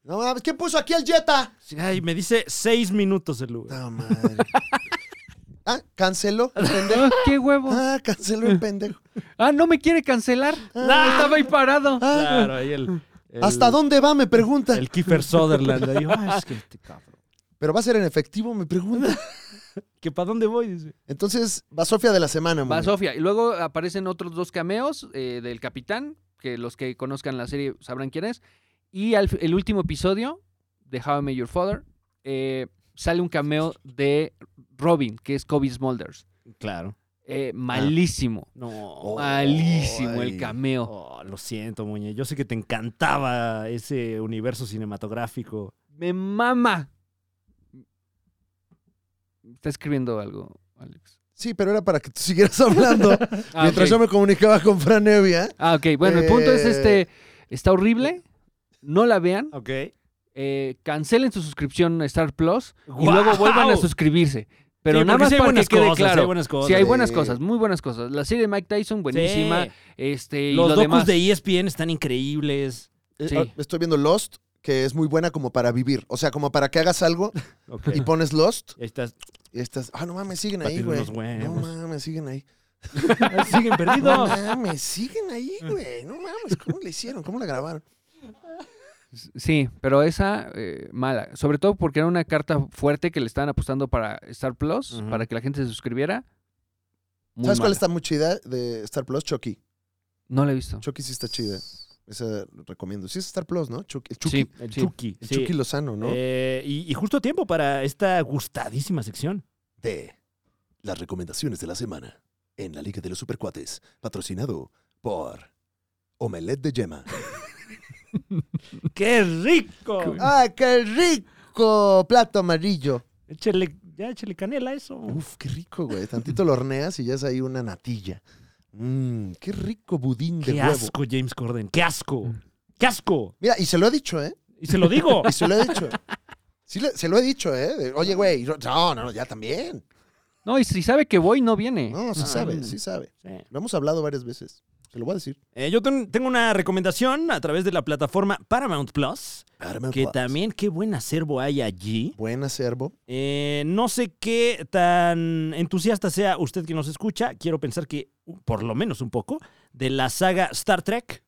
[SPEAKER 2] No mames, ¿quién puso aquí el Jetta?
[SPEAKER 1] Sí, ay, me dice seis minutos el lugar.
[SPEAKER 2] No madre. Ah, canceló.
[SPEAKER 3] Ah, ¡Qué huevo!
[SPEAKER 2] Ah, canceló el pendejo.
[SPEAKER 3] ¡Ah, no me quiere cancelar! Ah, Estaba ahí parado.
[SPEAKER 2] Ah,
[SPEAKER 1] Claro, ahí el, el-
[SPEAKER 2] ¿Hasta dónde va? Me pregunta.
[SPEAKER 1] El Kiefer Sutherland. Ahí, "Ay, es que este cabrón.
[SPEAKER 2] Pero va a ser en efectivo, me pregunta.
[SPEAKER 1] ¿Que para dónde voy? Dice.
[SPEAKER 2] Entonces, va Sofía de la semana,
[SPEAKER 3] Va
[SPEAKER 2] mami.
[SPEAKER 3] Sofía. Y luego aparecen otros dos cameos eh, del Capitán, que los que conozcan la serie sabrán quién es. Y al- el último episodio de How I Met Your Father eh, sale un cameo de Robin, que es Kobe Smulders.
[SPEAKER 1] Claro.
[SPEAKER 3] Eh,
[SPEAKER 2] Ah.
[SPEAKER 3] malísimo.
[SPEAKER 1] No.
[SPEAKER 2] Oh,
[SPEAKER 3] Oh, malísimo el cameo.
[SPEAKER 1] Oh, lo siento, Muñe. Yo sé que te encantaba ese universo cinematográfico.
[SPEAKER 3] Me mama. Está escribiendo algo, Alex.
[SPEAKER 2] Sí, pero era para que tú siguieras hablando
[SPEAKER 3] Ah,
[SPEAKER 2] mientras
[SPEAKER 3] ok.
[SPEAKER 2] yo me comunicaba con Fran Evia.
[SPEAKER 3] Ah, ok. Bueno, el punto es
[SPEAKER 2] Eh,
[SPEAKER 3] este. Está horrible. No la vean.
[SPEAKER 1] Ok.
[SPEAKER 3] eh, cancelen su suscripción a Star Plus y
[SPEAKER 1] ¡Guau!
[SPEAKER 3] luego vuelvan a suscribirse. Pero
[SPEAKER 1] Sí,
[SPEAKER 3] nada
[SPEAKER 1] porque
[SPEAKER 3] más
[SPEAKER 1] sí hay
[SPEAKER 3] para que
[SPEAKER 1] buenas
[SPEAKER 3] quede
[SPEAKER 1] cosas, sí hay
[SPEAKER 3] claro.
[SPEAKER 1] buenas cosas.
[SPEAKER 3] Sí, hay buenas
[SPEAKER 2] Sí.
[SPEAKER 3] cosas, muy buenas cosas. La serie de Mike Tyson, buenísima.
[SPEAKER 1] Sí.
[SPEAKER 3] Este, y
[SPEAKER 1] Los
[SPEAKER 3] lo
[SPEAKER 1] docus
[SPEAKER 3] demás.
[SPEAKER 1] de E ESPN están increíbles.
[SPEAKER 2] Eh,
[SPEAKER 3] Sí.
[SPEAKER 2] ah, Estoy viendo Lost, que es muy buena como para vivir. O sea, como para que hagas algo
[SPEAKER 1] Ok.
[SPEAKER 2] y pones Lost
[SPEAKER 1] Ahí estás.
[SPEAKER 2] y estás. Ah, no mames, siguen ahí,
[SPEAKER 1] Batir
[SPEAKER 2] güey.
[SPEAKER 1] unos
[SPEAKER 2] No
[SPEAKER 1] huevos.
[SPEAKER 2] mames, siguen ahí.
[SPEAKER 1] Ay, Siguen
[SPEAKER 2] No
[SPEAKER 1] perdidos.
[SPEAKER 2] mames, siguen ahí, güey. No mames, ¿cómo le hicieron? ¿Cómo la grabaron?
[SPEAKER 3] Sí, pero esa eh, mala. Sobre todo porque era una carta fuerte que le estaban apostando para Star Plus,
[SPEAKER 1] Ujú.
[SPEAKER 3] para que la gente se suscribiera. Muy
[SPEAKER 2] ¿Sabes cuál
[SPEAKER 3] mala.
[SPEAKER 2] está muy chida de Star Plus? Chucky.
[SPEAKER 3] No la he visto.
[SPEAKER 2] Chucky sí está chida. Esa lo recomiendo. Sí es Star Plus, ¿no? Chucky. El Chucky,
[SPEAKER 3] Sí,
[SPEAKER 1] El
[SPEAKER 3] sí.
[SPEAKER 1] Chucky.
[SPEAKER 2] el
[SPEAKER 1] sí.
[SPEAKER 2] Chucky Lozano, ¿no?
[SPEAKER 1] Eh, y, y justo a tiempo para esta gustadísima sección.
[SPEAKER 6] de las recomendaciones de la semana en la Liga de los Supercuates, patrocinado por Omelette de Yema.
[SPEAKER 1] ¡Qué rico!
[SPEAKER 2] ¡Ah, qué rico! Plato amarillo.
[SPEAKER 1] Échale, ya échale canela a eso.
[SPEAKER 2] Uf, qué rico, güey. Tantito lo horneas y ya es ahí una natilla. Mmm, qué rico budín de
[SPEAKER 1] ¡Qué
[SPEAKER 2] huevo.
[SPEAKER 1] asco, James Corden! ¡Qué asco! ¡Qué asco!
[SPEAKER 2] Mira, y se lo he dicho, ¿eh?
[SPEAKER 1] Y se lo digo.
[SPEAKER 2] Y se lo he dicho. Sí, le- se lo he dicho, ¿eh? De, Oye, güey, yo- no, no, ya también.
[SPEAKER 3] No, y si sabe que voy, no viene.
[SPEAKER 2] No, sí sabe, sí sabe.
[SPEAKER 1] Ah, mm. Sí.
[SPEAKER 2] Lo hemos hablado varias veces. Se lo voy a decir.
[SPEAKER 1] Eh, yo ten- tengo una recomendación a través de la plataforma Paramount Plus,
[SPEAKER 2] Paramount
[SPEAKER 1] que
[SPEAKER 2] Plus.
[SPEAKER 1] también qué buen acervo hay allí.
[SPEAKER 2] Buen acervo.
[SPEAKER 1] Eh, no sé qué tan entusiasta sea usted que nos escucha, quiero pensar que uh, por lo menos un poco, de la saga Star Trek,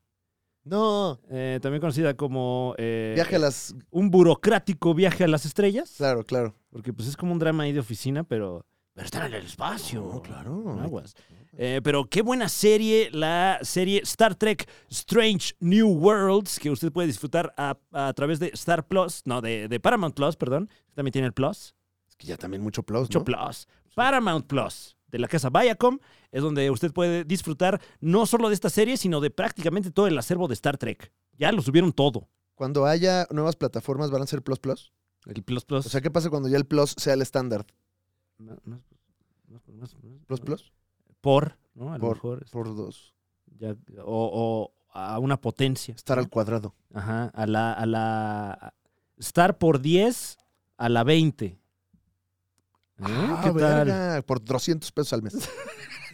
[SPEAKER 2] No,
[SPEAKER 1] eh, también conocida como eh,
[SPEAKER 2] viaje a las...
[SPEAKER 1] un burocrático viaje a las estrellas,
[SPEAKER 2] Claro, claro.
[SPEAKER 1] porque pues es como un drama ahí de oficina, pero... Pero están en el espacio.
[SPEAKER 2] No, claro.
[SPEAKER 1] Aguas. Eh, pero qué buena serie, la serie Star Trek Strange New Worlds, que usted puede disfrutar a, a través de Star Plus, no, de, de Paramount Plus, perdón. También tiene el Plus.
[SPEAKER 2] Es que ya también mucho plus,
[SPEAKER 1] Mucho
[SPEAKER 2] ¿no?
[SPEAKER 1] Plus. Paramount Plus, de la casa Viacom, es donde usted puede disfrutar no solo de esta serie, sino de prácticamente todo el acervo de Star Trek. Ya lo subieron todo.
[SPEAKER 2] Cuando haya nuevas plataformas, ¿van a ser plus plus?
[SPEAKER 1] El Plus Plus.
[SPEAKER 2] O sea, ¿qué pasa cuando ya el plus sea el estándar?
[SPEAKER 1] No, no es- no es- no es- no es-
[SPEAKER 2] ¿Plus plus?
[SPEAKER 1] Por, ¿no? A lo
[SPEAKER 2] Por-
[SPEAKER 1] mejor.
[SPEAKER 2] Por dos.
[SPEAKER 1] ya- o, o a una potencia.
[SPEAKER 2] Estar al cuadrado.
[SPEAKER 1] Ajá, a la, a la. a- Star por 10 a la 20. ¿Eh?
[SPEAKER 2] Ah,
[SPEAKER 1] ¿Qué tal?
[SPEAKER 2] verga, Por 200 pesos al mes.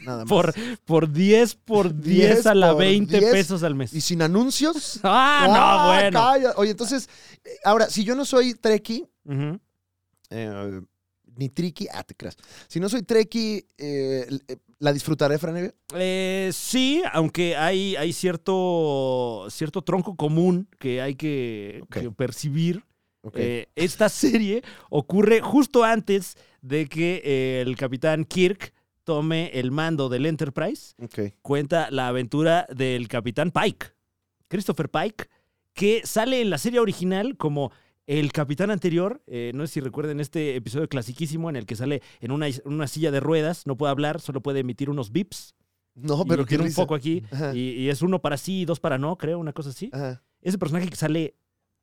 [SPEAKER 2] Nada más.
[SPEAKER 1] Por, por 10 por 10,
[SPEAKER 2] 10
[SPEAKER 1] a la
[SPEAKER 2] por
[SPEAKER 1] 20
[SPEAKER 2] 10.
[SPEAKER 1] pesos al mes.
[SPEAKER 2] Y sin anuncios.
[SPEAKER 1] ¡Ah, no, bueno!
[SPEAKER 2] calla. Oye, entonces, eh, ahora, si yo no soy treki,
[SPEAKER 1] Ujú.
[SPEAKER 2] eh, ni triqui, ah, te creas. Si no soy treki, eh, l- eh, ¿la disfrutaré, Franevia?
[SPEAKER 1] Eh, sí, aunque hay, hay cierto, cierto tronco común que hay que,
[SPEAKER 2] Ok.
[SPEAKER 1] que percibir.
[SPEAKER 2] Ok.
[SPEAKER 1] Eh, esta serie ocurre justo antes de que eh, el capitán Kirk tome el mando del Enterprise.
[SPEAKER 2] ok.
[SPEAKER 1] cuenta la aventura del capitán Pike, Christopher Pike, que sale en la serie original como el capitán anterior. Eh, no sé si recuerden este episodio clasiquísimo en el que sale en una, is- una silla de ruedas, no puede hablar, solo puede emitir unos bips.
[SPEAKER 2] No, Oh, pero
[SPEAKER 1] y
[SPEAKER 2] qué
[SPEAKER 1] tiene un
[SPEAKER 2] risa.
[SPEAKER 1] poco aquí.
[SPEAKER 2] Ajá, Ah.
[SPEAKER 1] Y, y es uno para sí y dos para no, creo, una cosa así.
[SPEAKER 2] ajá.
[SPEAKER 1] Ese personaje que sale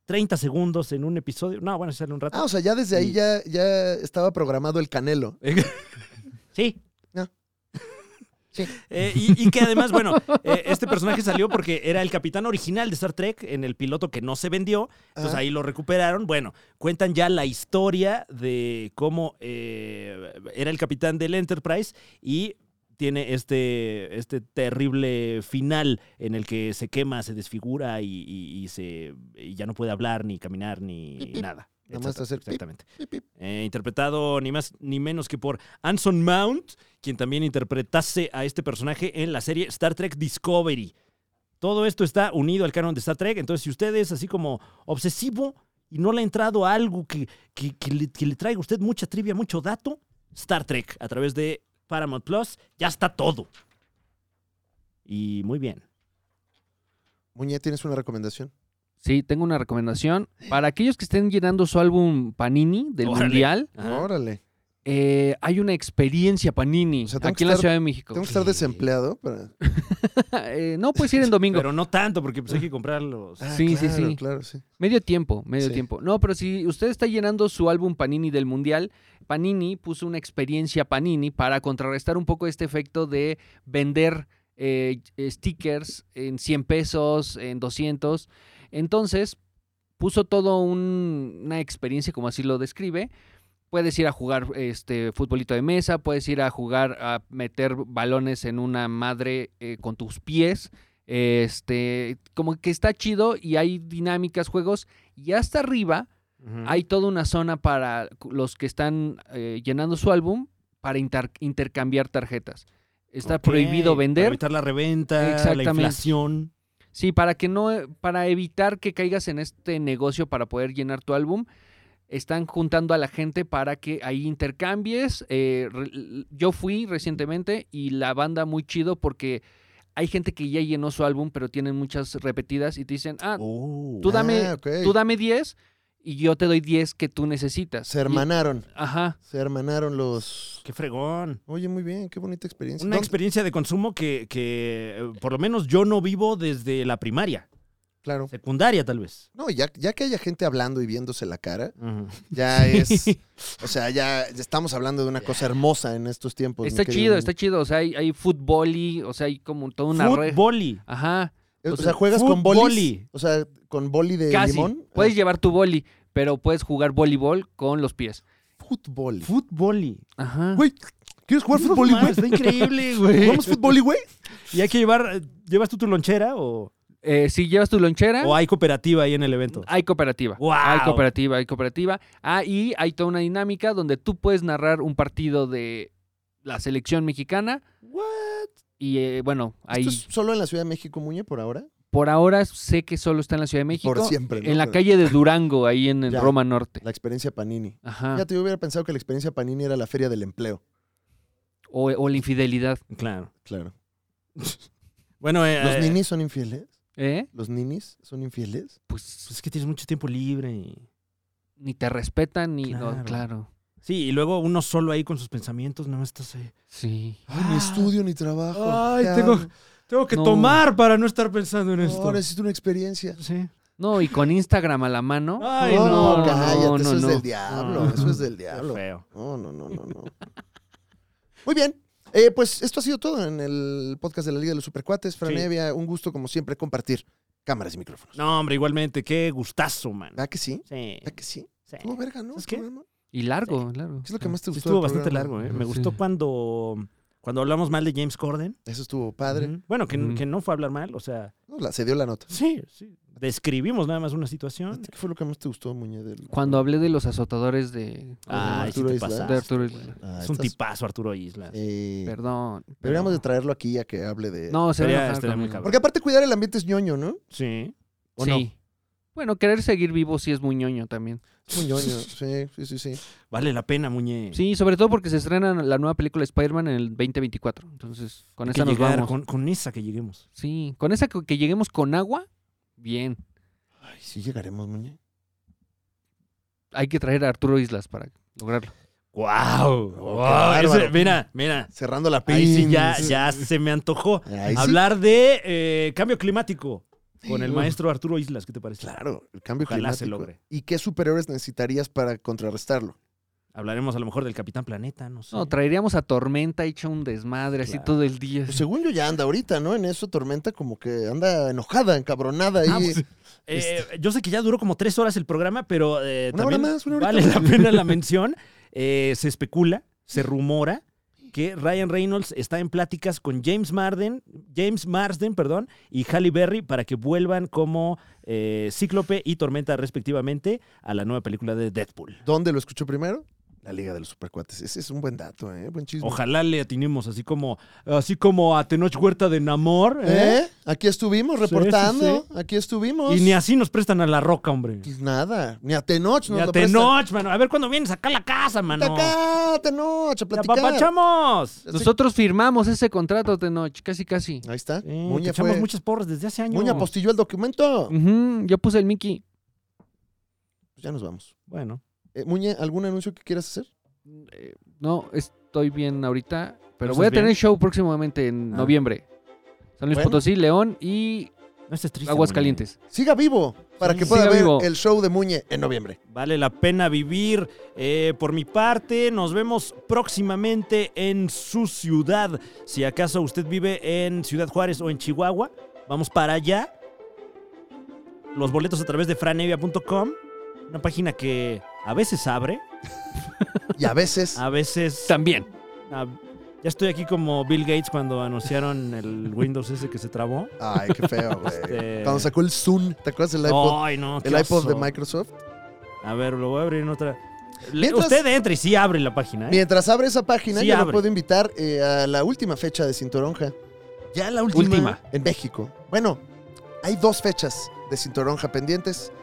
[SPEAKER 1] 30 segundos en un episodio. No, bueno, sale un rato.
[SPEAKER 2] Ah, o sea, ya desde ahí
[SPEAKER 1] Y-
[SPEAKER 2] ya, ya estaba programado el canelo.
[SPEAKER 1] Sí.
[SPEAKER 2] No.
[SPEAKER 1] Eh, y, y que además, bueno, eh, este personaje salió porque era el capitán original de Star Trek en el piloto que no se vendió. Entonces ahí lo recuperaron. Bueno, cuentan ya la historia de cómo eh, era el capitán del Enterprise y tiene este, este terrible final en el que se quema, se desfigura y, y- y se, y ya no puede hablar, ni caminar, ni nada.
[SPEAKER 2] Nada más
[SPEAKER 1] Etcétera,
[SPEAKER 2] hacer pip,
[SPEAKER 1] Exactamente. Eh, interpretado ni más ni menos que por Anson Mount, quien también interpretase a este personaje en la serie Star Trek Discovery. Todo esto está unido al canon de Star Trek, entonces si usted es así como obsesivo y no le ha entrado a algo que, que- que le, que le traiga a usted mucha trivia, mucho dato, Star Trek a través de Paramount Plus, ya está todo. Y muy bien.
[SPEAKER 2] Muñe, ¿tienes una recomendación?
[SPEAKER 3] Sí, tengo una recomendación. Para aquellos que estén llenando su álbum Panini del
[SPEAKER 1] Órale.
[SPEAKER 3] Mundial,
[SPEAKER 1] Ajá.
[SPEAKER 2] Órale.
[SPEAKER 3] eh, hay una experiencia Panini
[SPEAKER 2] O sea, tengo
[SPEAKER 3] aquí
[SPEAKER 2] que
[SPEAKER 3] en la
[SPEAKER 2] estar-
[SPEAKER 3] Ciudad de México.
[SPEAKER 2] Tengo que estar desempleado para.
[SPEAKER 3] Eh, no, puedes ir en domingo.
[SPEAKER 1] Pero no tanto, porque pues, hay que comprarlos.
[SPEAKER 2] Ah,
[SPEAKER 3] Sí, sí,
[SPEAKER 2] claro,
[SPEAKER 3] sí.
[SPEAKER 2] Claro, sí.
[SPEAKER 3] Medio tiempo, medio
[SPEAKER 2] Sí.
[SPEAKER 3] tiempo. No, pero si usted está llenando su álbum Panini del Mundial, Panini puso una experiencia Panini para contrarrestar un poco este efecto de vender eh, stickers en 100 pesos, en 200. Entonces, puso todo un- una experiencia, como así lo describe. Puedes ir a jugar este futbolito de mesa, puedes ir a jugar a meter balones en una madre eh, con tus pies. Este, como que está chido y hay dinámicas, juegos. Y hasta arriba
[SPEAKER 1] Ujú.
[SPEAKER 3] hay toda una zona para los que están eh, llenando su álbum para inter- intercambiar tarjetas. Está
[SPEAKER 1] Ok,
[SPEAKER 3] prohibido
[SPEAKER 1] para
[SPEAKER 3] vender.
[SPEAKER 1] evitar la reventa, la
[SPEAKER 3] Exactamente.
[SPEAKER 1] inflación.
[SPEAKER 3] Sí, para que no, eh, para evitar que caigas en este negocio para poder llenar tu álbum, están juntando a la gente para que ahí intercambies. Eh, re- yo fui recientemente y la banda muy chido porque hay gente que ya llenó su álbum, pero tienen muchas repetidas y te dicen, ah,
[SPEAKER 1] Oh.
[SPEAKER 3] tú dame,
[SPEAKER 2] Ah, ok.
[SPEAKER 3] tú dame 10 y yo te doy 10 que tú necesitas.
[SPEAKER 2] Se hermanaron.
[SPEAKER 3] Y- ajá.
[SPEAKER 2] Se hermanaron los.
[SPEAKER 1] Qué fregón.
[SPEAKER 2] Oye, muy bien, qué bonita experiencia.
[SPEAKER 1] Una
[SPEAKER 2] ¿Dónde-
[SPEAKER 1] experiencia de consumo que, que, eh, por lo menos yo no vivo desde la primaria,
[SPEAKER 2] Claro.
[SPEAKER 1] secundaria tal vez.
[SPEAKER 2] No, ya, ya que haya gente hablando y viéndose la cara,
[SPEAKER 1] Ujú.
[SPEAKER 2] ya es. o sea, ya estamos hablando de una cosa hermosa en estos tiempos. Pues, mi
[SPEAKER 3] está
[SPEAKER 2] querido
[SPEAKER 3] chido,
[SPEAKER 2] Muñe.
[SPEAKER 3] está chido. O sea, hay, hay fútbol y, o sea, hay como toda una red.
[SPEAKER 1] Futboli.
[SPEAKER 3] Ajá.
[SPEAKER 2] Eh, O
[SPEAKER 3] o
[SPEAKER 2] sea,
[SPEAKER 3] sea,
[SPEAKER 2] juegas con
[SPEAKER 1] fútbol.
[SPEAKER 2] bolis. O sea, con boli de
[SPEAKER 3] Casi.
[SPEAKER 2] limón. ah,
[SPEAKER 3] Puedes llevar tu boli, pero puedes jugar voleibol con los pies.
[SPEAKER 2] Fútbol.
[SPEAKER 1] Futboli.
[SPEAKER 3] Ajá.
[SPEAKER 2] Güey, ¿quieres jugar
[SPEAKER 1] No
[SPEAKER 2] fútbol,
[SPEAKER 1] mames,
[SPEAKER 2] güey?
[SPEAKER 1] Está increíble, güey.
[SPEAKER 2] ¿Jugamos fútbol, güey?
[SPEAKER 1] Y hay que llevar, eh, ¿llevas tú tu lonchera o,
[SPEAKER 3] Eh, si llevas tu lonchera,
[SPEAKER 1] o hay cooperativa ahí en el evento?
[SPEAKER 3] hay cooperativa.
[SPEAKER 1] ¡Wow!
[SPEAKER 3] Hay cooperativa, hay cooperativa. Ah, y hay toda una dinámica donde tú puedes narrar un partido de la selección mexicana. Y eh, bueno, ahí
[SPEAKER 2] ¿Esto es solo en la Ciudad de México, Muñe, por ahora?
[SPEAKER 3] por ahora sé que solo está en la Ciudad de México.
[SPEAKER 2] Por siempre, ¿no?
[SPEAKER 3] En la calle de Durango, ahí en el
[SPEAKER 2] Ya.
[SPEAKER 3] Roma Norte.
[SPEAKER 2] La experiencia Panini.
[SPEAKER 3] Ajá.
[SPEAKER 2] Ya te hubiera pensado que la experiencia Panini era la feria del empleo.
[SPEAKER 3] O, o la infidelidad.
[SPEAKER 1] Claro.
[SPEAKER 2] Claro.
[SPEAKER 1] Bueno, eh,
[SPEAKER 2] ¿Los
[SPEAKER 1] eh,
[SPEAKER 2] ninis son infieles?
[SPEAKER 3] ¿Eh?
[SPEAKER 2] ¿Los ninis son infieles?
[SPEAKER 1] pues
[SPEAKER 3] Pues
[SPEAKER 1] es que tienes mucho tiempo libre. y-
[SPEAKER 3] ni te respetan ni. no,
[SPEAKER 1] Claro.
[SPEAKER 3] claro.
[SPEAKER 1] Sí, y luego uno solo ahí con sus pensamientos, nada más estás ahí.
[SPEAKER 3] Sí.
[SPEAKER 2] Ay, ni estudio ni trabajo.
[SPEAKER 1] Ah. Ay,
[SPEAKER 2] Ya,
[SPEAKER 1] tengo- Tengo que
[SPEAKER 3] No.
[SPEAKER 1] tomar para no estar pensando en esto.
[SPEAKER 2] No, necesito una experiencia.
[SPEAKER 1] Sí.
[SPEAKER 3] No, y con Instagram a la mano.
[SPEAKER 1] Ay,
[SPEAKER 2] no,
[SPEAKER 1] no, no,
[SPEAKER 2] cállate,
[SPEAKER 3] no,
[SPEAKER 2] eso es
[SPEAKER 3] no.
[SPEAKER 2] del diablo,
[SPEAKER 1] No.
[SPEAKER 2] eso es del
[SPEAKER 1] Qué
[SPEAKER 2] diablo.
[SPEAKER 1] feo.
[SPEAKER 2] No, no, no, no, no. Muy bien. eh, pues esto ha sido todo en el podcast de la Liga de los Supercuates. Fran
[SPEAKER 1] Sí.
[SPEAKER 2] Evia, un gusto como siempre compartir cámaras y micrófonos.
[SPEAKER 1] No, hombre, igualmente, qué gustazo, man.
[SPEAKER 2] ¿Verdad que sí?
[SPEAKER 1] Sí,
[SPEAKER 2] ¿Verdad que sí?
[SPEAKER 1] sí.
[SPEAKER 2] Estuvo verga,
[SPEAKER 1] Eh.
[SPEAKER 2] ¿no?
[SPEAKER 1] ¿Sabes qué?
[SPEAKER 2] Estuvo verga, ¿no?
[SPEAKER 3] Y largo, largo.
[SPEAKER 2] ¿Qué es lo que más
[SPEAKER 1] Sí,
[SPEAKER 2] te gustó?
[SPEAKER 1] estuvo
[SPEAKER 2] del
[SPEAKER 1] bastante
[SPEAKER 2] programa?
[SPEAKER 1] largo, ¿eh? Me
[SPEAKER 3] Sí.
[SPEAKER 1] gustó cuando, cuando hablamos mal de James Corden.
[SPEAKER 2] Eso estuvo padre.
[SPEAKER 1] Ujú. Bueno, que,
[SPEAKER 3] Ujú.
[SPEAKER 1] que no fue hablar mal, o sea,
[SPEAKER 2] No, la- se dio la nota.
[SPEAKER 1] sí, sí. Describimos nada más una
[SPEAKER 2] ¿A
[SPEAKER 1] situación.
[SPEAKER 2] ti ¿Qué fue lo que más te gustó, Muñe? del-
[SPEAKER 3] Cuando hablé de los azotadores de,
[SPEAKER 1] Ah,
[SPEAKER 2] Arturo
[SPEAKER 1] sí te
[SPEAKER 2] Islas.
[SPEAKER 1] pasaste,
[SPEAKER 3] de Arturo
[SPEAKER 1] güey.
[SPEAKER 3] Islas.
[SPEAKER 2] Ah,
[SPEAKER 1] Es un
[SPEAKER 2] estás-
[SPEAKER 1] tipazo, Arturo Islas.
[SPEAKER 2] Eh,
[SPEAKER 3] Perdón.
[SPEAKER 2] deberíamos
[SPEAKER 1] pero-
[SPEAKER 2] de traerlo aquí a que hable de...
[SPEAKER 3] No, se va a
[SPEAKER 1] Estaría-
[SPEAKER 3] enojar
[SPEAKER 1] estaría muy
[SPEAKER 3] conmigo.
[SPEAKER 1] cabrón.
[SPEAKER 2] Porque aparte cuidar el ambiente es ñoño, ¿no?
[SPEAKER 1] Sí.
[SPEAKER 2] ¿O
[SPEAKER 3] sí. Bueno, querer seguir vivo sí es muy ñoño también.
[SPEAKER 2] Es muy ñoño, sí, sí, sí, sí.
[SPEAKER 1] Vale la pena, Muñe.
[SPEAKER 3] Sí, sobre todo porque se estrena la nueva película de Spider-Man en el 2024. Entonces, con
[SPEAKER 1] Hay
[SPEAKER 3] esa
[SPEAKER 1] que
[SPEAKER 3] nos
[SPEAKER 1] llegar,
[SPEAKER 3] vamos.
[SPEAKER 1] Con, con esa que lleguemos.
[SPEAKER 3] Sí, con esa que, que lleguemos con agua, bien.
[SPEAKER 2] Ay, sí llegaremos, Muñe.
[SPEAKER 3] Hay que traer a Arturo Islas para lograrlo.
[SPEAKER 1] ¡Wow!
[SPEAKER 2] Oh, qué bárbaro.
[SPEAKER 1] mira, mira.
[SPEAKER 2] Cerrando la
[SPEAKER 1] Ahí sí
[SPEAKER 2] pin.
[SPEAKER 1] ya, ya se me antojó.
[SPEAKER 2] Ahí sí.
[SPEAKER 1] Hablar de eh, cambio climático con el maestro Arturo Islas, ¿qué te parece?
[SPEAKER 2] Claro, el cambio
[SPEAKER 1] Ojalá se
[SPEAKER 2] climático.
[SPEAKER 1] logre.
[SPEAKER 2] ¿Y qué superhéroes necesitarías para contrarrestarlo?
[SPEAKER 1] Hablaremos a lo mejor del Capitán Planeta, no sé.
[SPEAKER 3] No, traeríamos a Tormenta hecha un desmadre así
[SPEAKER 1] Claro.
[SPEAKER 3] todo el día.
[SPEAKER 2] Pues según yo ya anda ahorita, ¿no? En eso Tormenta como que anda enojada, encabronada ahí.
[SPEAKER 1] Ah, pues, eh, yo sé que ya duró como tres horas el programa, pero eh,
[SPEAKER 2] Este. Una hora
[SPEAKER 1] también
[SPEAKER 2] más, una horita
[SPEAKER 1] vale la pena la mención. Eh, se especula, se rumora que Ryan Reynolds está en pláticas con James Marden, James Marsden, perdón, y Halle Berry para que vuelvan como eh, Cíclope y Tormenta respectivamente a la nueva película de Deadpool.
[SPEAKER 2] ¿Dónde lo escuchó primero? La Liga de los Supercuates. Ese es un buen dato, ¿eh? Buen chisme.
[SPEAKER 1] Ojalá le atinemos así como, así como a Tenoch Huerta de Namor, ¿eh?
[SPEAKER 2] ¿Eh? Aquí estuvimos
[SPEAKER 1] Sí,
[SPEAKER 2] reportando.
[SPEAKER 1] sí,
[SPEAKER 2] Aquí estuvimos.
[SPEAKER 1] Y ni así nos prestan a la roca, hombre.
[SPEAKER 2] Pues nada. Ni a Tenoch nos
[SPEAKER 1] Ni a
[SPEAKER 2] lo prestan.
[SPEAKER 1] Tenoch, mano. A ver cuándo vienes acá a la casa,
[SPEAKER 2] Vente
[SPEAKER 1] mano.
[SPEAKER 2] acá, Tenoch, a
[SPEAKER 1] ¡Te
[SPEAKER 2] platicar.
[SPEAKER 1] apapachamos!
[SPEAKER 3] Nosotros firmamos ese contrato, Tenoch, casi casi.
[SPEAKER 2] Ahí está.
[SPEAKER 1] Sí, te
[SPEAKER 2] Muña
[SPEAKER 1] echamos
[SPEAKER 2] fue-
[SPEAKER 1] muchas porras desde hace años.
[SPEAKER 2] Muña postilló el documento.
[SPEAKER 3] Ujú, yo puse el Mickey.
[SPEAKER 2] Pues ya nos vamos.
[SPEAKER 1] Bueno,
[SPEAKER 2] Eh, Muña, ¿algún anuncio que quieras hacer?
[SPEAKER 3] Eh, no, estoy bien ahorita, pero
[SPEAKER 1] ¿No
[SPEAKER 3] voy a
[SPEAKER 1] estás bien?
[SPEAKER 3] tener show próximamente en
[SPEAKER 1] Ah.
[SPEAKER 3] noviembre. San Luis
[SPEAKER 2] Bueno.
[SPEAKER 3] Potosí, León y
[SPEAKER 1] no estés triste.
[SPEAKER 3] Aguascalientes.
[SPEAKER 2] Siga vivo para
[SPEAKER 1] Sí,
[SPEAKER 2] que pueda
[SPEAKER 3] siga
[SPEAKER 2] ver
[SPEAKER 3] vivo.
[SPEAKER 2] el show de Muñe en noviembre.
[SPEAKER 1] Muñe. Vale la pena vivir. Eh, por mi parte, nos vemos próximamente en su ciudad. Si acaso usted vive en Ciudad Juárez o en Chihuahua, vamos para allá. Los boletos a través de franevia.com, una página que a veces abre,
[SPEAKER 2] Y a veces
[SPEAKER 1] a veces
[SPEAKER 3] También.
[SPEAKER 1] Ah, ya estoy aquí como Bill Gates cuando anunciaron el Windows ese que se trabó.
[SPEAKER 2] Ay, qué feo, güey.
[SPEAKER 1] Ah, Este-
[SPEAKER 2] Cuando sacó el Zoom, ¿te acuerdas del iPod?
[SPEAKER 1] Ay, no. qué
[SPEAKER 2] el iPod de
[SPEAKER 1] oso.
[SPEAKER 2] Microsoft.
[SPEAKER 1] A ver, lo voy a abrir en otra. Le-
[SPEAKER 2] Mientras-
[SPEAKER 1] Usted entra y sí abre la página. ¿eh?
[SPEAKER 2] Mientras abre esa página,
[SPEAKER 1] Sí,
[SPEAKER 2] yo lo
[SPEAKER 1] abre.
[SPEAKER 2] puedo invitar eh, a la última fecha de Cintoronja. Ya la última.
[SPEAKER 3] Última.
[SPEAKER 2] En México. Bueno, hay dos fechas de Cintoronja pendientes.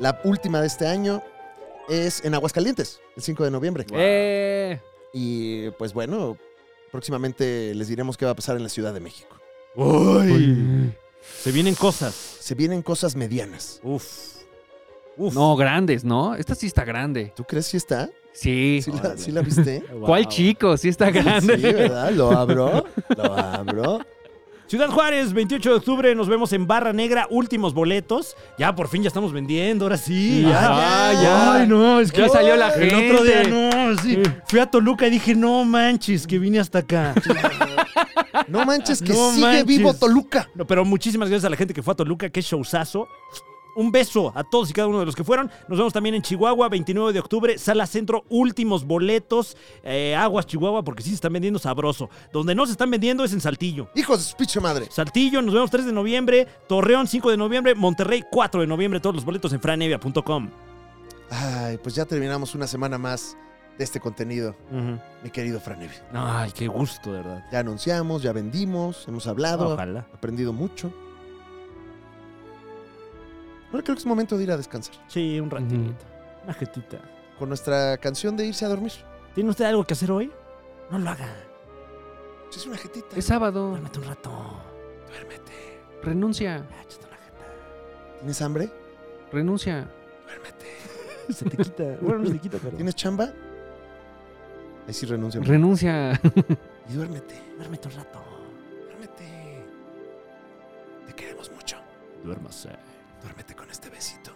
[SPEAKER 2] La última de este año es en Aguascalientes, el 5 de noviembre.
[SPEAKER 3] Eh,
[SPEAKER 2] Y pues bueno, próximamente les diremos qué va a pasar en la Ciudad de México.
[SPEAKER 1] Uy. Se vienen cosas.
[SPEAKER 2] Se vienen cosas medianas.
[SPEAKER 1] Uf. Uf.
[SPEAKER 3] no, grandes, ¿no? Esta sí está grande.
[SPEAKER 2] ¿Tú crees que está?
[SPEAKER 3] Sí.
[SPEAKER 2] ¿Sí la,
[SPEAKER 1] Órale.
[SPEAKER 2] sí la viste?
[SPEAKER 1] Wow.
[SPEAKER 3] ¿Cuál chico? Sí está
[SPEAKER 1] Ah,
[SPEAKER 3] grande.
[SPEAKER 2] Sí, ¿verdad? Lo abro. Lo abro.
[SPEAKER 1] Ciudad Juárez, 28 de octubre. Nos vemos en Barra Negra. Últimos boletos. Ya, por fin ya estamos vendiendo. Ahora sí.
[SPEAKER 3] Ya, ya, ya.
[SPEAKER 1] Ay, no. Es que
[SPEAKER 3] Ya salió la
[SPEAKER 1] El
[SPEAKER 3] gente.
[SPEAKER 1] otro día no. Sí. Fui a Toluca y dije, no manches, que vine hasta acá.
[SPEAKER 2] No manches, que
[SPEAKER 1] No
[SPEAKER 2] sigue
[SPEAKER 1] manches.
[SPEAKER 2] vivo Toluca.
[SPEAKER 1] No, pero muchísimas gracias a la gente que fue a Toluca, qué showzazo. Un beso a todos y cada uno de los que fueron. Nos vemos también en Chihuahua, 29 de octubre, Sala Centro, últimos boletos. Eh, aguas Chihuahua, porque sí se están vendiendo sabroso. Donde no se están vendiendo es en Saltillo.
[SPEAKER 2] Hijos de su pinche madre.
[SPEAKER 1] Saltillo, nos vemos 3 de noviembre, Torreón 5 de noviembre, Monterrey 4 de noviembre, todos los boletos en franevia.com.
[SPEAKER 2] Ay, pues ya terminamos una semana más de este contenido,
[SPEAKER 1] Ujú.
[SPEAKER 2] mi querido Franevi.
[SPEAKER 1] Ay, qué gusto, de verdad.
[SPEAKER 2] Ya anunciamos, ya vendimos, hemos hablado,
[SPEAKER 1] Ojalá.
[SPEAKER 2] aprendido mucho. Ahora creo que es momento de ir a descansar
[SPEAKER 1] Sí, un ratito.
[SPEAKER 3] Ujú.
[SPEAKER 1] Una jetita.
[SPEAKER 2] con nuestra canción de irse a dormir.
[SPEAKER 1] ¿Tiene usted algo que hacer hoy? No lo haga.
[SPEAKER 2] Sí, Es una jetita.
[SPEAKER 3] Es sábado.
[SPEAKER 1] Duérmete un rato.
[SPEAKER 3] Renuncia.
[SPEAKER 1] Ya, échate una jeta.
[SPEAKER 2] ¿Tienes hambre?
[SPEAKER 3] Renuncia.
[SPEAKER 1] Se te quita. Bueno, no se quita, pero.
[SPEAKER 2] ¿Tienes chamba? Ahí sí renuncio.
[SPEAKER 3] Renuncia.
[SPEAKER 2] y duérmete,
[SPEAKER 1] Duérmete un rato.
[SPEAKER 2] duérmete. Te queremos mucho.
[SPEAKER 1] Duérmase.
[SPEAKER 2] Duérmete con este besito.